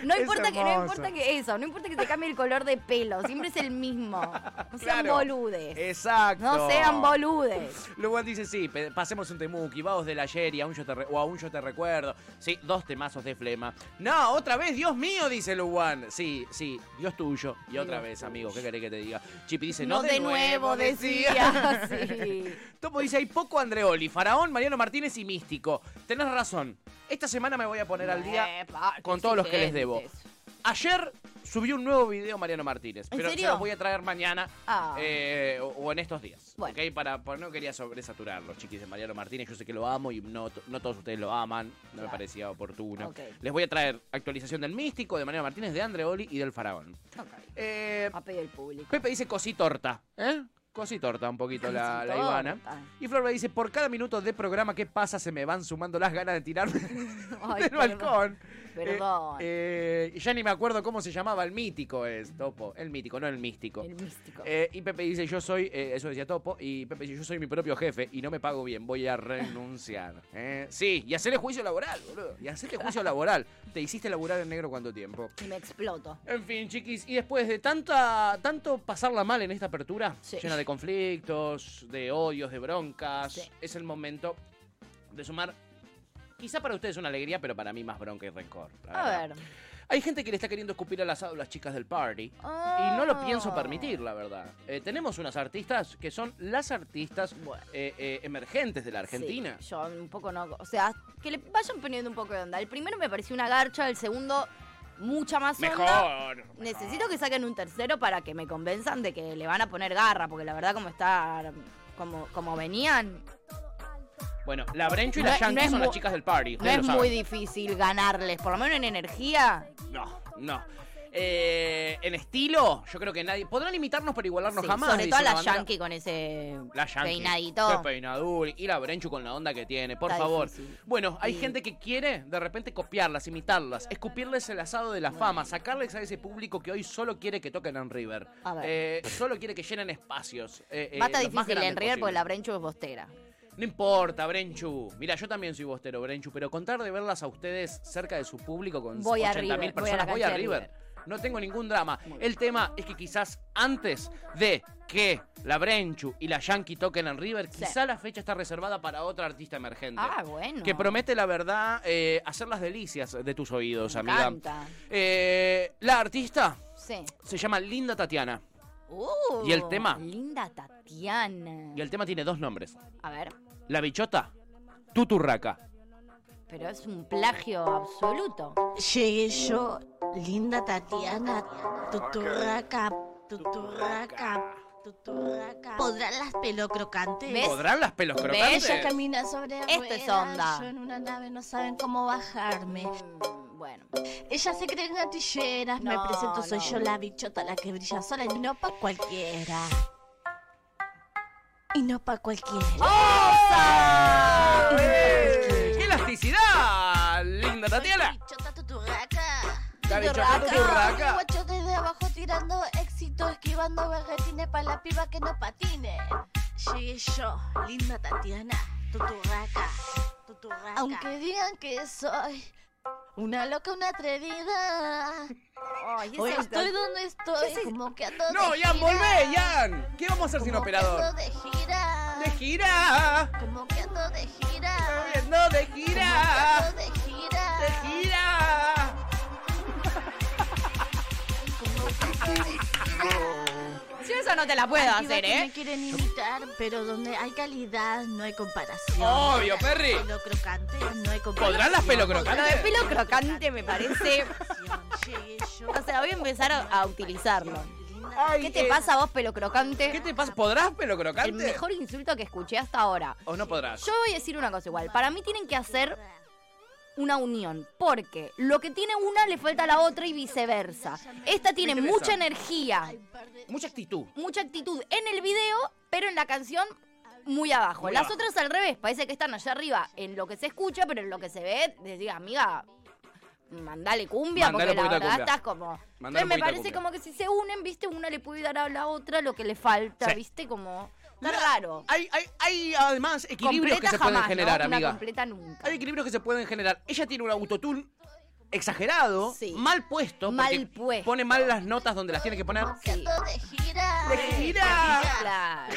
B: No
R: Es
B: importa, que,
R: hermoso.
B: no importa que eso, no importa que te cambie el color de pelo. Siempre es el mismo. No sean
A: Claro.
B: boludes.
A: Exacto.
B: No sean boludes.
A: Luego dice, sí, pe- pasemos un temuki, vamos del ayer y aún yo te re- o aún yo te recuerdo. Sí, dos temazos de flema. No, otra vez, Dios mío, dice Luan. Sí, sí, Dios tuyo. Y otra vez, amigo, ¿qué querés que te diga? Chipi dice, no, de, nuevo, decía. Topo dice, hay poco Andreoli, Faraón, Mariano Martínez y Místico. Tenés razón. Esta semana me voy a poner al día
B: Epa,
A: con todos los que les debo. Ayer subió un nuevo video Mariano Martínez,
B: ¿En
A: pero
B: serio?
A: se los voy a traer mañana
B: Ah.
A: eh, o, o en estos días.
B: Bueno.
A: ¿ok? Para, para- no quería sobresaturar los chiquis de Mariano Martínez. Yo sé que lo amo y no, to- no todos ustedes lo aman. No me
B: Claro.
A: parecía oportuno.
B: Ok.
A: Les voy a traer actualización del Místico, de Mariano Martínez, de Andre Oli y del Faraón. Eh,
B: a pedir el público.
A: Pepe dice cositorta, ¿eh? Cositorta un poquito la, la Ivana. Y Florba dice, por cada minuto de programa que pasa se me van sumando las ganas de tirarme
B: (laughs) Ay,
A: (laughs) del
B: perdón.
A: balcón.
B: Perdón.
A: Eh, eh, ya ni me acuerdo cómo se llamaba, el mítico es, Topo. El mítico, no el místico.
B: El místico.
A: Eh, y Pepe dice, yo soy, eh, eso decía Topo, y Pepe dice, yo soy mi propio jefe y no me pago bien, voy
B: (laughs)
A: a renunciar. Eh, sí, y hacerle juicio laboral, boludo. Y hacerle juicio laboral. Te hiciste laburar en negro cuánto tiempo.
B: Y me exploto.
A: En fin, chiquis, y después de tanta, tanto pasarla mal en esta apertura, llena de conflictos, de odios, de broncas, es el momento de sumar, quizá para ustedes una alegría, pero para mí más bronca y rencor. la
B: A
A: verdad.
B: ver.
A: Hay gente que le está queriendo escupir al asado a las chicas del party. Y no lo
B: Ah.
A: pienso permitir, la verdad. Eh, tenemos unas artistas que son las artistas eh, eh, emergentes de la Argentina.
B: Sí, yo un poco no. O sea, que le vayan poniendo un poco de onda. El primero me pareció una garcha, el segundo mucha más
A: Mejor,
B: onda.
A: mejor.
B: Necesito que saquen un tercero para que me convenzan de que le van a poner garra, porque la verdad como está como como venían,
A: Bueno, la Brencho y la
B: No es-
A: Yankee
B: no es
A: son las
B: mu-
A: chicas del
B: no
A: party. ustedes
B: es
A: lo saben.
B: muy difícil ganarles, por lo menos en energía.
A: No, no. Eh, en estilo, yo creo que nadie. Podrán imitarnos, pero igualarnos
B: Sí,
A: jamás.
B: sobre
A: dice
B: todo la
A: una bandera.
B: Yankee con ese
A: La Yankee.
B: peinadito.
A: Qué peinadura. Y la Brenchu con la onda que tiene, por
B: Está
A: favor.
B: difícil.
A: Bueno, hay
B: Sí.
A: gente que quiere de repente copiarlas, imitarlas, escupirles el asado de la fama, sacarles a ese público que hoy solo quiere que toquen en River.
B: A ver.
A: Eh, solo quiere que llenen espacios. eh, eh,
B: Va a estar
A: los más
B: difícil en
A: grandes
B: River porque la
A: posibles.
B: Brenchu es bostera.
A: No importa, Brenchu. Mira, yo también soy bostero, Brenchu, pero contar de verlas a ustedes cerca de su público con
B: Voy a
A: 80.000
B: River, voy a
A: personas,
B: la
A: voy a
B: cancha de
A: River. No tengo ningún drama. El tema es que quizás antes de que la Brenchu y la Yankee toquen en River,
B: Sí.
A: quizá la fecha está reservada para otra artista emergente.
B: Ah, bueno.
A: Que promete, la verdad, eh, hacer las delicias de tus oídos,
B: Me
A: amiga.
B: encanta.
A: Eh, la artista
B: Sí.
A: se llama Linda Tatiana.
B: Uh,
A: ¿Y el tema?
B: Linda Tatiana.
A: Y el tema tiene dos nombres.
B: A ver,
A: La bichota, Tuturraca.
B: pero es un plagio absoluto.
T: Llegué yo, linda Tatiana, tuturraca, tuturraca, tuturraca. ¿Podrán las pelocrocantes?
A: ¿Podrán las pelos crocantes?
T: Ella camina sobre
B: Esto es
T: ruedas,
B: onda. Mm,
T: Yo en una nave no saben cómo bajarme.
B: Bueno.
T: Ella se cree en gatilleras. Me
B: No,
T: presento, soy
B: no.
T: yo la bichota, la que brilla sola y no pa' cualquiera. Y no pa' cualquiera.
A: Oh.
B: ¡Oh!
A: ¡Qué elasticidad! Linda Tatiana. La bichota
T: Turraca.
A: Tuturraca.
T: Guacho desde abajo tirando éxito, esquivando berretines para la piba que no patine. Llegué yo, linda Tatiana, tuturraca, turraca. Aunque digan que soy una loca, una atrevida. Hoy estoy donde estoy, como que ando
A: No,
T: de
A: Jan,
T: gira.
A: volvé, Jan. ¿Qué vamos a hacer sin
T: Como que ando
A: operador?
T: de gira.
A: De gira.
T: Como que ando de gira.
A: No, de gira.
T: Como que ando de gira.
A: De
B: (laughs)
A: gira.
T: Yo
B: eso no te la puedo hacer, ¿eh?
T: Me quieren imitar, pero donde hay calidad no hay comparación.
A: Obvio, Perry.
T: Pelo crocante no hay comparación.
A: ¿Podrán las pelo
B: Lo
A: crocantes?
B: de pelo crocante me parece. O sea, voy a empezar a, a utilizarlo. ¿Qué te pasa vos, pelo crocante? ¿Qué
A: te pasa? ¿Podrás pelo
B: El
A: crocante?
B: mejor insulto que escuché hasta ahora.
A: ¿O no podrás?
B: Yo voy a decir una cosa igual. Para mí tienen que hacer una unión. Porque lo que tiene una le falta a la otra y viceversa. Esta tiene
A: Me
B: mucha
A: interesa.
B: energía,
A: Mucha actitud.
B: mucha actitud en el video, pero en la canción muy abajo.
A: Muy
B: Las
A: abajo.
B: otras al revés. Parece que están allá arriba en lo que se escucha, pero en lo que se ve, decís, amiga, mandale cumbia,
A: Mandale un
B: porque la
A: poquito de
B: verdad
A: cumbia.
B: estás como.
A: Mandale
B: Entonces
A: un
B: me
A: poquito de
B: parece
A: cumbia.
B: como que si se unen, viste, una le puede dar a la otra lo que le falta,
A: Sí.
B: viste, como. Está raro.
A: Hay, hay, hay además
B: Completa
A: equilibrios que se pueden
B: jamás, ¿no?
A: generar,
B: Una
A: amiga.
B: completa nunca.
A: Hay equilibrios que se pueden generar. Ella tiene un autotune exagerado, mal puesto, porque
B: Mal puesto.
A: pone mal las notas donde las tiene que poner.
T: De gira.
A: De gira. (laughs)
B: Claro.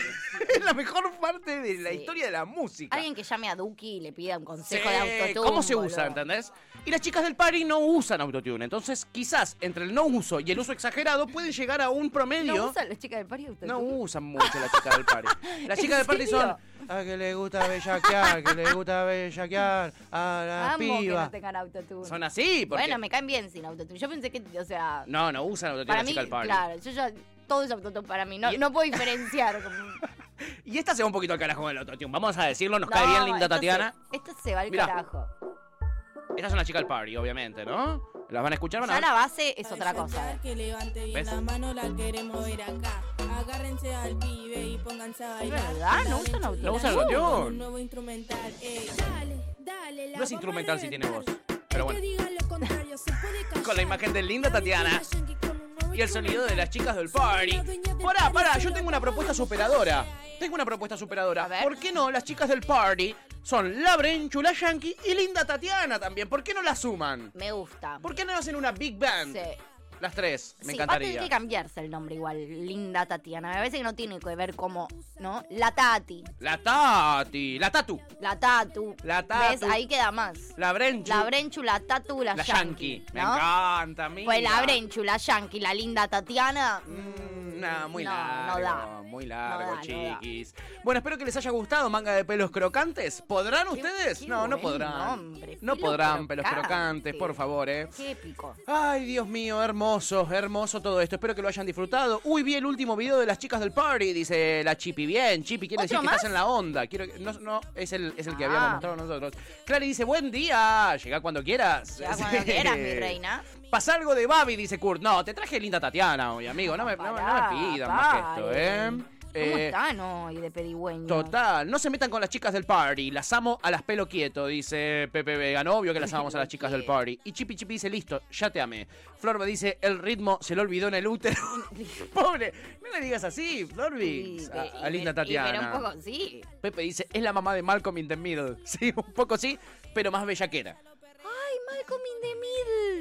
A: Es la mejor parte de la
B: Sí.
A: historia de la música.
B: Alguien que llame a Duki y le pida un consejo
A: Sí,
B: de autotune.
A: ¿Cómo se usa,
B: boludo.
A: entendés? Y las chicas del party no usan autotune. Entonces, quizás entre el no uso y el uso exagerado pueden llegar a un promedio.
B: ¿No usan las chicas del party autotune?
A: No usan mucho las chicas del party.
B: (laughs)
A: Las
B: ¿En
A: chicas del party son.
B: serio?
A: A que le gusta bellaquear, que le gusta bellaquear, a la
B: Amo que
A: piba.
B: no tengan autotune.
A: Son así, porque.
B: Bueno, me caen bien sin autotune. Yo pensé que, o sea,
A: No, no usan autotune
B: para
A: las
B: mí,
A: chicas del party.
B: claro, yo ya todo es autotune para mí. No, no puedo diferenciar.
A: (laughs)
B: como-
A: Y esta se va un poquito al carajo con el autotune. Vamos a decirlo, nos
B: No,
A: cae bien linda
B: esto se-
A: Tatiana.
B: Esto se va al
A: Mirá.
B: carajo.
A: Esta es una chica del party, obviamente, ¿no? Las van a escuchar, van a
B: Ya
A: ver.
B: la base es otra cosa.
R: Que levante bien
A: ¿Ves?
R: la mano, la queremos ver acá. Agárrense al pibe y pónganse a bailar.
B: verdad, no usan autotune.
A: No usan autotune.
R: Con Un nuevo instrumental. Ey, dale, dale, la
A: No es
R: vamos a
A: instrumental si tiene voz. Pero bueno.
R: Que diga lo contrario, se puede callar.
A: Con la imagen de linda Tatiana. Y el sonido de las chicas del party. Pará, pará, yo tengo una propuesta superadora. Tengo una propuesta superadora. ¿Por qué no las chicas del party son la Brenchu, la Yankee y linda Tatiana también? ¿Por qué no la suman?
B: Me gusta.
A: ¿Por qué no hacen una big band?
B: Sí.
A: Las tres, me
B: sí, va a tener
A: encantaría.
B: que cambiarse el nombre igual, Linda Tatiana. Me parece que no tiene que ver como, ¿no? La Tati,
A: La Tati, la Tatu,
B: la Tatu.
A: la Tatu,
B: ¿Ves? Ahí queda más.
A: la Brenchu,
B: La Brenchu, la Tatu, la,
A: la
B: Yankee.
A: Yankee. Me
B: ¿no?
A: encanta, mí.
B: Pues la Brenchu, la Yankee, la linda
A: (laughs)
B: Tatiana.
A: Mm, No, muy
B: No, no
A: largo,
B: da.
A: muy largo,
B: No da, no
A: chiquis. Bueno, espero que les haya gustado Manga de Pelos Crocantes. ¿Podrán ustedes? no, no
B: buen
A: podrán.
B: nombre,
A: no
B: Pelos
A: podrán, Pelos
B: Crocantes.
A: Crocantes, por favor, eh.
B: Qué épico.
A: Ay, Dios mío, hermoso, hermoso todo esto. Espero que lo hayan disfrutado. Uy, vi el último video de las chicas del party, dice la Chipi. Bien, Chipi, quiere decir
B: ¿Otro
A: que
B: más?
A: estás en la onda. Quiero que- no, no, es el, es el que habíamos
B: Ah.
A: mostrado nosotros. Clary dice, buen día. Llega cuando quieras.
B: Ya cuando quieras, mi reina.
A: (laughs) Pasa algo de Babi, dice Kurt. No, te traje linda Tatiana hoy, amigo. No me, no, no me pidan más que esto, ¿eh?
B: ¿Cómo
A: Eh,
B: están hoy de pedigüeño?
A: Total, no se metan con las chicas del party, las amo a las pelo quieto, dice Pepe Vegan, obvio que las amamos a las chicas del party. Y Chipi Chipi dice, listo, ya te amé. Flor me dice, el ritmo se le olvidó en el útero.
B: (laughs)
A: Pobre, no le digas así, Florby. A, a linda Tatiana.
B: Pero un poco, sí.
A: Pepe dice, es la mamá de Malcolm in the Middle. (laughs) Sí, un poco sí, pero más bellaquera.
B: Ay, Malcolm in the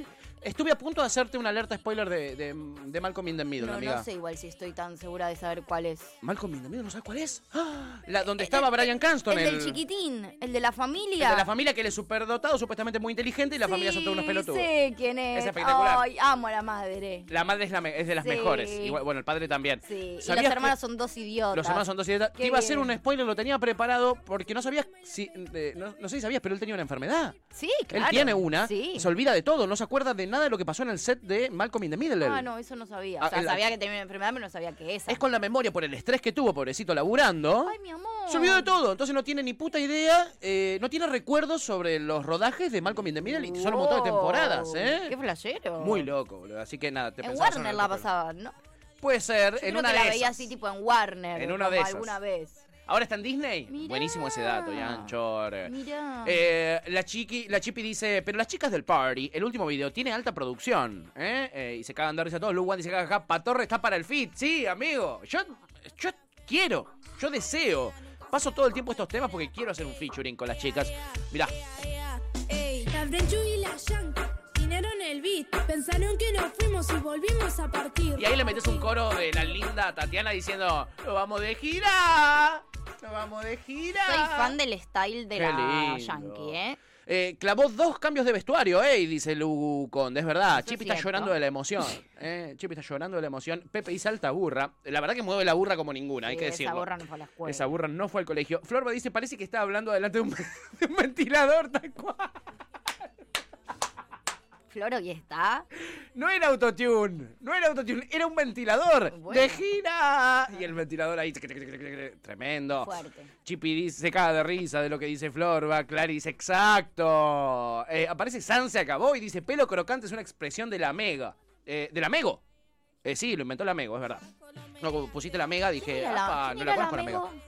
B: Middle.
A: Estuve a punto de hacerte una alerta spoiler de, de, de Malcolm in the Middle,
B: No,
A: amiga.
B: no sé igual si estoy tan segura de saber cuál es.
A: Malcolm in the Middle, ¿no sabes cuál es? ¡Ah! La, donde estaba Brian Cranston.
B: el, del chiquitín, el de la
A: El
B: familia.
A: de la familia que él es superdotado, supuestamente muy inteligente, y la familia son todos unos pelotudos.
B: sé quién es.
A: Es espectacular.
B: Ay, amo a la madre.
A: La madre es, la me- es de las
B: Sí.
A: mejores. Igual- bueno, el padre también.
B: Sí. Y
A: ¿Sabías
B: las
A: que-
B: hermanas son dos idiotas.
A: Los hermanos son dos idiotas.
B: Qué
A: Iba a ser
B: bien.
A: un spoiler, lo tenía preparado porque no sabía si. eh, no, no sé si sabías, pero él tenía una enfermedad.
B: Sí,
A: Él
B: claro.
A: tiene una,
B: Sí.
A: se olvida de todo, no se acuerda de nada de lo que pasó en el set de Malcolm in the Middle.
B: Ah,
A: él.
B: no, eso no sabía.
A: Ah,
B: O sea,
A: en la-
B: sabía que tenía una enfermedad, pero no sabía que esa.
A: Es con la memoria por el estrés que tuvo, pobrecito, laburando.
B: Ay, mi amor.
A: Se olvidó de todo, entonces no tiene ni puta idea, eh, no tiene recuerdos sobre los rodajes de Malcolm in the Middle y son un montón de
B: Wow,
A: temporadas, ¿eh?
B: Qué flashero.
A: Muy este loco, boludo. Así que nada, te
B: En
A: pensabas en
B: Warner la
A: una locura.
B: pasaba, ¿no?
A: Puede ser, en una
B: que
A: de
B: la veía
A: esas.
B: así tipo en Warner.
A: En una de
B: como
A: esas.
B: Alguna vez.
A: Ahora está en Disney. Buenísimo ese dato, Ian Chor.
B: Mirá.
A: Eh, la, chiqui, la Chipi dice, pero las chicas del party, el último video, tiene alta producción. ¿eh? Eh, y se cagan de risa todos. Luwan dice, jajaja, Patorre está para el fit. Sí, amigo. Yo, yo quiero, yo deseo Paso todo el tiempo estos temas porque quiero hacer un featuring con las chicas. Mirá,
R: Ey, la Frenchu y la Yankee, dinero en el beat. Pensaron que nos fuimos y volvimos a partir.
A: y ahí le metes un coro de la linda Tatiana diciendo, nos vamos de gira. Nos vamos de gira.
B: Ah, Soy fan del style de
A: Qué
B: la
A: lindo.
B: Yankee, ¿eh?
A: Eh, clavó dos cambios de vestuario, ¿eh? dice Lu Conde. Es verdad,
B: es
A: Chipi está
B: cierto.
A: llorando de la emoción. Eh, Chipi está llorando de la emoción. Pepe y Salta burra. La verdad que mueve la burra como ninguna, hay
B: Sí,
A: que decirlo.
B: Esa borra no fue a la escuela.
A: Esa burra no fue al colegio. Florba dice, parece que está hablando delante de un, (laughs) de un ventilador. tal cual.
B: Floro que está.
A: No era autotune, no era autotune, era un ventilador.
B: Bueno.
A: ¡De gira! Y el ventilador ahí, tsk, tsk, tsk, tsk, tsk, tremendo.
B: Fuerte.
A: Chipi dice, se caga de risa de lo que dice Florba. Clary dice, exacto. Eh, aparece San se acabó y dice, pelo crocante es una expresión de la mega. Eh, ¿Del amego? Eh, sí, lo inventó la mego, es verdad. No, como pusiste la mega, dije,
B: Mira la-
A: "Apa, no
B: mira
A: la
B: la
A: conozco la mega.
B: amigo.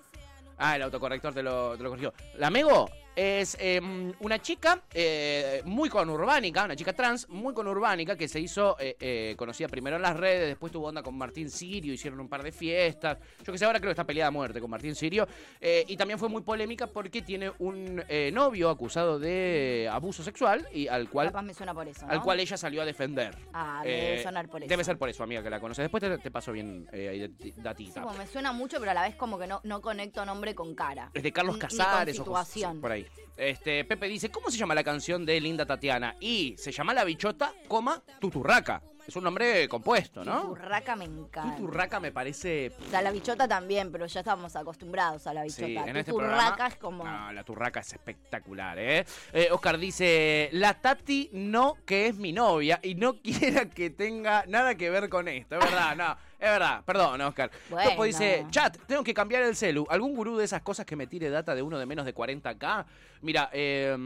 A: Ah, el autocorrector te lo, te lo corrigió. La Mego es eh, una chica eh, muy conurbánica, una chica trans muy conurbánica que se hizo eh, eh, conocida primero en las redes, después tuvo onda con Martín Sirio, hicieron un par de fiestas. Yo que sé, ahora creo que está peleada a muerte con Martín Sirio. Eh, y también fue muy polémica porque tiene un eh, novio acusado de abuso sexual y al cual,
B: Capaz me suena por eso, ¿no?
A: al cual ella salió a defender. Eh,
B: Ah, debe sonar por eso.
A: Debe ser por eso, amiga, que la conoces. Después te, te paso bien eh, ahí de- datita.
B: Sí, como me suena mucho, pero a la vez como que no, no conecto nombre con cara.
A: Es de Carlos
B: Ni- ni con
A: Casares o cosas así,
B: situación.
A: por ahí. Este, Pepe dice, ¿cómo se llama la canción de Linda Tatiana? Y se llama La Bichota, coma, Tuturraca. Es un nombre compuesto, ¿no?
B: Turraca me encanta.
A: Tuturraca me parece...
B: O sea, la bichota también, pero ya estamos acostumbrados a la bichota.
A: Sí, en este
B: Tuturraca
A: programa-
B: es como.
A: No, la turraca es espectacular, ¿eh? Eh, Oscar dice, la Tati no que es mi novia y no (laughs) quiera que tenga nada que ver con esto. Es verdad, no, es verdad. Perdón, Oscar.
B: Bueno.
A: Topo dice, chat, tengo que cambiar el celu. ¿Algún gurú de esas cosas que me tire data de uno de menos de 40k? Mira, eh,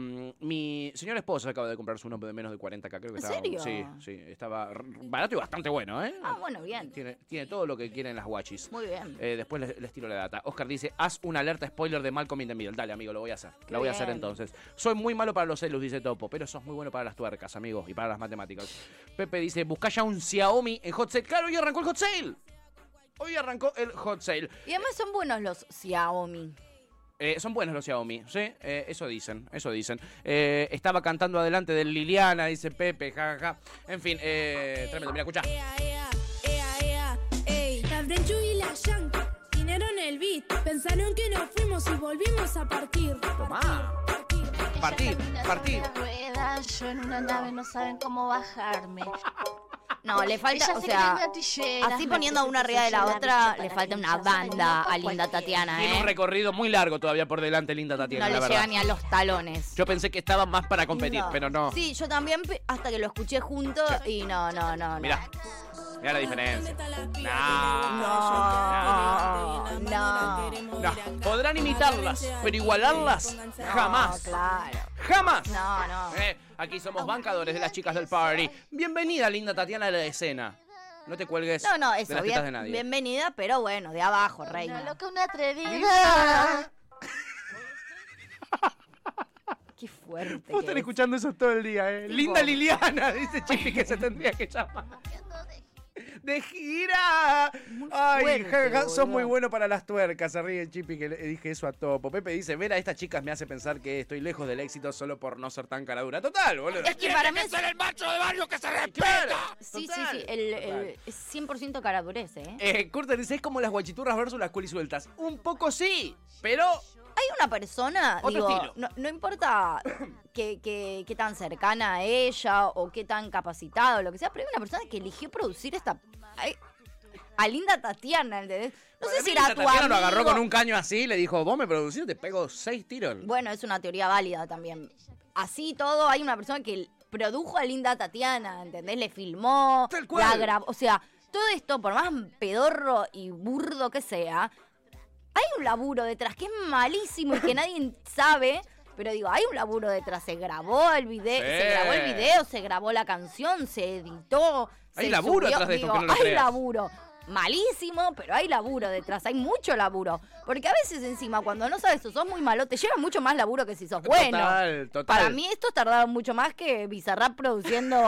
A: mi señora esposa acaba de comprarse uno de menos de 40k. Creo que
B: ¿En
A: estaba,
B: serio?
A: Sí, sí, estaba r- barato y bastante bueno, ¿eh?
B: Ah, bueno, bien.
A: Tiene, tiene todo lo que quieren las guachis.
B: Muy bien.
A: Eh, después les, les tiro la data. Oscar dice, haz una alerta spoiler de Malcolm in the Middle. Dale, amigo, lo voy a hacer.
B: Qué
A: la voy a hacer
B: bien.
A: entonces. Soy muy malo para los celus, dice Topo, pero sos muy bueno para las tuercas, amigo, y para las matemáticas. Pepe dice, busca ya un Xiaomi en Hot Sale. Claro, hoy arrancó el Hot Sale. Hoy arrancó el Hot Sale.
B: Y además son buenos los Xiaomi.
A: Eh, son buenos los Xiaomi, ¿sí? Eh, eso dicen, eso dicen. Eh, estaba cantando adelante de Liliana, dice Pepe, jajaja. En fin, eh, tremendo. Mira, escucha.
R: Ey, la Frenchu y la Yankee, dinero en el beat. Pensaron que nos fuimos y volvimos a partir.
A: Tomá. Partí,
B: Eh.
A: partí.
T: Una rueda, yo en una nave no saben cómo bajarme.
B: No, le falta,
T: Ella
B: o
T: se
B: sea,
T: cree una tillera,
B: Así
T: me
B: poniendo
T: puse
B: una arriba de la
T: sencilla
B: otra,
T: bichota
B: le
T: para
B: falta
T: que
B: una
T: yo salga
B: banda
T: loco
B: a Linda Tatiana,
A: Tiene un
B: ¿eh?
A: recorrido muy largo todavía por delante, linda
B: No
A: Tatiana,
B: le
A: la
B: llega
A: verdad.
B: ni a los talones.
A: Yo pensé que estaba más para competir,
B: No.
A: pero no.
B: Sí, yo también, pe- hasta que lo escuché junto y no, no, no. no.
A: Mira, mira la diferencia.
B: No, no.
A: No. No. Podrán imitarlas, pero igualarlas jamás.
B: No, claro.
A: Jamás.
B: No, no.
A: Eh, aquí
B: Oh
A: somos bancadores de las chicas del party. Bienvenida, linda Tatiana, a la escena. No te cuelgues
B: No, no,
A: de
B: eso,
A: las
B: bien-
A: tetas de nadie.
B: bienvenida, pero bueno, de abajo, reina.
T: Una loca, una atrevida.
B: Qué fuerte.
A: Vos
B: que
A: están
B: es.
A: escuchando eso todo el día, ¿eh?
B: Sí,
A: Linda
B: vos.
A: Liliana, (laughs) dice Chipi que se tendría que llamar. ¡De gira! Ay,
B: fuerte,
A: jajaja, sos
B: boludo.
A: muy bueno para las tuercas. Se ríe Chipi que le dije eso a Topo. Pepe dice: Ver a estas chicas me hace pensar que estoy lejos del éxito solo por no ser tan caradura. Total, boludo.
B: Es que para mí es...
A: el macho de barrio que se
B: Sí, sí, sí, el, el- es 100% caradurez, ¿eh?
A: Eh, Curter dice: Es como las guachiturras versus las culisueltas. Un poco sí, pero
B: Hay una persona,
A: Otro
B: digo,
A: estilo.
B: no, no importa qué que, qué tan cercana a ella o qué tan capacitada o lo que sea, pero hay una persona que eligió producir esta... ay, a Linda Tatiana, ¿entendés? No sé si era
A: Linda
B: tu
A: Tatiana lo
B: amigo.
A: agarró con un caño así y le dijo: Vos me producís, te pego seis tiros.
B: Bueno, es una teoría válida también. Así todo, hay una persona que produjo a Linda Tatiana, ¿entendés? Le filmó,
A: cual.
B: la grabó. O sea, todo esto, por más pedorro y burdo que sea, hay un laburo detrás que es malísimo
A: (laughs)
B: y que nadie sabe. Pero digo, hay un laburo detrás. Se grabó el video,
A: Sí.
B: se grabó el video, se grabó la canción, se editó.
A: Hay
B: se
A: laburo
B: subió.
A: atrás de esto,
B: digo,
A: que no lo
B: Hay
A: creas.
B: laburo. Malísimo, pero hay laburo detrás, hay mucho laburo. Porque a veces encima, cuando no sabes o sos muy malo, te lleva mucho más laburo que si sos bueno.
A: Total, total.
B: Para mí estos tardaron mucho más que Bizarrap
A: (laughs)
B: produciendo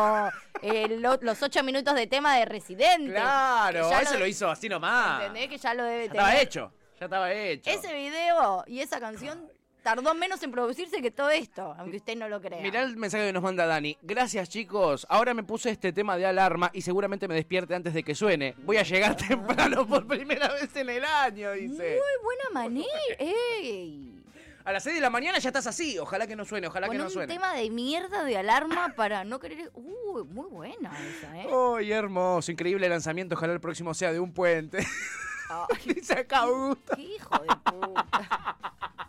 B: eh, lo- los ocho minutos de tema de Residente.
A: Claro,
B: Que ya
A: ese lo hizo así nomás.
B: ¿Entendés? Que ya lo debe
A: Ya Estaba
B: tener.
A: hecho. Ya estaba hecho.
B: Ese video y esa canción tardó menos en producirse que todo esto, aunque usted no lo crea.
A: Mirá el mensaje que nos manda Dani. Gracias, chicos. Ahora me puse este tema de alarma y seguramente me despierte antes de que suene. Voy a llegar (laughs) temprano por primera vez en el año, dice.
B: Muy buena manera. Ey.
A: A las 6 de la mañana ya estás así. Ojalá que no suene, ojalá
B: Con
A: que no
B: un
A: suene.
B: tema de mierda de alarma para no querer. Uy, muy buena esa, ¿eh?
A: ¡Ay, hermoso! Increíble lanzamiento. Ojalá el próximo sea de un puente. (laughs) Dice acá Augusto.
B: ¡Qué hijo de puta!
A: (laughs)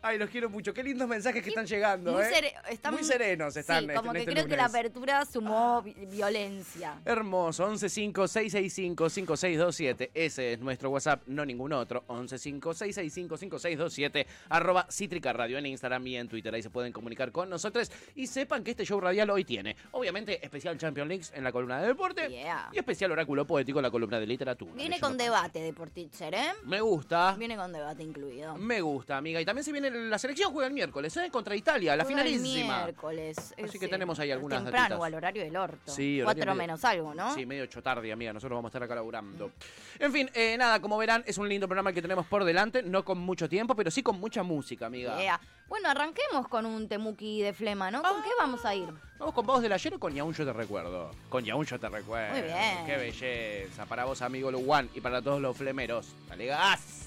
A: Ay, los quiero mucho. Qué lindos mensajes que están llegando,
B: Muy,
A: ¿eh?
B: sere- está
A: Muy serenos están.
B: Sí,
A: este-
B: como
A: en
B: que
A: este
B: creo que la
A: lunes.
B: apertura sumó vi- violencia.
A: Hermoso, 1156655627. Ese es nuestro WhatsApp, no ningún otro. 1156655627. Arroba Cítrica Radio en Instagram y en Twitter. Ahí se pueden comunicar con nosotros. Y sepan que este show radial hoy tiene, obviamente, especial Champions League en la columna de deporte.
B: Yeah.
A: Y especial oráculo poético en la columna de literatura.
B: Viene
A: que yo
B: con
A: no-
B: debate de por teacher, ¿eh?
A: Me gusta.
B: Viene con debate incluido.
A: Me gusta, amiga. Y también se viene la selección, juega el miércoles, ¿eh? Contra Italia, la
B: Juega el
A: finalísima.
B: miércoles. eh,
A: Así que
B: sí.
A: tenemos ahí algunas
B: Temprano,
A: datitas.
B: al horario del orto.
A: Sí, horario
B: Cuatro
A: medio-
B: menos algo, ¿no?
A: Sí, medio chotardi, amiga. Nosotros vamos a estar acá laburando. En fin, eh, nada, como verán, es un lindo programa el que tenemos por delante. No con mucho tiempo, pero sí con mucha música, amiga.
B: Yeah. Bueno, arranquemos con un temuki de flema, ¿no?
A: Ah.
B: ¿Con qué vamos a ir?
A: Vamos con Vagos del Ayer o con Yaún Yo Te Recuerdo. Con Yaún Yo Te Recuerdo.
B: Muy bien.
A: Qué belleza. Para vos, amigo Luwan, y para todos los flemeros. ¡Dale gas!